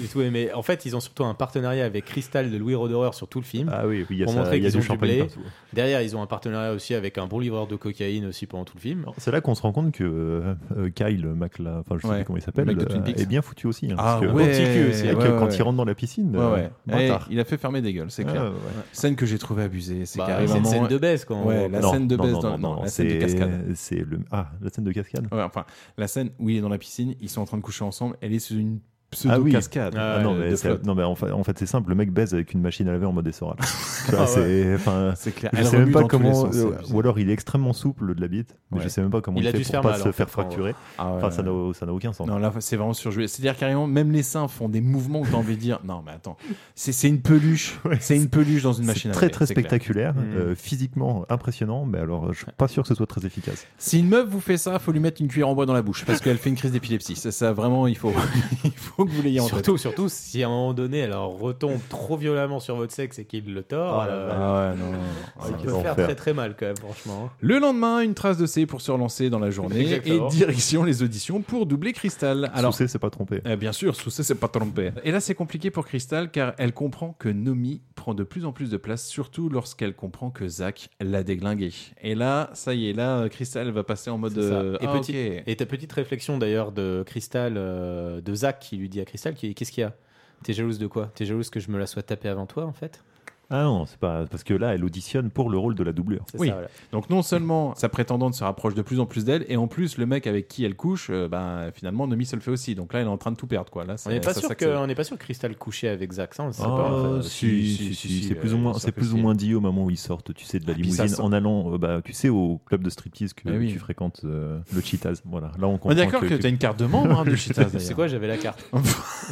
Speaker 10: J'ai tout aimé. En fait, ils ont surtout un partenariat avec Crystal de Louis Roederer sur tout le film.
Speaker 9: Ah oui, oui, il y a
Speaker 10: pour
Speaker 9: ça,
Speaker 10: montrer
Speaker 9: il y a
Speaker 10: qu'ils ont
Speaker 9: du
Speaker 10: du
Speaker 9: champagne
Speaker 10: blé.
Speaker 9: partout.
Speaker 10: Derrière, ils ont un partenariat aussi avec un bon livreur de cocaïne aussi pendant tout le film.
Speaker 9: C'est là qu'on se rend compte que euh, euh, Kyle Macla, enfin je sais
Speaker 10: Ouais.
Speaker 9: plus comment il
Speaker 10: Le
Speaker 9: s'appelle,
Speaker 10: mec de Twin Peaks.
Speaker 9: est bien foutu aussi. hein,
Speaker 2: Ah
Speaker 9: parce que-
Speaker 2: ouais,
Speaker 9: Petit cul aussi,
Speaker 2: ouais,
Speaker 9: hein, que
Speaker 2: ouais,
Speaker 9: quand
Speaker 2: ouais.
Speaker 9: il rentre dans la piscine,
Speaker 2: Ouais,
Speaker 9: euh,
Speaker 2: ouais.
Speaker 9: bâtard. Ah.
Speaker 2: Eh, il a fait fermer des gueules, c'est clair.
Speaker 9: Ouais, ouais.
Speaker 2: Scène que j'ai trouvée abusée, c'est
Speaker 10: Bah,
Speaker 2: carrément
Speaker 10: c'est une scène de baisse, quoi, en
Speaker 2: Ouais,
Speaker 10: gros.
Speaker 2: la
Speaker 9: Non,
Speaker 2: scène de
Speaker 9: non,
Speaker 2: baisse
Speaker 9: non,
Speaker 2: dans
Speaker 9: non, non,
Speaker 2: non, la scène de
Speaker 9: c'est-
Speaker 2: cascade.
Speaker 9: C'est le ah la scène de cascade.
Speaker 2: Ouais, enfin, la scène où il est dans la piscine, ils sont en train de coucher ensemble, elle est sous une pseudo-cascade.
Speaker 9: Ah non, mais c'est- non, mais en fait, en fait, c'est simple. Le mec baise avec une machine à laver en mode
Speaker 2: <laughs>
Speaker 9: essorage. Tu vois,
Speaker 2: Ah
Speaker 9: c'est
Speaker 2: ouais.
Speaker 9: enfin,
Speaker 2: C'est clair.
Speaker 9: Je
Speaker 2: Elle
Speaker 9: sais même
Speaker 2: remue
Speaker 9: pas
Speaker 2: dans tous les
Speaker 9: comment.
Speaker 2: sens, c'est
Speaker 9: euh,
Speaker 2: abusé.
Speaker 9: ou alors il est extrêmement souple le de la bite, mais
Speaker 2: Ouais.
Speaker 9: je sais même pas comment
Speaker 2: Il
Speaker 9: il,
Speaker 2: a
Speaker 9: fait
Speaker 2: dû
Speaker 9: pour
Speaker 2: se faire
Speaker 9: pas
Speaker 2: mal,
Speaker 9: se
Speaker 2: en
Speaker 9: faire
Speaker 2: fait, en vrai.
Speaker 9: fracturer.
Speaker 2: Ah ouais,
Speaker 9: enfin, ça
Speaker 2: ouais.
Speaker 9: n'a- ça n'a aucun sens.
Speaker 2: Non, là, c'est vraiment surjoué. C'est-à-dire carrément, même les seins font des mouvements où t'as envie de dire non, mais attends, c'est c'est une peluche. c'est une peluche dans une machine à
Speaker 9: Très
Speaker 2: laver,
Speaker 9: très
Speaker 2: c'est clair.
Speaker 9: spectaculaire,
Speaker 2: Mm.
Speaker 9: euh, physiquement impressionnant, mais alors je suis pas sûr que ce soit très efficace.
Speaker 2: Si une meuf vous fait ça, faut lui mettre une cuillère en bois dans la bouche parce qu'elle fait une crise d'épilepsie. Ça, ça, vraiment, il faut, <laughs> il faut que vous l'ayez en tête.
Speaker 10: Surtout, surtout si à un moment donné elle retombe trop violemment sur votre sexe et qu'il le tord,
Speaker 9: Oh
Speaker 2: Ah là
Speaker 10: euh,
Speaker 2: là. Ah ouais, non, non, non.
Speaker 10: ça
Speaker 2: Ah,
Speaker 10: peut
Speaker 2: quel
Speaker 10: faire
Speaker 2: enfer.
Speaker 10: très très mal quand même, franchement. hein.
Speaker 2: Le lendemain, une trace de C pour se relancer dans la journée et
Speaker 10: Exactement.
Speaker 2: direction les auditions pour doubler Cristal. Alors,
Speaker 9: Soucé s'est pas trompé.
Speaker 2: Eh bien sûr, Soucé s'est pas trompé. Et là, c'est compliqué pour Cristal car elle comprend que Nomi prend de plus en plus de place, surtout lorsqu'elle comprend que Zach l'a déglingué. Et là, ça y est, là, euh, Cristal va passer en mode.
Speaker 10: C'est ça.
Speaker 2: euh,
Speaker 10: et,
Speaker 2: ah,
Speaker 10: petite-
Speaker 2: ok.
Speaker 10: et ta petite réflexion d'ailleurs de Cristal, euh, de Zach qui lui dit à Cristal qui- qu'est-ce qu'il y a T'es jalouse de quoi T'es jalouse que je me la sois tapée avant toi en fait
Speaker 9: Ah non, c'est pas parce que là elle auditionne pour le rôle de la doublure.
Speaker 2: Oui. Donc non seulement sa prétendante se rapproche de plus en plus d'elle, et en plus le mec avec qui elle couche, euh, ben, finalement Nomi se le fait aussi. Donc là, elle est en train de tout perdre quoi. Là,
Speaker 10: On
Speaker 2: ça-
Speaker 10: n'est pas,
Speaker 2: ça Oh,
Speaker 10: sûr que-
Speaker 2: s'accélère.
Speaker 10: on n'est pas sûr que Cristal couchait avec Zach, ça on le sait
Speaker 9: Ah,
Speaker 10: pas. en fait.
Speaker 9: si, si, si, c'est plus ou
Speaker 10: euh,
Speaker 9: moins,
Speaker 10: bien sûr
Speaker 9: c'est
Speaker 10: que
Speaker 9: plus ou
Speaker 10: si.
Speaker 9: moins dit au moment où ils sortent, tu sais,
Speaker 2: Ah,
Speaker 9: de la
Speaker 10: puis ça
Speaker 9: limousine
Speaker 10: sort.
Speaker 9: en allant, euh, bah, tu sais, au club de striptease que
Speaker 2: Eh oui.
Speaker 9: tu fréquentes, euh, le Cheetahs. Voilà, là
Speaker 2: On
Speaker 9: on comprend.
Speaker 2: est d'accord que t'as une carte de membre <laughs> hein, de
Speaker 10: <laughs>
Speaker 2: Cheetahs.
Speaker 10: Tu sais quoi, j'avais la
Speaker 2: <laughs>
Speaker 10: carte.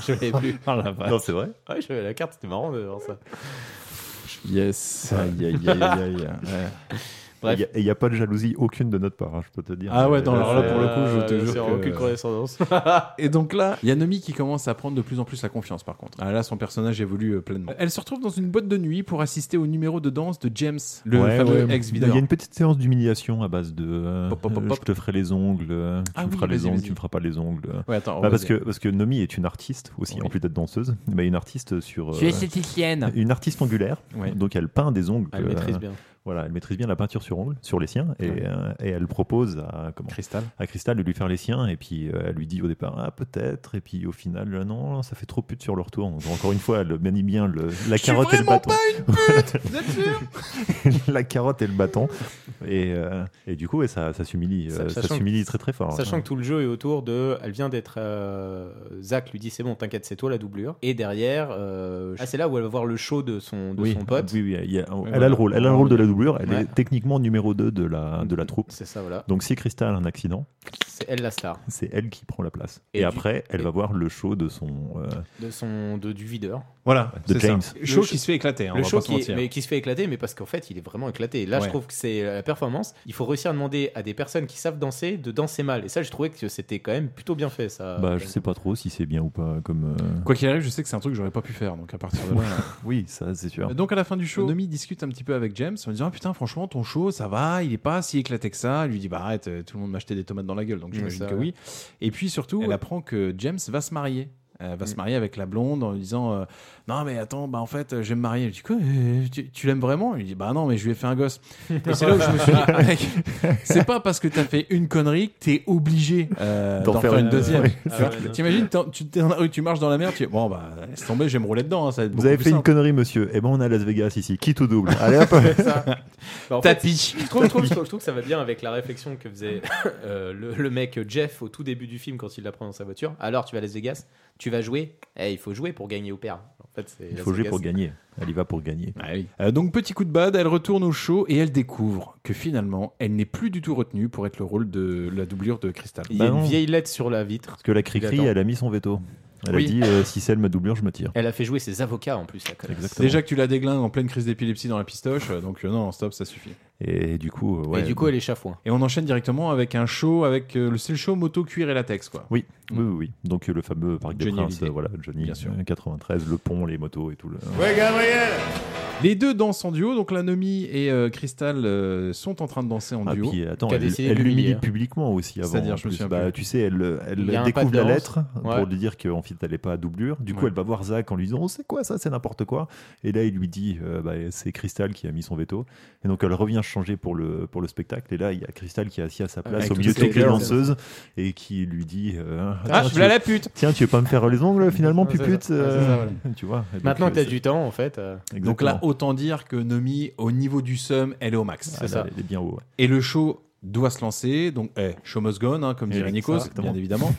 Speaker 10: je l'avais plus.
Speaker 9: Non, c'est vrai.
Speaker 10: Ouais, j'avais la carte, c'était marrant de voir ça.
Speaker 2: Yes.
Speaker 9: Aïe, aïe, aïe, aïe, aïe.
Speaker 10: Bref.
Speaker 9: Et il n'y a, pas de jalousie aucune de notre part, hein, je peux te dire.
Speaker 2: Ah ouais, non,
Speaker 9: Là,
Speaker 2: alors là,
Speaker 9: c'est-
Speaker 2: pour le coup, je te
Speaker 10: Euh,
Speaker 2: jure
Speaker 10: c'est
Speaker 2: que- <laughs>
Speaker 10: aucune correspondance.
Speaker 2: Et donc là, il y a Nomi qui commence à prendre de plus en plus la confiance par contre. Ah, là, son personnage évolue euh, pleinement. Elle se retrouve dans une boîte de nuit pour assister au numéro de danse de James, le
Speaker 9: Ouais,
Speaker 2: fameux
Speaker 9: ouais.
Speaker 2: ex-videur.
Speaker 9: Il y a une petite séance d'humiliation à base de euh,
Speaker 2: Pop, pop, pop,
Speaker 9: euh,
Speaker 2: pop.
Speaker 9: je te ferai les ongles, euh, tu
Speaker 2: Ah
Speaker 9: me
Speaker 2: oui,
Speaker 9: feras les
Speaker 2: vas-y,
Speaker 9: ongles,
Speaker 2: vas-y.
Speaker 9: tu me feras pas les ongles.
Speaker 2: Ouais, attends,
Speaker 9: Bah,
Speaker 2: vas-y.
Speaker 9: parce, que, parce que Nomi est une artiste aussi,
Speaker 2: Oui.
Speaker 9: en plus d'être danseuse, mais une artiste sur. euh,
Speaker 2: Tu es esthéticienne.
Speaker 9: Une artiste angulaire,
Speaker 2: Ouais.
Speaker 9: donc elle peint des ongles.
Speaker 10: Elle maîtrise bien.
Speaker 9: Voilà, elle maîtrise bien la peinture sur ongles, sur les siens, et,
Speaker 2: Ouais.
Speaker 9: euh, et elle propose à comment
Speaker 2: Cristal.
Speaker 9: à Cristal de lui faire les siens, et puis euh, elle lui dit au départ ah peut-être, et puis au final euh, non ça fait trop pute sur leur tour. Donc, encore une fois, elle manie bien le,
Speaker 2: Je
Speaker 9: la
Speaker 2: suis
Speaker 9: carotte et le
Speaker 2: vraiment
Speaker 9: bâton.
Speaker 2: pas
Speaker 9: <laughs>
Speaker 2: une pute, vous êtes sûr
Speaker 9: la carotte et le bâton. Et, euh, et du coup, ouais, ça, ça s'humilie, euh, ça
Speaker 10: Sachant
Speaker 9: s'humilie
Speaker 10: que-
Speaker 9: très très fort. hein.
Speaker 10: Sachant que tout le jeu est autour de. Elle vient d'être. euh, Zach lui dit c'est bon, t'inquiète, c'est toi la doublure. Et derrière, euh, ah, c'est là où elle va voir le show de son, de
Speaker 9: oui,
Speaker 10: son pote.
Speaker 9: oui, oui, il y a- elle
Speaker 10: voilà.
Speaker 9: a le rôle, elle a le rôle de la doublure. Elle
Speaker 10: Ouais.
Speaker 9: est techniquement numéro 2 de la de la troupe.
Speaker 10: C'est ça, voilà.
Speaker 9: Donc si Cristal a un accident,
Speaker 10: C'est elle la star.
Speaker 9: c'est elle qui prend la place.
Speaker 10: Et
Speaker 9: Et,
Speaker 10: du-
Speaker 9: après, elle va voir le show de son. euh,
Speaker 10: De son, de, du videur.
Speaker 2: Voilà,
Speaker 9: de
Speaker 2: c'est ça.
Speaker 9: James.
Speaker 2: Le show qui se fait éclater, hein, on
Speaker 10: le
Speaker 2: va
Speaker 10: show
Speaker 2: pas se
Speaker 10: qui, est-
Speaker 2: mentir.
Speaker 10: mais qui se fait éclater, mais parce qu'en fait, il est vraiment éclaté. Et Là,
Speaker 2: Ouais.
Speaker 10: je trouve que c'est la performance. Il faut réussir à demander à des personnes qui savent danser de danser mal. Et ça, je trouvais que c'était quand même plutôt bien fait. Ça.
Speaker 9: Bah, je sais pas trop si c'est bien ou pas comme. euh,
Speaker 2: Quoi qu'il arrive, je sais que c'est un truc que j'aurais pas pu faire, donc à partir
Speaker 9: <laughs>
Speaker 2: de là.
Speaker 9: oui, ça c'est sûr.
Speaker 2: Euh, Donc à la fin du show, Nomi discute un petit peu avec James en lui disant Ah, putain franchement ton show ça va, il est pas si éclaté que ça. Il lui dit bah arrête, euh, tout le monde m'a acheté des tomates dans la gueule donc j'imagine
Speaker 10: ça,
Speaker 2: que
Speaker 10: ouais.
Speaker 2: oui. Et puis surtout, elle apprend que James va se marier. Elle va se marier avec la blonde en lui disant euh, non mais attends bah en fait euh, je vais me marier. Elle dit quoi euh, tu, tu l'aimes vraiment Il dit bah non mais je lui ai fait un gosse. Et c'est là où je me suis dit mec c'est pas parce que t'as fait une connerie que t'es obligé euh,
Speaker 9: D'en
Speaker 2: d'en
Speaker 9: faire
Speaker 2: faire, une
Speaker 9: une-
Speaker 2: deuxième.
Speaker 9: Ouais.
Speaker 10: Ah
Speaker 2: Tu <laughs> vois, T'imagines t'en- tu, t'es dans la rue, tu marches dans la mer tu dis, bon bah laisse tomber je vais me rouler dedans hein, ça va être
Speaker 9: Vous
Speaker 2: beaucoup
Speaker 9: avez
Speaker 2: plus
Speaker 9: fait une
Speaker 2: simple.
Speaker 9: connerie, monsieur. Eh ben, on a Las Vegas ici. Quitte au double. Allez
Speaker 10: <laughs>
Speaker 9: hop.
Speaker 10: Bah, en
Speaker 2: Tapis.
Speaker 10: fait, je, trouve, je trouve- je trouve- je trouve que ça va bien avec la réflexion que faisait <coughs> euh, le, le mec Jeff au tout début du film quand il la prend dans sa voiture. Alors, tu vas à Las Vegas, tu vas jouer. Eh, il faut jouer pour gagner ou perdre. En fait, c'est
Speaker 9: Il
Speaker 10: Las
Speaker 9: faut jouer
Speaker 10: Vegas.
Speaker 9: pour gagner. Elle y va pour gagner.
Speaker 2: Euh, donc petit coup de bad, elle retourne au show et elle découvre que finalement elle n'est plus du tout retenue pour être le rôle de la doublure de Crystal.
Speaker 10: Il y a
Speaker 9: Bah
Speaker 10: une
Speaker 9: non.
Speaker 10: vieille lettre sur la vitre.
Speaker 9: Parce que la Cricri,
Speaker 10: Il attend.
Speaker 9: elle a mis son veto. Elle
Speaker 10: Oui.
Speaker 9: a dit euh, si c'est elle ma doublure, je me tire.
Speaker 10: Elle a fait jouer ses avocats en plus, la connasse.
Speaker 9: Exactement.
Speaker 2: Déjà que tu la déglingues en pleine crise d'épilepsie dans la pistoche, euh, donc euh, non, stop, ça suffit.
Speaker 9: Et du coup, euh, ouais.
Speaker 10: Et du coup, elle est chafouin.
Speaker 2: Et on enchaîne directement avec un show avec euh, le c'est le show moto cuir et latex quoi.
Speaker 9: Oui, oui, oui, oui. Donc euh, le fameux Parc des
Speaker 2: Johnny
Speaker 9: Princes,
Speaker 2: Hallyday.
Speaker 9: euh, voilà, Johnny,
Speaker 2: Bien sûr.
Speaker 9: euh, 93, le pont, les motos et tout. Le...
Speaker 2: Les deux dansent en duo, donc la Nomi et euh, Crystal euh, sont en train de danser en
Speaker 9: Ah,
Speaker 2: duo.
Speaker 9: puis attends,
Speaker 10: Qu'a
Speaker 9: elle
Speaker 10: décidé
Speaker 9: elle
Speaker 10: de euh. l'humilier.
Speaker 9: l'humilie publiquement aussi avant.
Speaker 2: C'est-à-dire,
Speaker 9: en
Speaker 2: je me
Speaker 9: plus.
Speaker 2: souviens
Speaker 9: Bah,
Speaker 2: plus.
Speaker 9: Tu sais, elle, elle
Speaker 10: Il y a un
Speaker 9: découvre
Speaker 10: pas de
Speaker 9: la
Speaker 10: danse.
Speaker 9: lettre
Speaker 10: Ouais.
Speaker 9: pour lui dire qu'en fait, elle n'est pas à doublure. Du coup,
Speaker 2: Ouais.
Speaker 9: elle va voir Zach en lui disant oh, C'est quoi ça C'est n'importe quoi. Et là, il lui dit euh, bah, C'est Crystal qui a mis son veto. Et donc, elle revient changer pour le, pour le spectacle. Et là, il y a Crystal qui est assis à sa place
Speaker 2: Avec
Speaker 9: au milieu de
Speaker 2: toutes
Speaker 9: toutes
Speaker 2: les
Speaker 9: les
Speaker 2: girls.
Speaker 9: danseuses et qui lui dit euh,
Speaker 10: Ah,
Speaker 9: Tiens,
Speaker 10: je
Speaker 9: tu
Speaker 10: voulais
Speaker 9: veux-
Speaker 10: la pute
Speaker 9: Tiens, tu veux pas me faire les ongles finalement,
Speaker 10: Ouais, c'est
Speaker 9: pupute euh,
Speaker 10: ça. Ouais, c'est ça,
Speaker 9: <laughs>
Speaker 10: voilà.
Speaker 9: Tu vois. Et donc,
Speaker 10: Maintenant
Speaker 9: euh,
Speaker 10: que t'as
Speaker 9: c'est-
Speaker 10: du temps, en fait. euh,
Speaker 2: Donc
Speaker 9: Exactement.
Speaker 2: là, autant dire que Nomi, au niveau du sum, elle est au max.
Speaker 9: Ah, là,
Speaker 10: ça.
Speaker 9: Elle est bien haut. ouais.
Speaker 2: Et le show doit se lancer, donc eh, show must go on, hein, comme
Speaker 9: Et
Speaker 2: dirait
Speaker 9: oui,
Speaker 2: Nikos,
Speaker 9: ça, exactement.
Speaker 2: bien évidemment.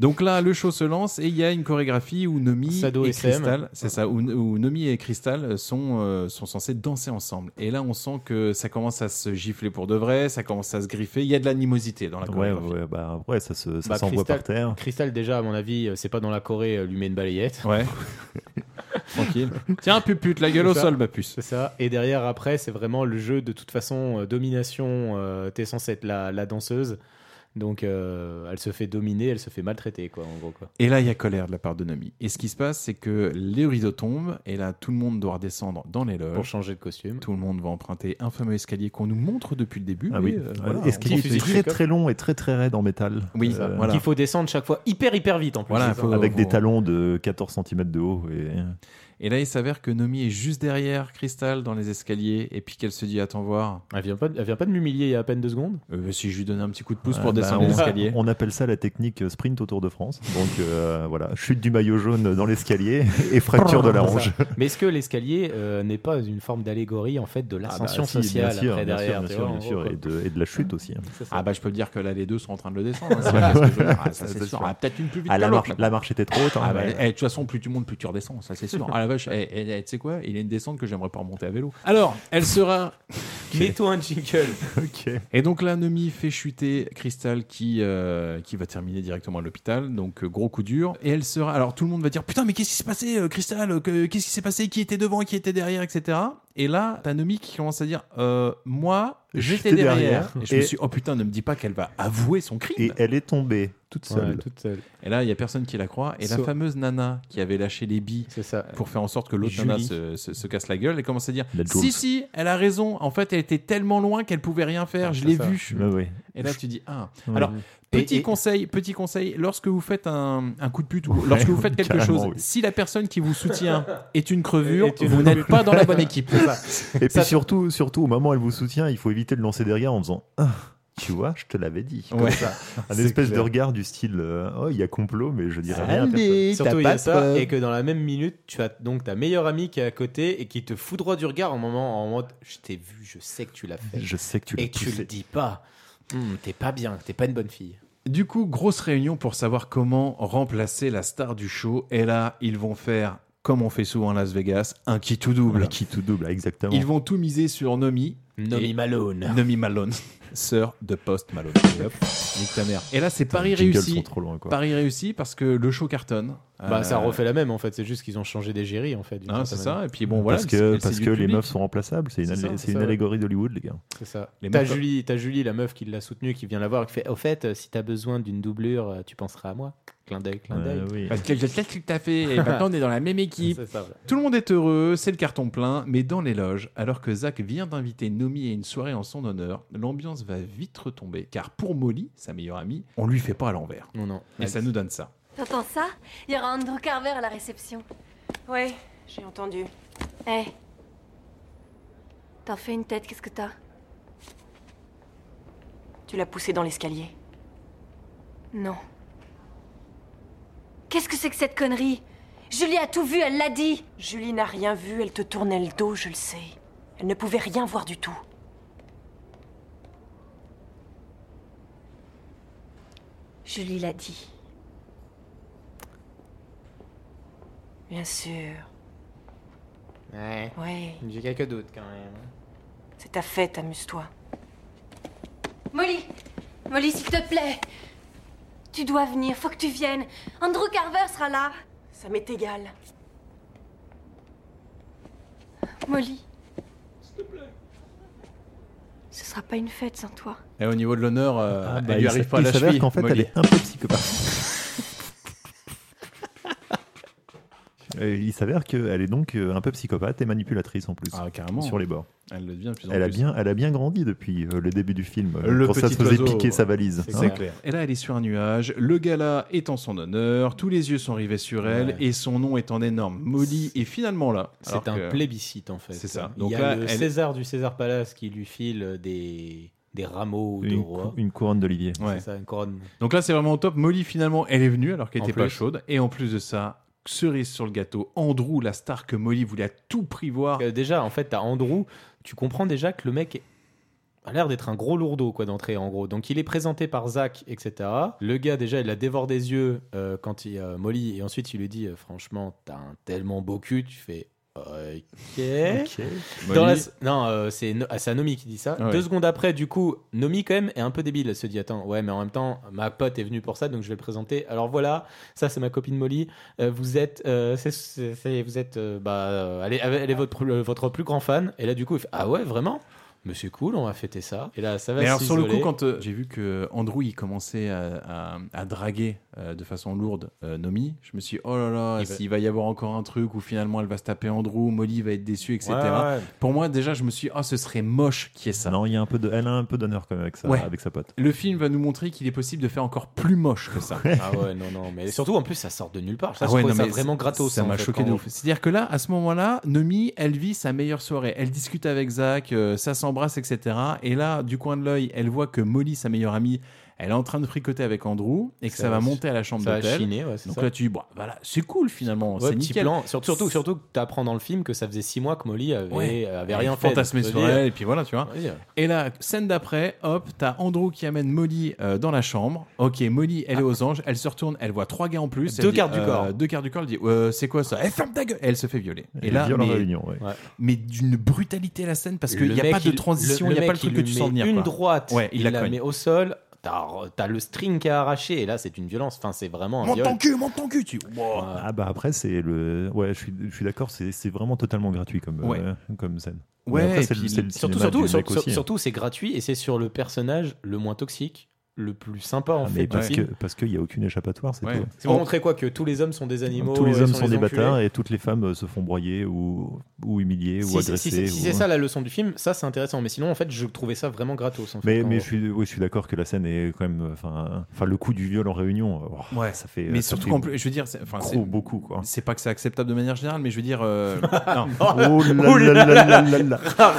Speaker 2: Donc là, le show se lance et il y a une chorégraphie où Nomi
Speaker 10: Sado
Speaker 2: et
Speaker 10: SM.
Speaker 2: Crystal, c'est ça, où, où Nomi et Crystal sont, euh, sont censés danser ensemble. Et là, on sent que ça commence à se gifler pour de vrai, ça commence à se griffer. Il y a de l'animosité dans la
Speaker 9: Ouais,
Speaker 2: chorégraphie.
Speaker 9: ouais, bah, ouais, ça se- ça
Speaker 10: Ah, Bah,
Speaker 9: s'envoie
Speaker 10: Crystal-
Speaker 9: par terre.
Speaker 10: Crystal, déjà, à mon avis, euh, c'est pas dans la Corée, euh, lui met une balayette.
Speaker 2: Ouais. Tranquille. Tiens, pupute, la gueule au
Speaker 10: C'est ça.
Speaker 2: sol, ma puce.
Speaker 10: C'est ça. Et derrière, après, c'est vraiment le jeu de toute façon, euh, domination. euh, T'es censé être la, la danseuse. Donc, euh, elle se fait dominer, elle se fait maltraiter, quoi, en gros. Quoi.
Speaker 2: Et là, il y a colère de la part de Nomi. Et ce qui se passe, c'est que les rideaux tombent, et là, tout le monde doit redescendre dans les loges.
Speaker 10: Pour changer de costume.
Speaker 2: Tout le monde va emprunter un fameux escalier qu'on nous montre depuis le début.
Speaker 9: Ah
Speaker 2: mais,
Speaker 9: oui.
Speaker 2: euh, voilà,
Speaker 9: Est-ce qu'il
Speaker 2: on-
Speaker 9: est très très long et très très raide en métal
Speaker 2: Oui,
Speaker 9: Euh,
Speaker 2: voilà.
Speaker 10: Qu'il faut descendre chaque fois hyper, hyper vite, en plus.
Speaker 2: Voilà,
Speaker 10: c'est ça.
Speaker 2: faut-
Speaker 9: Avec des
Speaker 2: faut-
Speaker 9: talons de 14 cm de haut. Et...
Speaker 2: Et là, il s'avère que Nomi est juste derrière Crystal dans les escaliers, et puis qu'elle se dit Attends voir.
Speaker 10: Elle vient pas, de- elle vient pas de m'humilier il y a à peine
Speaker 9: <laughs>
Speaker 10: deux secondes.
Speaker 2: Euh, si je lui donnais un petit coup de pouce
Speaker 9: Ah,
Speaker 2: pour
Speaker 9: bah,
Speaker 2: descendre les
Speaker 9: on-
Speaker 2: escaliers.
Speaker 9: On appelle ça la technique sprint autour de France. Donc euh, voilà, chute du maillot jaune dans l'escalier <laughs> et fracture de la
Speaker 10: C'est
Speaker 9: hanche.
Speaker 10: ça. Mais est-ce que l'escalier euh, n'est pas une forme d'allégorie en fait de l'ascension
Speaker 9: Ah bah, si,
Speaker 10: <laughs> sociale
Speaker 9: bien sûr,
Speaker 10: après
Speaker 9: bien sûr,
Speaker 10: derrière
Speaker 9: bien
Speaker 10: tu
Speaker 9: sûr,
Speaker 10: vois,
Speaker 9: bien
Speaker 10: en
Speaker 9: sûr,
Speaker 10: gros,
Speaker 9: et,
Speaker 10: quoi.
Speaker 9: de, et de la chute aussi. hein.
Speaker 2: Ah bah je peux dire que là les deux sont en train de le <laughs> descendre. hein, c'est
Speaker 9: Ouais,
Speaker 2: vrai, parce que je-
Speaker 9: ouais.
Speaker 2: ah, ça,
Speaker 9: Ça,
Speaker 2: c'est
Speaker 9: c'est
Speaker 2: sûr.
Speaker 9: sûr.
Speaker 2: Ah, peut-être une plus vite.
Speaker 9: Ah,
Speaker 2: que
Speaker 9: la
Speaker 2: l'autre,
Speaker 9: marche-
Speaker 2: maintenant.
Speaker 9: la marche était trop haute, hein, <laughs>
Speaker 2: Ah, bah,
Speaker 9: ouais.
Speaker 2: eh, de toute façon plus tu montes plus tu redescends ça c'est sûr. Ah la vache, eh, eh, eh, tu sais quoi Il y a une descente que j'aimerais pas remonter à vélo. Alors elle sera.
Speaker 10: Mets-toi un jingle.
Speaker 2: Et donc là Nomi fait chuter Crystal qui euh, qui va terminer directement à l'hôpital donc euh, gros coup dur et elle sera alors tout le monde va dire putain mais qu'est-ce qui s'est passé euh, Crystal Euh, que- qu'est-ce qui s'est passé qui était devant qui était derrière etc et là t'as Nomi qui commence à dire Euh, moi j'étais
Speaker 9: J'étais
Speaker 2: derrière,
Speaker 9: derrière.
Speaker 2: et je me
Speaker 9: Et-
Speaker 2: suis oh putain ne me dis pas qu'elle va avouer son crime
Speaker 9: Et elle est tombée toute
Speaker 10: Ouais,
Speaker 9: seule.
Speaker 10: toute seule.
Speaker 2: Et là, il y a personne qui la croit. Et
Speaker 10: Sauf-
Speaker 2: la fameuse nana qui avait lâché les billes pour faire en sorte que l'autre
Speaker 10: Julie.
Speaker 2: nana se, se- se casse la gueule, elle commence à dire
Speaker 9: La
Speaker 2: Si,
Speaker 9: Jules.
Speaker 2: si, elle a raison. En fait, elle était tellement loin qu'elle pouvait rien faire. je l'ai
Speaker 9: ça.
Speaker 2: vue.
Speaker 9: Ouais, ouais.
Speaker 2: Et là, tu dis Ah.
Speaker 9: Ouais.
Speaker 2: Alors,
Speaker 9: Et-
Speaker 2: petit
Speaker 9: et-
Speaker 2: conseil, petit conseil, lorsque vous faites un, un coup de pute ou lorsque vous
Speaker 9: <laughs>
Speaker 2: faites quelque
Speaker 9: carrément,
Speaker 2: chose,
Speaker 9: oui.
Speaker 2: si la personne qui vous
Speaker 9: <laughs>
Speaker 2: soutient est une crevure,
Speaker 10: Est une
Speaker 2: vous
Speaker 10: crevure.
Speaker 2: n'êtes pas dans la bonne équipe.
Speaker 9: Et
Speaker 2: Ça-
Speaker 9: puis surtout, surtout, au moment où elle vous soutient, il faut éviter de lancer des regards en faisant Ah, Tu vois, je te l'avais dit. Comme
Speaker 2: Ouais.
Speaker 9: ça. Un
Speaker 2: C'est
Speaker 9: espèce de
Speaker 2: clair.
Speaker 9: regard du style euh, Oh, il y a complot, mais je dirais rien. à
Speaker 10: Surtout
Speaker 9: personne.
Speaker 10: il y a ça et que dans la même minute tu as donc ta meilleure amie qui est à côté et qui te fout droit du regard en moment en mode je t'ai vu je sais que tu l'as fait
Speaker 9: Je sais que tu l'as
Speaker 10: et tu
Speaker 9: poussé.
Speaker 10: le dis pas Hmm, t'es pas bien t'es pas une bonne fille
Speaker 2: Du coup, grosse réunion pour savoir comment remplacer la star du show. Et là, ils vont faire, comme on fait souvent à Las Vegas, un qui tout double.
Speaker 9: Un qui tout double, ah, exactement.
Speaker 2: Ils vont tout miser sur Nomi.
Speaker 10: Nomi
Speaker 2: Et-
Speaker 10: Malone.
Speaker 2: Nomi Malone, <laughs> sœur de Post Malone. Et hop, nique ta mère. Et là, c'est
Speaker 9: Putain,
Speaker 2: Paris
Speaker 9: les jingles
Speaker 2: réussi.
Speaker 9: sont trop loin, quoi.
Speaker 2: Paris réussi parce que le show cartonne.
Speaker 10: bah ça
Speaker 2: Euh,
Speaker 10: refait la même en fait c'est juste qu'ils ont changé des géris en fait d'une
Speaker 2: hein, c'est
Speaker 10: certaine
Speaker 2: ça.
Speaker 10: manière.
Speaker 2: Et puis bon, voilà.
Speaker 9: parce
Speaker 2: c'est-
Speaker 9: que,
Speaker 2: c'est
Speaker 9: parce
Speaker 2: du
Speaker 9: que les
Speaker 2: public.
Speaker 9: meufs sont remplaçables. C'est une,
Speaker 10: C'est ça,
Speaker 9: allé-
Speaker 10: c'est
Speaker 9: c'est une
Speaker 10: ça, ouais.
Speaker 9: allégorie d'Hollywood, les gars.
Speaker 10: C'est ça.
Speaker 9: Les
Speaker 10: T'as
Speaker 9: meufs-
Speaker 10: Julie, t'as Julie, la meuf qui l'a soutenue, qui vient la voir, qui fait Au fait, euh, si t'as besoin d'une doublure, euh, tu penseras à moi. Clin d'œil,
Speaker 2: Ah, bah
Speaker 10: clin d'œil.
Speaker 9: Euh, Ouais, oui.
Speaker 2: Parce que je sais ce que t'as fait. Et maintenant, on est dans la même équipe.
Speaker 10: C'est ça, voilà.
Speaker 2: Tout le monde est heureux, c'est le carton plein, mais dans les loges, alors que Zach vient d'inviter Nomi à une soirée en son honneur, l'ambiance va vite retomber, car pour Molly, sa meilleure amie, on lui fait pas à l'envers.
Speaker 10: Non, non.
Speaker 2: Et ça nous donne ça.
Speaker 13: T'entends ça Il y aura Andrew Carver à la réception.
Speaker 14: Ouais, j'ai entendu.
Speaker 13: Eh. T'en fais une tête, qu'est-ce que t'as
Speaker 14: Tu l'as poussé dans l'escalier.
Speaker 13: Non. Qu'est-ce que c'est que cette connerie Julie a tout vu, elle l'a dit
Speaker 14: Julie n'a rien vu, elle te tournait le dos, je le sais. Elle ne pouvait rien voir du tout.
Speaker 13: Julie l'a dit.
Speaker 14: Bien sûr.
Speaker 10: Ouais.
Speaker 14: Ouais.
Speaker 10: J'ai quelques doutes quand même.
Speaker 14: C'est ta fête, amuse-toi.
Speaker 13: Molly Molly, s'il te plaît Tu dois venir, faut que tu viennes. Andrew Carver sera là.
Speaker 14: Ça m'est égal.
Speaker 13: Molly. Ce sera pas une fête sans toi.
Speaker 2: Et au niveau de l'honneur, euh,
Speaker 9: Ah, bah,
Speaker 2: elle lui
Speaker 9: il
Speaker 2: arrive
Speaker 9: s'a-
Speaker 2: pas à
Speaker 9: il
Speaker 2: la
Speaker 9: s'avère
Speaker 2: cheville.
Speaker 9: qu'en fait, elle
Speaker 2: Molly.
Speaker 9: est un peu psychopathe. <laughs> Et il s'avère qu'elle est donc euh, un peu psychopathe et manipulatrice en plus.
Speaker 2: Ah, carrément.
Speaker 9: Sur les bords.
Speaker 2: Elle le devient de plus en
Speaker 9: Elle a
Speaker 2: plus.
Speaker 9: bien, elle a bien grandi depuis euh, le début du film. euh,
Speaker 2: Le
Speaker 9: quand ça
Speaker 2: petit
Speaker 9: se faisait
Speaker 2: oiseau,
Speaker 9: piquer sa
Speaker 2: ouais.
Speaker 9: valise.
Speaker 2: C'est
Speaker 9: hein.
Speaker 2: clair. Et là, elle est sur un nuage. Le gala est en son honneur. Tous les yeux sont rivés sur elle.
Speaker 10: Ouais.
Speaker 2: Et son nom est en énorme. Molly est finalement là. alors
Speaker 10: C'est un
Speaker 2: que-
Speaker 10: plébiscite en fait.
Speaker 2: C'est ça. Donc
Speaker 10: Donc Il y a
Speaker 2: là,
Speaker 10: le
Speaker 2: elle-
Speaker 10: César du César Palace qui lui file des, des rameaux de
Speaker 9: Une,
Speaker 10: roi.
Speaker 9: cou- une couronne d'olivier.
Speaker 2: Ouais.
Speaker 10: C'est ça, une couronne.
Speaker 2: Donc là, c'est vraiment au top. Molly, finalement, elle est venue alors qu'elle
Speaker 10: En
Speaker 2: était pas
Speaker 10: plus.
Speaker 2: chaude. Et en plus de ça, cerise sur le gâteau, Andrew, la star que Molly voulait à tout prix voir.
Speaker 10: Euh, déjà, en fait, t'as Andrew, tu comprends déjà que le mec a l'air d'être un gros lourdeau quoi d'entrée en gros. Donc il est présenté par Zach, etc. Le gars déjà il la dévore des yeux euh, quand il euh, Molly et ensuite il lui dit euh, franchement t'as un tellement beau cul, tu fais
Speaker 9: <laughs>
Speaker 10: ok.
Speaker 2: Ok.
Speaker 10: Dans la-
Speaker 2: Molly.
Speaker 10: Non euh, c'est No- ah, c'est à Nomi qui dit ça.
Speaker 2: Ouais.
Speaker 10: Deux secondes après du coup Nomi quand même est un peu débile, elle se dit attends ouais mais en même temps ma pote est venue pour ça donc je vais le présenter. Alors voilà ça c'est ma copine Molly, Euh, vous êtes euh, c'est- c'est- c'est- vous êtes euh, bah euh, elle est, elle est votre votre plus grand fan et là du coup il fait, ah ouais vraiment mais c'est cool, on va fêter ça. Et là, ça va
Speaker 2: Mais alors sur le coup,
Speaker 10: s'isoler.
Speaker 2: quand euh, j'ai vu que Andrew il commençait à, à- à draguer euh, de façon lourde euh, Nomi, je me suis dit, oh là là,
Speaker 10: Il va-
Speaker 2: s'il va y avoir encore un truc où finalement elle va se taper Andrew, Molly va être déçue, etc.
Speaker 9: Ouais, ouais.
Speaker 2: Pour moi déjà, je me suis dit, oh ce serait moche qui est ça.
Speaker 9: Non, il y a un peu de, elle a un peu d'honneur quand même avec sa,
Speaker 2: Ouais.
Speaker 9: avec sa pote.
Speaker 2: Le film va nous montrer qu'il est possible de faire encore plus moche que ça.
Speaker 10: Ah ouais, non, non, mais surtout en plus, ça sort de nulle part. Ça,
Speaker 2: Ah
Speaker 10: je
Speaker 2: ouais,
Speaker 10: trouvais
Speaker 2: non,
Speaker 10: ça
Speaker 2: mais
Speaker 10: vraiment
Speaker 2: c'est-
Speaker 10: gratos.
Speaker 2: Ça hein,
Speaker 10: en
Speaker 2: m'a
Speaker 10: fait,
Speaker 2: choqué
Speaker 10: quand-
Speaker 2: de ouf. C'est-à-dire que là, à ce moment-là, Nomi, elle vit sa meilleure soirée. Elle discute avec Zach, euh, ça s'embrasse, etc. Et là, du coin de l'œil, elle voit que Molly, sa meilleure amie, elle est en train de fricoter avec Andrew et que ça,
Speaker 10: Ça
Speaker 2: va
Speaker 10: va-
Speaker 2: monter à la chambre
Speaker 10: ça va
Speaker 2: d'hôtel.
Speaker 10: chiner, ouais, c'est
Speaker 2: Donc
Speaker 10: ça.
Speaker 2: là, tu dis, bah, voilà, c'est cool finalement,
Speaker 10: Ouais,
Speaker 2: c'est
Speaker 10: petit
Speaker 2: nickel.
Speaker 10: plan. Surtout, surtout, surtout que t'apprends dans le film que ça faisait 6 mois que Molly avait,
Speaker 2: Ouais.
Speaker 10: avait
Speaker 2: Elle
Speaker 10: rien fait.
Speaker 2: fantasmait
Speaker 10: donc,
Speaker 2: sur
Speaker 10: je veux dire-
Speaker 2: elle, et puis voilà, tu vois.
Speaker 10: Vas-y.
Speaker 2: Et là, scène d'après, hop, t'as Andrew qui amène Molly euh, dans la chambre. Ok, Molly, elle est aux anges, elle se retourne, elle voit trois gars en plus.
Speaker 10: Ah. Deux
Speaker 2: elle dit,
Speaker 10: quarts du
Speaker 2: euh,
Speaker 10: corps.
Speaker 2: Deux quarts du corps, elle dit, Euh, c'est quoi ça Eh, ferme ta gueule Et elle se fait violer.
Speaker 9: Et viole en réunion, ouais.
Speaker 2: mais d'une brutalité la scène parce qu'il
Speaker 10: Le
Speaker 2: n'y a
Speaker 10: mec,
Speaker 2: pas de
Speaker 10: il-
Speaker 2: transition, il
Speaker 10: le-
Speaker 2: n'y a
Speaker 10: mec,
Speaker 2: pas le truc
Speaker 10: il
Speaker 2: que
Speaker 10: lui
Speaker 2: tu sens
Speaker 10: met
Speaker 2: venir.
Speaker 10: Une
Speaker 2: quoi.
Speaker 10: droite,
Speaker 2: Ouais,
Speaker 10: il,
Speaker 2: il,
Speaker 10: la,
Speaker 2: cogne.
Speaker 10: met au sol. T'as t'as le string qui est arraché et là c'est une violence. Enfin c'est vraiment un
Speaker 2: Monte
Speaker 10: viol.
Speaker 2: ton cul, monte ton cul, tu. Wow.
Speaker 9: Ah bah après c'est le ouais je suis, je suis d'accord c'est c'est vraiment totalement gratuit comme
Speaker 2: Ouais.
Speaker 9: euh, comme scène. Mais
Speaker 10: Ouais,
Speaker 9: après,
Speaker 10: et
Speaker 9: c'est le-
Speaker 10: puis
Speaker 9: c'est le
Speaker 10: surtout,
Speaker 9: cinéma
Speaker 10: surtout,
Speaker 9: du mec
Speaker 10: sur-
Speaker 9: aussi, hein.
Speaker 10: surtout, c'est gratuit et c'est sur le personnage le moins toxique, le plus sympa en
Speaker 9: Ah,
Speaker 10: fait.
Speaker 9: mais
Speaker 10: du
Speaker 9: parce que
Speaker 10: film.
Speaker 9: parce qu'il y a aucune échappatoire c'est
Speaker 10: Ouais.
Speaker 9: tout. hein.
Speaker 10: C'est pour montrer quoi que tous les hommes sont des animaux.
Speaker 9: tous les
Speaker 10: euh,
Speaker 9: hommes sont
Speaker 10: les
Speaker 9: des
Speaker 10: enculés.
Speaker 9: bâtards et toutes les femmes euh, se font broyer ou ou humilier
Speaker 10: Si,
Speaker 9: ou
Speaker 10: c'est- si
Speaker 9: agresser.
Speaker 10: c'est si
Speaker 9: ou-
Speaker 10: c'est ça la leçon du film, ça c'est intéressant. Mais sinon, en fait, je trouvais ça vraiment gratos. En fait,
Speaker 9: Mais,
Speaker 10: quand-
Speaker 9: mais je suis, oui, je suis d'accord que la scène est quand même. Enfin, enfin, le coup du viol en réunion, oh, ça fait.
Speaker 2: Mais
Speaker 9: ça
Speaker 2: surtout
Speaker 9: fait
Speaker 2: qu'en plus, je veux dire, c'est- enfin,
Speaker 9: gros,
Speaker 2: c'est-
Speaker 9: beaucoup, quoi.
Speaker 2: C'est pas que c'est acceptable de manière générale, mais je veux dire. euh, non.
Speaker 9: Oh là là là là là là.
Speaker 2: Rattrape-toi,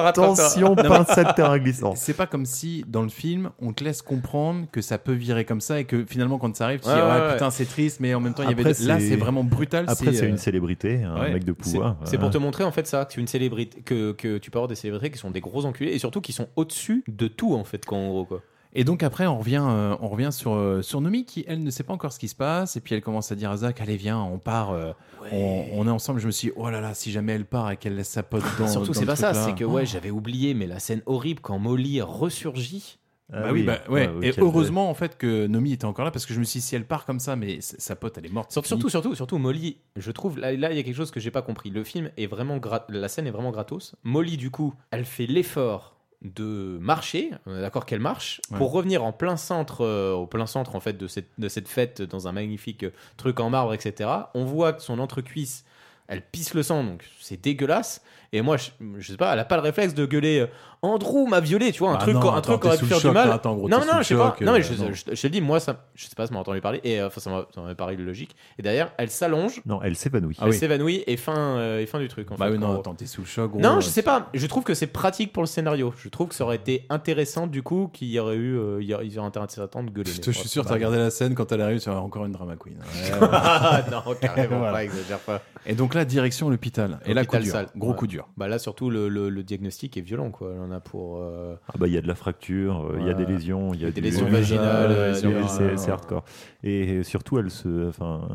Speaker 2: rattrape-toi.
Speaker 9: Attention,
Speaker 2: Non, mais-
Speaker 9: pincette terrain glissant.
Speaker 2: C'est pas comme si dans le film on te laisse comprendre que ça peut virer comme ça et que finalement quand ça arrive, tu
Speaker 10: Ouais,
Speaker 2: dis
Speaker 10: ouais,
Speaker 2: ouais,
Speaker 10: ouais.
Speaker 2: putain c'est triste, mais en même temps il y
Speaker 9: Après,
Speaker 2: avait. de- Là
Speaker 9: c'est-
Speaker 2: c'est vraiment brutal.
Speaker 9: Après, c'est une
Speaker 2: euh,
Speaker 9: célébrité, un mec de
Speaker 10: C'est-
Speaker 9: pouvoir.
Speaker 10: C'est pour
Speaker 9: Euh.
Speaker 10: te montrer en fait ça, que tu une célébrité, que, que tu peux avoir des célébrités qui sont des gros enculés et surtout qui sont au-dessus de tout en fait, quand, en gros quoi.
Speaker 2: Et donc après, on revient, euh, on revient sur, euh, sur Nomi qui, elle, ne sait pas encore ce qui se passe. Et puis elle commence à dire à Zach, allez, viens, on part, euh, on, on est ensemble. Je me suis dit, oh là là, si jamais elle part et qu'elle laisse sa pote dans
Speaker 10: surtout,
Speaker 2: dans
Speaker 10: c'est
Speaker 2: le hein.
Speaker 10: pas ça,
Speaker 2: truc-là.
Speaker 10: c'est que ouais, j'avais oublié, mais la scène horrible quand Molly ressurgit.
Speaker 9: Ah
Speaker 2: Bah oui, bah, ouais. et heureusement en fait que Nomi était encore là parce que je me suis dit si elle part comme ça, mais c- sa pote elle est morte. c'est
Speaker 10: Surtout, surtout,
Speaker 2: fini.
Speaker 10: surtout, surtout, Molly, je trouve, là, là, il y a quelque chose que j'ai pas compris. Le film est vraiment, grat- la scène est vraiment gratos. Molly, du coup, elle fait l'effort de marcher, on est d'accord qu'elle marche,
Speaker 2: Ouais.
Speaker 10: pour revenir en plein centre, euh, au plein centre, en fait, de cette, de cette fête, dans un magnifique euh, truc en marbre, etc. On voit que son entrecuisse, elle pisse le sang, donc c'est dégueulasse. Et moi, je, je sais pas, elle a pas le réflexe de gueuler euh, Andrew m'a violé, tu vois, un
Speaker 2: Bah
Speaker 10: truc,
Speaker 2: non,
Speaker 10: un truc
Speaker 2: attends,
Speaker 10: qui aurait
Speaker 2: t'es sous
Speaker 10: pu faire
Speaker 2: le
Speaker 10: du
Speaker 2: choc,
Speaker 10: mal.
Speaker 2: là, attends, gros,
Speaker 10: non,
Speaker 2: t'es
Speaker 10: non,
Speaker 2: sous
Speaker 10: je sais
Speaker 2: le
Speaker 10: pas.
Speaker 2: choc,
Speaker 10: Non, mais
Speaker 2: euh,
Speaker 10: je,
Speaker 2: non.
Speaker 10: je- je te dis, moi, ça, je sais pas, ça m'a entendu parler, et euh, enfin, ça m'a- ça m'a paru logique. Et d'ailleurs, elle s'allonge,
Speaker 9: Non, elle s'évanouit.
Speaker 10: elle s'évanouit, et, fin, euh, et fin du truc. En
Speaker 2: Ah Bah
Speaker 10: fait,
Speaker 2: oui,
Speaker 10: en
Speaker 2: non,
Speaker 10: gros.
Speaker 2: attends, t'es sous le choc. gros.
Speaker 10: Non, je sais pas. Je trouve que c'est pratique pour le scénario. Je trouve que ça aurait été intéressant du coup qu'il y aurait eu, euh, il y aurait- ils auraient intérêt à de gueuler.
Speaker 2: Je, te-
Speaker 10: mais
Speaker 2: je suis sûr,
Speaker 10: bah,
Speaker 2: t'as regardé la scène quand elle arrive, tu vas encore une drama queen. Ouais, ouais.
Speaker 10: Ah,
Speaker 2: <laughs>
Speaker 10: <laughs> non, carrément
Speaker 2: Voilà.
Speaker 10: pas, exagère pas.
Speaker 2: Et donc là, direction l'hôpital. Et là, coup
Speaker 10: Hôpital
Speaker 2: dur.
Speaker 10: sale.
Speaker 2: Gros
Speaker 10: Ouais.
Speaker 2: coup dur.
Speaker 10: Bah là, surtout, le, le- le diagnostic est violent, quoi. On en a pour. euh,
Speaker 9: Ah bah il y a de la fracture, euh, il y a
Speaker 10: Ouais.
Speaker 9: des lésions, il y a du-
Speaker 10: Des lésions
Speaker 9: du-
Speaker 10: vaginales,
Speaker 9: euh,
Speaker 10: des
Speaker 9: c'est-
Speaker 10: lésions-
Speaker 9: c'est- c'est hardcore. Et surtout, elle se, enfin,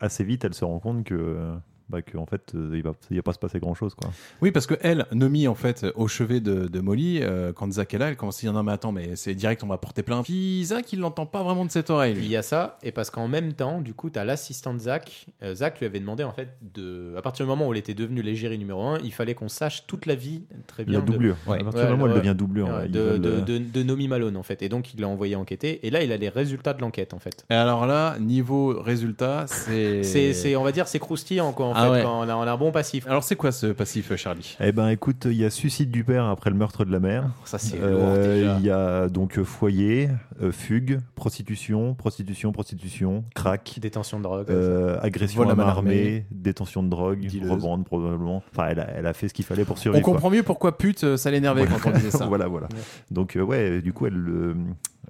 Speaker 9: assez vite, elle se rend compte que, bah, que en fait, euh, il va, il va pas se passer grand chose, quoi.
Speaker 2: Oui, parce que elle, Nomi, en fait, euh, au chevet de, de Molly, euh, quand Zach est là, elle commence à dire non, mais attends, mais c'est direct, on va porter plainte. Puis Zach, il l'entend pas vraiment de cette oreille.
Speaker 10: Puis il
Speaker 2: lui.
Speaker 10: y a ça, et parce qu'en même temps, du coup, t'as l'assistant de Zach. Euh, Zach lui avait demandé, en fait, de... à partir du moment où elle était devenue légérie numéro 1, il fallait qu'on sache toute la vie très bien.
Speaker 9: La doublure.
Speaker 10: De...
Speaker 9: Ouais. À partir du moment où elle devient doublure, ouais, ils
Speaker 10: de,
Speaker 9: veulent,
Speaker 10: de-
Speaker 9: euh,
Speaker 10: de- de Nomi Malone, en fait. Et donc, il l'a envoyé enquêter, et là, il a les résultats de l'enquête, en fait.
Speaker 2: Et alors là, niveau résultat, <laughs> c'est.
Speaker 10: C'est, c'est- on va dire, c'est croustillant, quoi, en
Speaker 2: Ah
Speaker 10: fait,
Speaker 2: ouais.
Speaker 10: quand on a, on a un bon passif.
Speaker 2: Alors, c'est quoi ce passif, euh, Charlie
Speaker 9: Eh ben écoute, il y a suicide du père après le meurtre de la mère.
Speaker 10: Ça c'est
Speaker 9: Euh, Il y a donc euh, foyer, euh, fugue, prostitution, prostitution, prostitution, crack,
Speaker 10: détention de drogue,
Speaker 9: euh,
Speaker 10: ça.
Speaker 9: agression
Speaker 10: Vol
Speaker 9: à
Speaker 10: à
Speaker 9: main
Speaker 10: main
Speaker 9: armée,
Speaker 10: armée,
Speaker 9: détention de drogue, rebande probablement. Enfin, elle a, elle a fait ce qu'il fallait pour
Speaker 2: On
Speaker 9: survivre. quoi. <laughs>
Speaker 2: comprend mieux pourquoi pute, euh, ça l'énervait
Speaker 9: Voilà.
Speaker 2: quand on disait ça.
Speaker 9: voilà, voilà. Donc euh, ouais, du coup, elle, euh,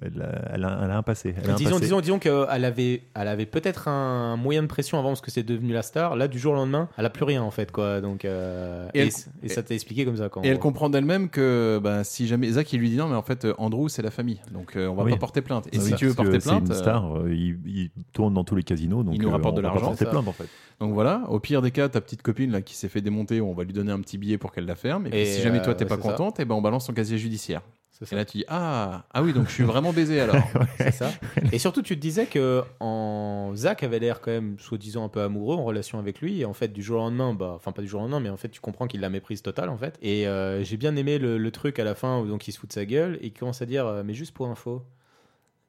Speaker 9: Elle a, elle a- elle a un passé. Elle a un
Speaker 10: Disons,
Speaker 9: passé.
Speaker 10: disons, disons qu'elle avait, elle avait peut-être un moyen de pression avant parce que c'est devenu la star. Là, du jour au lendemain, elle a plus rien en fait, quoi. Donc, euh,
Speaker 2: Et
Speaker 10: et,
Speaker 2: elle-
Speaker 10: c- et ça t'est expliqué comme ça. Quand
Speaker 2: Et elle comprend d'elle-même que bah, si jamais Zach il lui dit non, mais en fait euh, Andrew c'est la famille, donc euh, on va
Speaker 9: Oui.
Speaker 2: pas porter plainte. Et
Speaker 9: Ah
Speaker 2: si
Speaker 9: oui,
Speaker 2: tu veux
Speaker 9: parce que
Speaker 2: porter plainte,
Speaker 9: c'est une
Speaker 2: euh,
Speaker 9: star, euh, il, il tourne dans tous les casinos, donc
Speaker 2: il nous
Speaker 9: euh,
Speaker 2: rapporte de
Speaker 9: on va pas
Speaker 2: l'argent.
Speaker 9: porter
Speaker 2: ça.
Speaker 9: plainte en fait.
Speaker 2: Donc voilà, au pire des cas, ta petite copine là qui s'est fait démonter, on va lui donner un petit billet pour qu'elle la ferme. Et, puis
Speaker 10: Et,
Speaker 2: si jamais toi
Speaker 10: euh,
Speaker 2: t'es pas
Speaker 10: c'est ça.
Speaker 2: contente, et ben on balance son casier judiciaire. Et là tu dis ah ah oui donc je suis vraiment baisé <laughs> alors.
Speaker 10: C'est ça. Et surtout, tu te disais que en Zach avait l'air quand même soi-disant un peu amoureux en relation avec lui. Et en fait, du jour au lendemain, bah, enfin pas du jour au lendemain, mais en fait, tu comprends qu'il la méprise totale en fait. Et euh, j'ai bien aimé le, le truc à la fin où donc il se fout de sa gueule et il commence à dire, euh, mais juste pour info,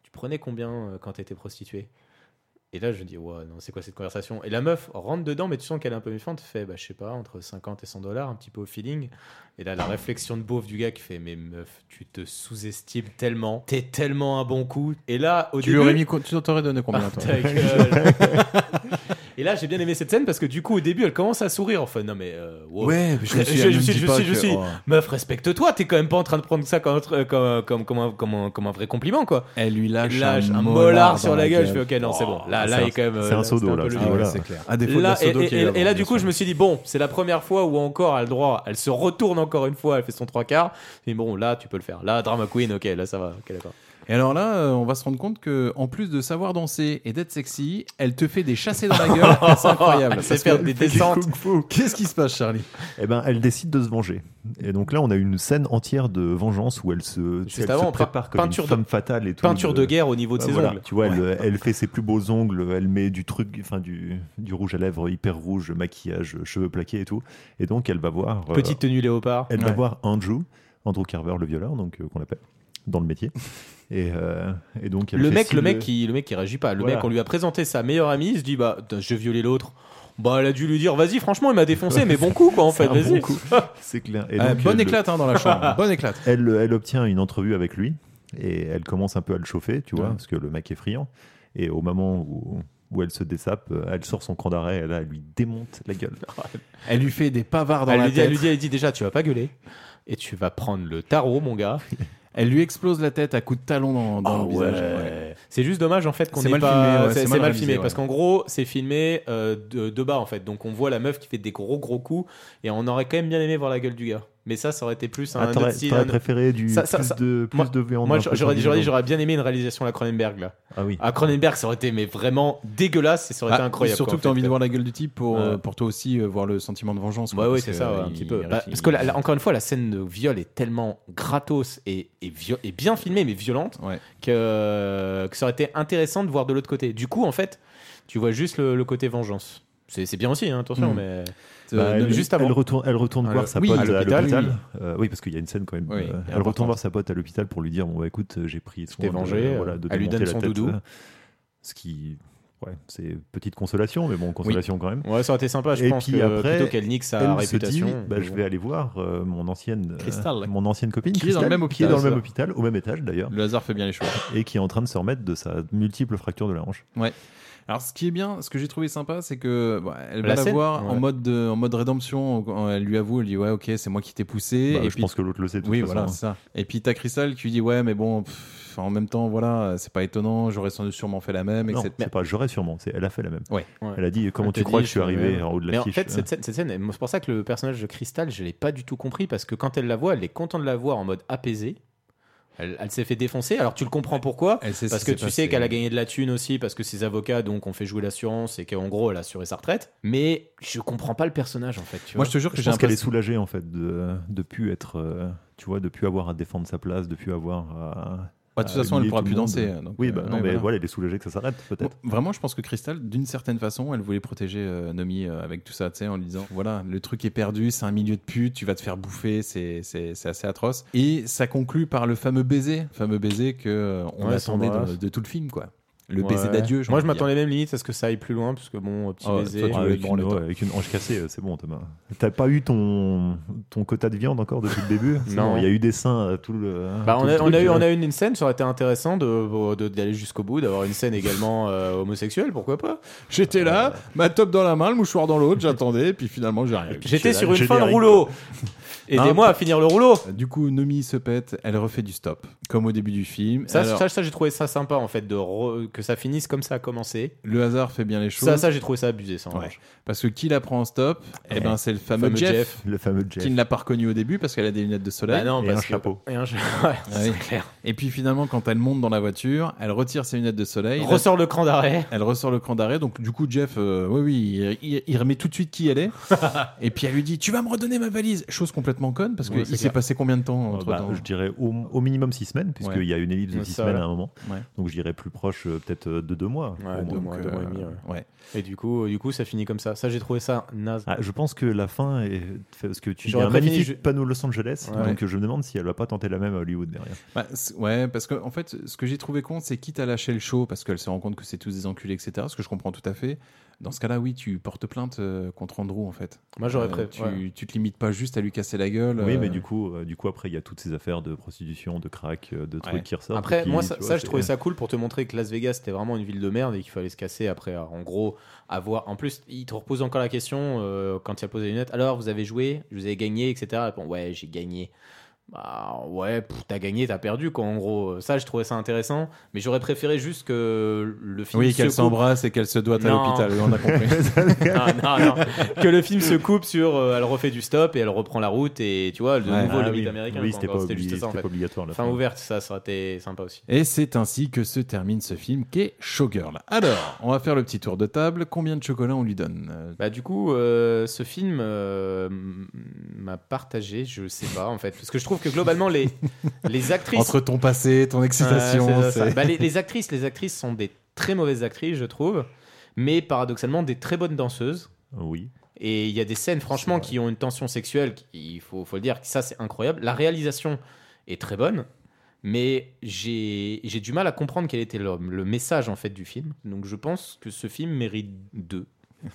Speaker 10: tu prenais combien euh, quand t'étais prostituée Et là, je dis, ouais, non, c'est quoi cette conversation Et la meuf rentre dedans, mais tu sens qu'elle est un peu méfiante. Fait, bah, je sais pas, entre 50 et 100 dollars, un petit peu au feeling. Et là, la réflexion de beauf du gars qui fait, mais meuf, tu te sous-estimes tellement, t'es tellement un bon coup. Et là, au
Speaker 2: Tu lui
Speaker 10: début.
Speaker 2: aurais mis co- tu t'aurais donné combien,
Speaker 10: Ah,
Speaker 2: toi <laughs>
Speaker 10: ta gueule. Et là, j'ai bien aimé cette scène parce que du coup, au début, elle commence à sourire. Enfin, non, mais. euh, wow.
Speaker 2: Ouais, je me suis-
Speaker 10: je
Speaker 2: elle me
Speaker 10: suis,
Speaker 2: dit
Speaker 10: je
Speaker 2: pas
Speaker 10: suis, je
Speaker 2: que-
Speaker 10: suis.
Speaker 2: oh.
Speaker 10: Meuf, respecte-toi. T'es quand même pas en train de prendre ça comme, comme, comme, comme un, comme un- comme un vrai compliment, quoi.
Speaker 2: Elle lui lâche,
Speaker 10: un,
Speaker 2: un
Speaker 10: molar
Speaker 2: molar
Speaker 10: sur
Speaker 2: dans
Speaker 10: la
Speaker 2: la
Speaker 10: gueule.
Speaker 2: gueule.
Speaker 10: Je fais, ok, non, c'est bon. Là,
Speaker 2: Oh, c'est
Speaker 10: là, il
Speaker 2: un-
Speaker 10: est quand même.
Speaker 2: c'est
Speaker 10: euh,
Speaker 2: un
Speaker 10: là,
Speaker 2: sodo,
Speaker 10: un peu
Speaker 2: là,
Speaker 10: le
Speaker 2: c'est-
Speaker 10: jeu.
Speaker 2: voilà. C'est clair. À défaut de
Speaker 10: Là,
Speaker 2: la sodo
Speaker 10: et-
Speaker 2: qu'il
Speaker 10: et-
Speaker 2: y a
Speaker 10: Et là,
Speaker 2: avant,
Speaker 10: du
Speaker 2: bien
Speaker 10: coup, je
Speaker 2: sûr.
Speaker 10: me suis dit, bon, c'est la première fois où encore elle a le droit. Elle se retourne encore une fois, elle fait son trois quarts. Mais bon, là, tu peux le faire. Là, Drama Queen, ok, là, ça va. Ok, d'accord. <laughs>
Speaker 2: Et alors là, euh, on va se rendre compte que en plus de savoir danser et d'être sexy, elle te fait des chassés dans la <laughs> gueule. c'est incroyable.
Speaker 10: Elle sait
Speaker 2: Parce
Speaker 10: faire
Speaker 2: que-
Speaker 10: des descentes.
Speaker 2: Qu'est-ce qui se passe, Charlie
Speaker 9: Eh ben, elle décide de se venger. Et donc là, on a une scène entière de vengeance où elle se,
Speaker 10: Juste
Speaker 9: elle se
Speaker 10: avant, on
Speaker 9: prépare
Speaker 10: pe-
Speaker 9: comme
Speaker 10: peinture
Speaker 9: une
Speaker 10: de-
Speaker 9: femme fatale et tout.
Speaker 10: peinture de guerre au niveau de ses
Speaker 9: Bah voilà.
Speaker 10: ongles.
Speaker 9: Tu vois, elle,
Speaker 10: Ouais.
Speaker 9: elle fait ses plus beaux ongles, elle met du truc, enfin du, du rouge à lèvres hyper rouge, maquillage, cheveux plaqués et tout. Et donc, elle va voir. euh,
Speaker 10: Petite tenue léopard.
Speaker 9: Elle va
Speaker 10: Ouais.
Speaker 9: voir Andrew, Andrew Carver, le violeur, donc euh, qu'on appelle dans le métier. Et, euh, et donc, elle
Speaker 10: le
Speaker 9: fait
Speaker 10: mec,
Speaker 9: si
Speaker 10: le mec qui, le mec qui réagit pas. Le
Speaker 9: Voilà.
Speaker 10: mec, on lui a présenté sa meilleure amie, il se dit bah putain, je vais violer l'autre. Bah elle a dû lui dire vas-y franchement il m'a défoncé mais bon coup quoi en
Speaker 9: C'est
Speaker 10: fait
Speaker 9: un Ah, bon
Speaker 10: vas-y. <laughs> Ah,
Speaker 9: coup. C'est clair. Et
Speaker 2: Euh,
Speaker 9: donc,
Speaker 2: bonne
Speaker 9: euh,
Speaker 2: éclate hein, dans la chambre. bonne éclate.
Speaker 9: Elle, elle obtient une entrevue avec lui et elle commence un peu à le chauffer, tu vois,
Speaker 2: Ouais.
Speaker 9: parce que le mec est friand. Et au moment où, où elle se dessape, euh, elle sort son cran d'arrêt et là, elle lui démonte la gueule.
Speaker 2: Elle lui fait des pavards dans
Speaker 10: elle,
Speaker 2: la
Speaker 10: lui dit,
Speaker 2: tête.
Speaker 10: elle lui dit elle dit déjà tu vas pas gueuler et tu vas prendre le tarot
Speaker 2: <laughs>
Speaker 10: mon gars.
Speaker 2: Elle lui explose la tête à coups de talon dans,
Speaker 10: Ah
Speaker 2: dans le visage. ouais.
Speaker 10: C'est juste dommage en fait qu'on
Speaker 2: C'est
Speaker 10: ait
Speaker 2: mal
Speaker 10: pas.
Speaker 2: filmé, ouais,
Speaker 10: c'est
Speaker 2: c'est
Speaker 10: c'est mal,
Speaker 2: mal
Speaker 10: filmé
Speaker 2: réalisé, ouais.
Speaker 10: parce qu'en gros c'est filmé euh, de, de bas en fait donc on voit la meuf qui fait des gros gros coups et on aurait quand même bien aimé voir la gueule du gars. Mais ça, ça aurait été plus un
Speaker 9: Ah, t'aurais-
Speaker 10: autre style,
Speaker 9: t'aurais
Speaker 10: un-
Speaker 9: préféré du- plus de- plus
Speaker 10: moi,
Speaker 9: de viande,
Speaker 10: Moi,
Speaker 9: un peu
Speaker 10: j'aurais dit,
Speaker 9: plus
Speaker 10: j'aurais dit,
Speaker 9: de-
Speaker 10: j'aurais bien aimé une réalisation à la Cronenberg là.
Speaker 9: Ah oui.
Speaker 10: À Cronenberg, ça aurait été mais vraiment dégueulasse et ça aurait été
Speaker 2: Ah,
Speaker 10: incroyable.
Speaker 2: Surtout
Speaker 10: quoi, en
Speaker 2: que t'as
Speaker 10: fait.
Speaker 2: envie de voir la gueule du type pour,
Speaker 10: Ouais. Bah
Speaker 2: euh, pour toi aussi euh, voir le sentiment de vengeance.
Speaker 10: Ouais,
Speaker 2: quoi,
Speaker 10: ouais,
Speaker 2: parce
Speaker 10: c'est
Speaker 2: que,
Speaker 10: ça, ouais,
Speaker 2: euh,
Speaker 10: un
Speaker 2: il-
Speaker 10: petit peu.
Speaker 2: il-
Speaker 10: Bah, parce que là, là, encore une fois, la scène de viol est tellement gratos et, et, vio- et bien filmée, mais violente, que, que ça aurait été intéressant de voir de l'autre côté. Du coup, en fait, tu vois juste le, le côté vengeance. C'est c'est bien aussi, hein, attention,
Speaker 9: Mm.
Speaker 10: mais.
Speaker 9: Bah,
Speaker 10: Euh,
Speaker 9: elle,
Speaker 10: juste avant.
Speaker 9: elle retourne, elle retourne
Speaker 10: Ah,
Speaker 9: voir
Speaker 10: le-
Speaker 9: sa
Speaker 10: oui,
Speaker 9: pote
Speaker 10: à
Speaker 9: à
Speaker 10: l'hôpital,
Speaker 9: l'hôpital. Euh,
Speaker 10: oui.
Speaker 9: Oui, parce qu'il y a une scène quand même.
Speaker 10: Oui,
Speaker 9: euh, elle
Speaker 10: importante.
Speaker 9: retourne voir sa pote à l'hôpital pour lui dire bon bah, écoute, euh, j'ai pris soin
Speaker 10: t'es vengé,
Speaker 9: de, voilà, de
Speaker 10: elle lui
Speaker 9: démonter
Speaker 10: donne
Speaker 9: la
Speaker 10: son
Speaker 9: tête,
Speaker 10: doudou.
Speaker 9: euh, ce qui, ouais, c'est petite consolation, mais bon, consolation quand même.
Speaker 10: Ouais, ça aurait été sympa, je
Speaker 9: Et
Speaker 10: pense
Speaker 9: puis
Speaker 10: que
Speaker 9: après,
Speaker 10: plutôt qu'elle nique sa
Speaker 9: elle
Speaker 10: réputation,
Speaker 9: Se dit, bah,
Speaker 10: mais
Speaker 9: je
Speaker 10: bon.
Speaker 9: vais aller voir euh, mon ancienne, euh,
Speaker 10: Cristal.
Speaker 9: mon ancienne copine,
Speaker 2: Qui est dans le
Speaker 9: Cristal,
Speaker 2: même
Speaker 9: qui est dans
Speaker 2: hôpital,
Speaker 9: le
Speaker 2: ça.
Speaker 9: même hôpital, au même étage d'ailleurs,
Speaker 2: Le hasard fait bien les choses.
Speaker 9: et qui est en train de se remettre de sa multiple fracture de la hanche.
Speaker 2: Ouais. Alors, ce qui est bien, ce que j'ai trouvé sympa, c'est que bon, elle
Speaker 9: La
Speaker 2: va la,
Speaker 9: scène
Speaker 2: voir en
Speaker 9: Ouais.
Speaker 2: mode de- en mode rédemption. en- Elle lui avoue, elle dit ouais, ok, c'est moi qui t'ai poussé.
Speaker 9: Bah,
Speaker 2: et
Speaker 9: je pense que l'autre le sait, de toute
Speaker 2: oui,
Speaker 9: façon,
Speaker 2: voilà,
Speaker 9: hein.
Speaker 2: c'est ça. Et puis t'as Crystal qui lui dit ouais, mais bon, pff, en même temps, voilà, c'est pas étonnant. J'aurais sans doute sûrement fait la même.
Speaker 9: Non,
Speaker 2: etc.
Speaker 9: c'est pas, j'aurais sûrement. c'est- Elle a fait la même.
Speaker 2: Ouais.
Speaker 9: Elle a dit comment
Speaker 10: Elle
Speaker 9: tu
Speaker 10: te
Speaker 9: crois
Speaker 10: dit,
Speaker 9: que je suis
Speaker 10: le
Speaker 9: arrivé
Speaker 10: même.
Speaker 9: en haut de la
Speaker 10: Mais
Speaker 9: quiche,
Speaker 10: En fait,
Speaker 9: hein.
Speaker 10: cette scène, cette scène, elle- c'est pour ça que le personnage de Crystal, je l'ai pas du tout compris parce que quand elle la voit, elle est contente de la voir en mode apaisée. Elle, elle s'est fait défoncer. Alors tu le comprends pourquoi
Speaker 2: sait ce
Speaker 10: Parce
Speaker 2: qui
Speaker 10: que
Speaker 2: s'est
Speaker 10: tu
Speaker 2: passé.
Speaker 10: sais qu'elle a gagné de la thune aussi parce que ses avocats donc ont fait jouer l'assurance et qu'en gros elle a assuré sa retraite. Mais je comprends pas le personnage en fait. tu vois.
Speaker 9: je pense qu'elle est soulagée en fait de, de plus être, euh, tu vois, de plus avoir à défendre sa place, de plus avoir à.
Speaker 2: Bah, de toute
Speaker 9: à
Speaker 2: façon, elle
Speaker 9: humilier
Speaker 2: pourra
Speaker 9: tout
Speaker 2: plus
Speaker 9: le monde.
Speaker 2: danser, donc,
Speaker 9: oui, bah,
Speaker 2: euh,
Speaker 9: non,
Speaker 2: ouais,
Speaker 9: mais
Speaker 2: voilà.
Speaker 9: voilà. elle est soulagée que ça s'arrête peut-être.
Speaker 2: Bon, vraiment, je pense que Crystal, d'une certaine façon, elle voulait protéger euh, Nomi euh, avec tout ça, tu sais, en lui disant voilà, le truc est perdu, c'est un milieu de pute, tu vas te faire bouffer, c'est c'est- c'est assez atroce. Et ça conclut par le fameux baiser, fameux baiser que euh, on
Speaker 10: Ouais,
Speaker 2: attendait
Speaker 10: s'embrasse.
Speaker 2: de, de tout le film, quoi. Le baiser d'adieu, j'ai
Speaker 10: Moi, je
Speaker 2: envie de dire.
Speaker 10: m'attendais même limite à ce que ça aille plus loin, parce que bon, petit
Speaker 9: Ah ouais,
Speaker 10: baiser.
Speaker 9: toi, tu
Speaker 10: euh,
Speaker 9: voulais avec,
Speaker 10: bon,
Speaker 9: une,
Speaker 10: le temps.
Speaker 9: ouais, avec une hanche cassée, euh, c'est bon Thomas. T'as pas eu ton, ton quota de viande encore depuis le début C'est
Speaker 10: Non.
Speaker 9: bon, Il y a eu des seins euh, tout le.
Speaker 10: Bah,
Speaker 9: tout
Speaker 10: on,
Speaker 9: le
Speaker 10: a, on,
Speaker 9: truc,
Speaker 10: a eu,
Speaker 9: euh.
Speaker 10: on a eu une scène, ça aurait été intéressant d'aller de, d'aller jusqu'au bout, d'avoir une scène également euh, homosexuelle, pourquoi pas
Speaker 2: J'étais là, ma top dans la main, le mouchoir dans l'autre, j'attendais, Euh, et puis finalement j'ai rien. eu.
Speaker 10: J'étais sur une fin de rouleau <laughs> Aidez-moi à finir le rouleau
Speaker 2: euh, Du coup, Nomi se pète, elle refait du stop, comme au début du film.
Speaker 10: Ça,
Speaker 2: Alors,
Speaker 10: ça, ça, j'ai trouvé ça sympa en fait, de re- que ça finisse comme ça a commencé.
Speaker 2: le hasard fait bien les choses.
Speaker 10: Ça, ça j'ai trouvé ça abusé, ça en
Speaker 2: Ouais.
Speaker 10: revanche.
Speaker 2: Parce que qui la prend en stop Eh ben, c'est le fameux,
Speaker 10: fameux
Speaker 2: Jeff,
Speaker 10: Jeff.
Speaker 9: Le fameux Jeff.
Speaker 2: Qui ne l'a pas reconnu au début parce qu'elle a des lunettes de soleil.
Speaker 10: Bah non, Et parce un que- chapeau. et un cha- <laughs> ouais, c'est clair.
Speaker 2: Et puis finalement, quand elle monte dans la voiture, elle retire ses lunettes de soleil.
Speaker 10: Ressort le cran d'arrêt.
Speaker 2: Elle ressort le cran d'arrêt. Donc du coup, Jeff, euh, oui, oui, il, il- il remet tout de suite qui elle
Speaker 9: <laughs>
Speaker 2: est. et puis elle lui dit Tu vas me redonner ma valise Chose complètement conne parce
Speaker 9: Ouais,
Speaker 2: qu'il
Speaker 9: c'est
Speaker 2: s'est
Speaker 9: clair.
Speaker 2: passé combien de temps entre
Speaker 9: Bah,
Speaker 2: temps
Speaker 9: Je dirais au, au minimum 6 semaines, puisqu'il
Speaker 2: Ouais.
Speaker 9: y a une ellipse de
Speaker 2: Ouais,
Speaker 9: 6
Speaker 2: ça,
Speaker 9: semaines
Speaker 2: ouais.
Speaker 9: à un moment.
Speaker 2: Ouais.
Speaker 9: Donc je dirais plus proche euh, peut-être euh, de 2 mois.
Speaker 10: Ouais,
Speaker 9: au
Speaker 10: deux
Speaker 9: moins.
Speaker 10: mois,
Speaker 9: Donc,
Speaker 10: deux mois et
Speaker 9: euh,
Speaker 10: demi. ouais. Et du coup, du coup, ça finit comme ça. Ça, j'ai trouvé ça naze.
Speaker 9: Ah, je pense que la fin est fait- parce que tu il y a
Speaker 10: J'aurais
Speaker 9: un
Speaker 10: préféré
Speaker 9: magnifique
Speaker 10: ju-
Speaker 9: panneau Los Angeles,
Speaker 10: Ouais.
Speaker 9: donc euh, je me demande si elle va pas tenter la même à Hollywood derrière.
Speaker 2: Bah, c- ouais, parce que en fait, ce que j'ai trouvé con, c'est quitte à lâcher le show, parce qu'elle se rend compte que c'est tous des enculés, etc. Ce que je comprends tout à fait. Dans ce cas-là, oui, tu portes plainte euh, contre Andrew, en fait. Euh,
Speaker 10: Moi, j'aurais pré-
Speaker 2: tu,
Speaker 10: ouais.
Speaker 2: tu te limites pas juste à lui casser la gueule.
Speaker 9: Oui,
Speaker 2: euh,
Speaker 9: mais du coup, euh, du coup après il y a toutes ces affaires de prostitution, de crack, euh, de trucs
Speaker 10: Ouais.
Speaker 9: qui ressortent.
Speaker 10: Après,
Speaker 9: qui,
Speaker 10: moi,
Speaker 9: tu
Speaker 10: ça,
Speaker 9: vois,
Speaker 10: ça, je
Speaker 9: c'est-
Speaker 10: trouvais ça cool pour te montrer que Las Vegas, c'était vraiment une ville de merde et qu'il fallait se casser après. Alors, en gros, avoir. En plus, il te repose encore la question euh, quand il a posé les lunettes. Alors, vous avez joué, je vous avez gagné, etc. Elle répond, ouais, j'ai gagné. Bah ouais, pff, t'as gagné, t'as perdu quoi. En gros, Euh, ça, je trouvais ça intéressant. Mais j'aurais préféré juste que le film.
Speaker 2: Oui,
Speaker 10: se
Speaker 2: qu'elle
Speaker 10: coupe-
Speaker 2: s'embrasse et qu'elle se doit à
Speaker 10: Non.
Speaker 2: l'hôpital, on a
Speaker 9: <laughs>
Speaker 2: compris.
Speaker 10: <laughs> non, non, non. Que le film se coupe sur. euh, elle refait du stop et elle reprend la route et tu vois, de
Speaker 2: Ouais.
Speaker 10: nouveau
Speaker 2: Ah
Speaker 10: le mythe
Speaker 2: oui.
Speaker 10: américain.
Speaker 2: Oui,
Speaker 10: quoi.
Speaker 2: c'était
Speaker 10: Encore,
Speaker 2: pas
Speaker 10: c'était juste
Speaker 2: obligé-
Speaker 10: ça en
Speaker 2: c'était
Speaker 10: fait.
Speaker 2: pas obligatoire, la
Speaker 10: Fin
Speaker 2: fin.
Speaker 10: ouverte, ça, ça aurait été sympa aussi.
Speaker 2: Et c'est ainsi que se termine ce film qui est Showgirl. Alors, on va faire le petit tour de table. Combien de chocolat on lui donne Euh,
Speaker 10: Bah du coup, euh, ce film euh, m- m'a partagé, je sais pas en fait, parce que je trouve que globalement les les actrices
Speaker 2: Entre ton passé, ton excitation,
Speaker 10: Ouais, c'est ça,
Speaker 2: c'est- <laughs>
Speaker 10: ça. Bah, les, les actrices, les actrices sont des très mauvaises actrices, je trouve, mais paradoxalement des très bonnes danseuses.
Speaker 9: Oui.
Speaker 10: Et il y a des scènes, franchement, qui ont une tension sexuelle. qui- Il faut, faut le dire, que ça c'est incroyable. La réalisation est très bonne, mais j'ai j'ai du mal à comprendre quel était le, le message en fait du film. Donc je pense que ce film mérite deux.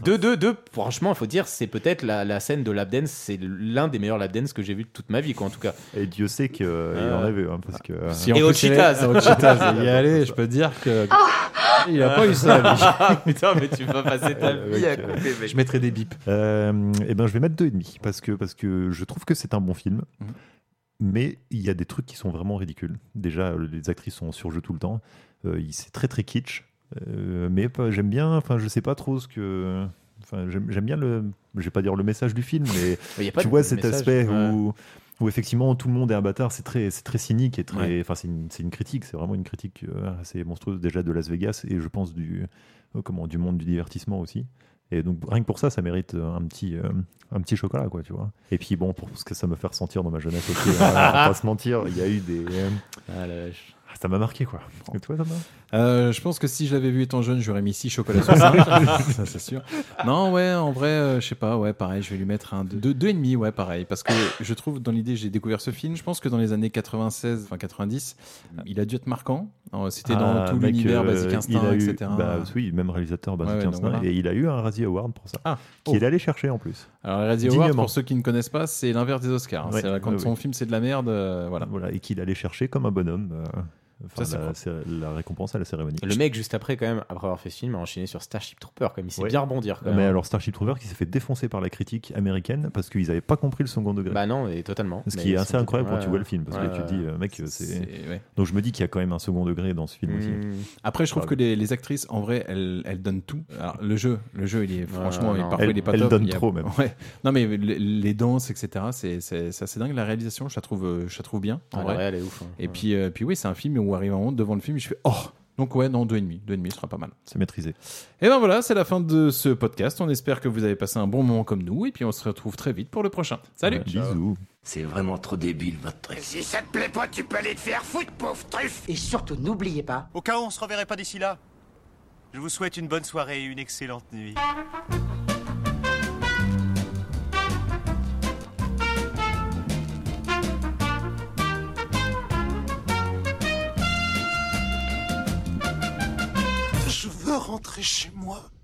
Speaker 10: Deux, deux, deux. Franchement, il faut dire, c'est peut-être la, la scène de lap dance. C'est l'un des meilleurs lap dance que j'ai vu de toute ma vie, quoi, en tout cas. <laughs>
Speaker 9: Et Dieu sait qu'il en
Speaker 10: Ah.
Speaker 9: rêve, hein, parce que.
Speaker 10: Si, en Et plus, au il est- Cheetahs. au <laughs> Cheetahs, il y est allé, je peux
Speaker 2: dire que.
Speaker 10: Il a pas eu ça, <laughs> lui. Ah, Putain, mais tu vas passer ta
Speaker 9: Euh,
Speaker 10: vie à
Speaker 9: avec, euh,
Speaker 10: couper, mec.
Speaker 2: Je mettrai des bips.
Speaker 9: Euh, eh ben, je vais mettre deux et demi parce que parce que je trouve que c'est un bon film. Mais il y a des trucs qui sont vraiment ridicules. Déjà, euh, les actrices sont en surjeu tout le temps. Euh, il- c'est très très kitsch. Euh, mais pas- j'aime bien. Enfin, je sais pas trop ce que. Enfin, j'aime j'aime bien le. Je vais pas dire le message du film, mais
Speaker 10: Mais il y a pas
Speaker 9: tu
Speaker 10: de
Speaker 9: vois cet
Speaker 10: message,
Speaker 9: aspect
Speaker 10: ouais.
Speaker 9: où où effectivement tout le monde est un bâtard. C'est très c'est très cynique et très. Enfin, c'est une, c'est une critique. C'est vraiment une critique euh, assez monstrueuse déjà de Las Vegas et je pense du euh, comment du monde du divertissement aussi. Et donc rien que pour ça, ça mérite euh, un petit, euh, un petit chocolat, quoi, tu vois. Et puis bon, pour ce que ça me fait ressentir dans ma jeunesse aussi, <laughs> hein, on va pas se mentir, il y a eu des... euh, Ah, ça m'a marqué, quoi. Et toi, Thomas
Speaker 2: Euh, je pense que si je l'avais vu étant jeune, j'aurais mis 6 chocolats sur
Speaker 9: <laughs>
Speaker 2: 5. ça, c'est sûr. Non, ouais, en vrai, euh, je sais pas, ouais, pareil, je vais lui mettre un 2,5, deux, deux et demi, ouais, pareil. Parce que je trouve, dans l'idée, j'ai découvert ce film. Je pense que dans les années 96, enfin 90, il a dû être marquant. Alors, C'était dans
Speaker 9: Ah,
Speaker 2: tout
Speaker 9: mec,
Speaker 2: l'univers,
Speaker 9: euh,
Speaker 2: Basic Instinct,
Speaker 9: il a eu-
Speaker 2: etc.
Speaker 9: bah, oui, même réalisateur, Basic
Speaker 2: Ouais, ouais, donc
Speaker 9: Instinct,
Speaker 2: voilà.
Speaker 9: et il a eu un Razzie Award pour ça,
Speaker 2: Ah,
Speaker 9: qu'il est allé chercher en plus.
Speaker 2: Alors, les Razzie Awards,
Speaker 9: Dignement.
Speaker 2: pour ceux qui ne connaissent pas, c'est l'inverse des Oscars. hein.
Speaker 9: Ouais, Ah
Speaker 2: C'est-à-dire, quand
Speaker 9: ouais,
Speaker 2: son
Speaker 9: ouais.
Speaker 2: film, c'est de la merde, euh, voilà.
Speaker 9: Voilà, et qu'il allait chercher comme un bonhomme euh, enfin,
Speaker 10: Ça, c'est
Speaker 9: la, c'est la récompense à la cérémonie. Euh,
Speaker 10: Le mec, juste après, quand même, après avoir fait ce film, a enchaîné sur Starship Trooper, comme il sait
Speaker 9: Ouais.
Speaker 10: bien rebondir. Quand même.
Speaker 9: Mais alors Starship Trooper qui s'est fait défoncer par la critique américaine parce qu'ils n'avaient pas compris le second degré.
Speaker 10: Bah non, et totalement.
Speaker 9: Ce
Speaker 10: Mais
Speaker 9: qui est
Speaker 10: ils
Speaker 9: assez
Speaker 10: sont-
Speaker 9: incroyable quand
Speaker 10: ouais,
Speaker 9: tu vois le film parce que
Speaker 10: ouais,
Speaker 9: là, tu te dis euh, mec euh, c'est.
Speaker 2: C'est- ouais.
Speaker 9: Donc je me dis qu'il y a quand même un second degré dans ce film aussi.
Speaker 10: Mmh.
Speaker 2: Après, je trouve
Speaker 9: Ah,
Speaker 2: que les, les actrices, en vrai, elles, elles donnent tout. Alors, le jeu, le jeu, il est franchement, il-
Speaker 9: non.
Speaker 2: parfois, il est pas
Speaker 9: Elles- elles
Speaker 2: top.
Speaker 9: donnent
Speaker 2: Il y a-
Speaker 9: trop, même.
Speaker 2: Ouais. Non, mais les, les danses, etc. C'est c'est- c'est assez dingue. La réalisation, je la trouve, euh, je la trouve bien. En
Speaker 10: Ah, la
Speaker 2: vrai,
Speaker 10: réal est ouf, hein.
Speaker 2: Et puis, euh, puis oui, c'est un film où arrive un moment devant le film, je fais oh. Donc ouais, non, deux et demi, deux et demi, ce sera pas mal.
Speaker 9: C'est maîtrisé.
Speaker 2: Et ben voilà, c'est la fin de ce podcast. On espère que vous avez passé un bon moment comme nous, et puis on se retrouve très vite pour le prochain. Salut.
Speaker 9: Bisous.
Speaker 6: C'est vraiment trop débile, votre truc.
Speaker 3: Si ça te plaît pas, tu peux aller te faire foutre, pauvre truffe
Speaker 15: Et surtout, n'oubliez pas.
Speaker 16: Au cas où on se reverrait pas d'ici là, je vous souhaite une bonne soirée et une excellente nuit.
Speaker 11: Thank
Speaker 6: veux rentrer chez moi.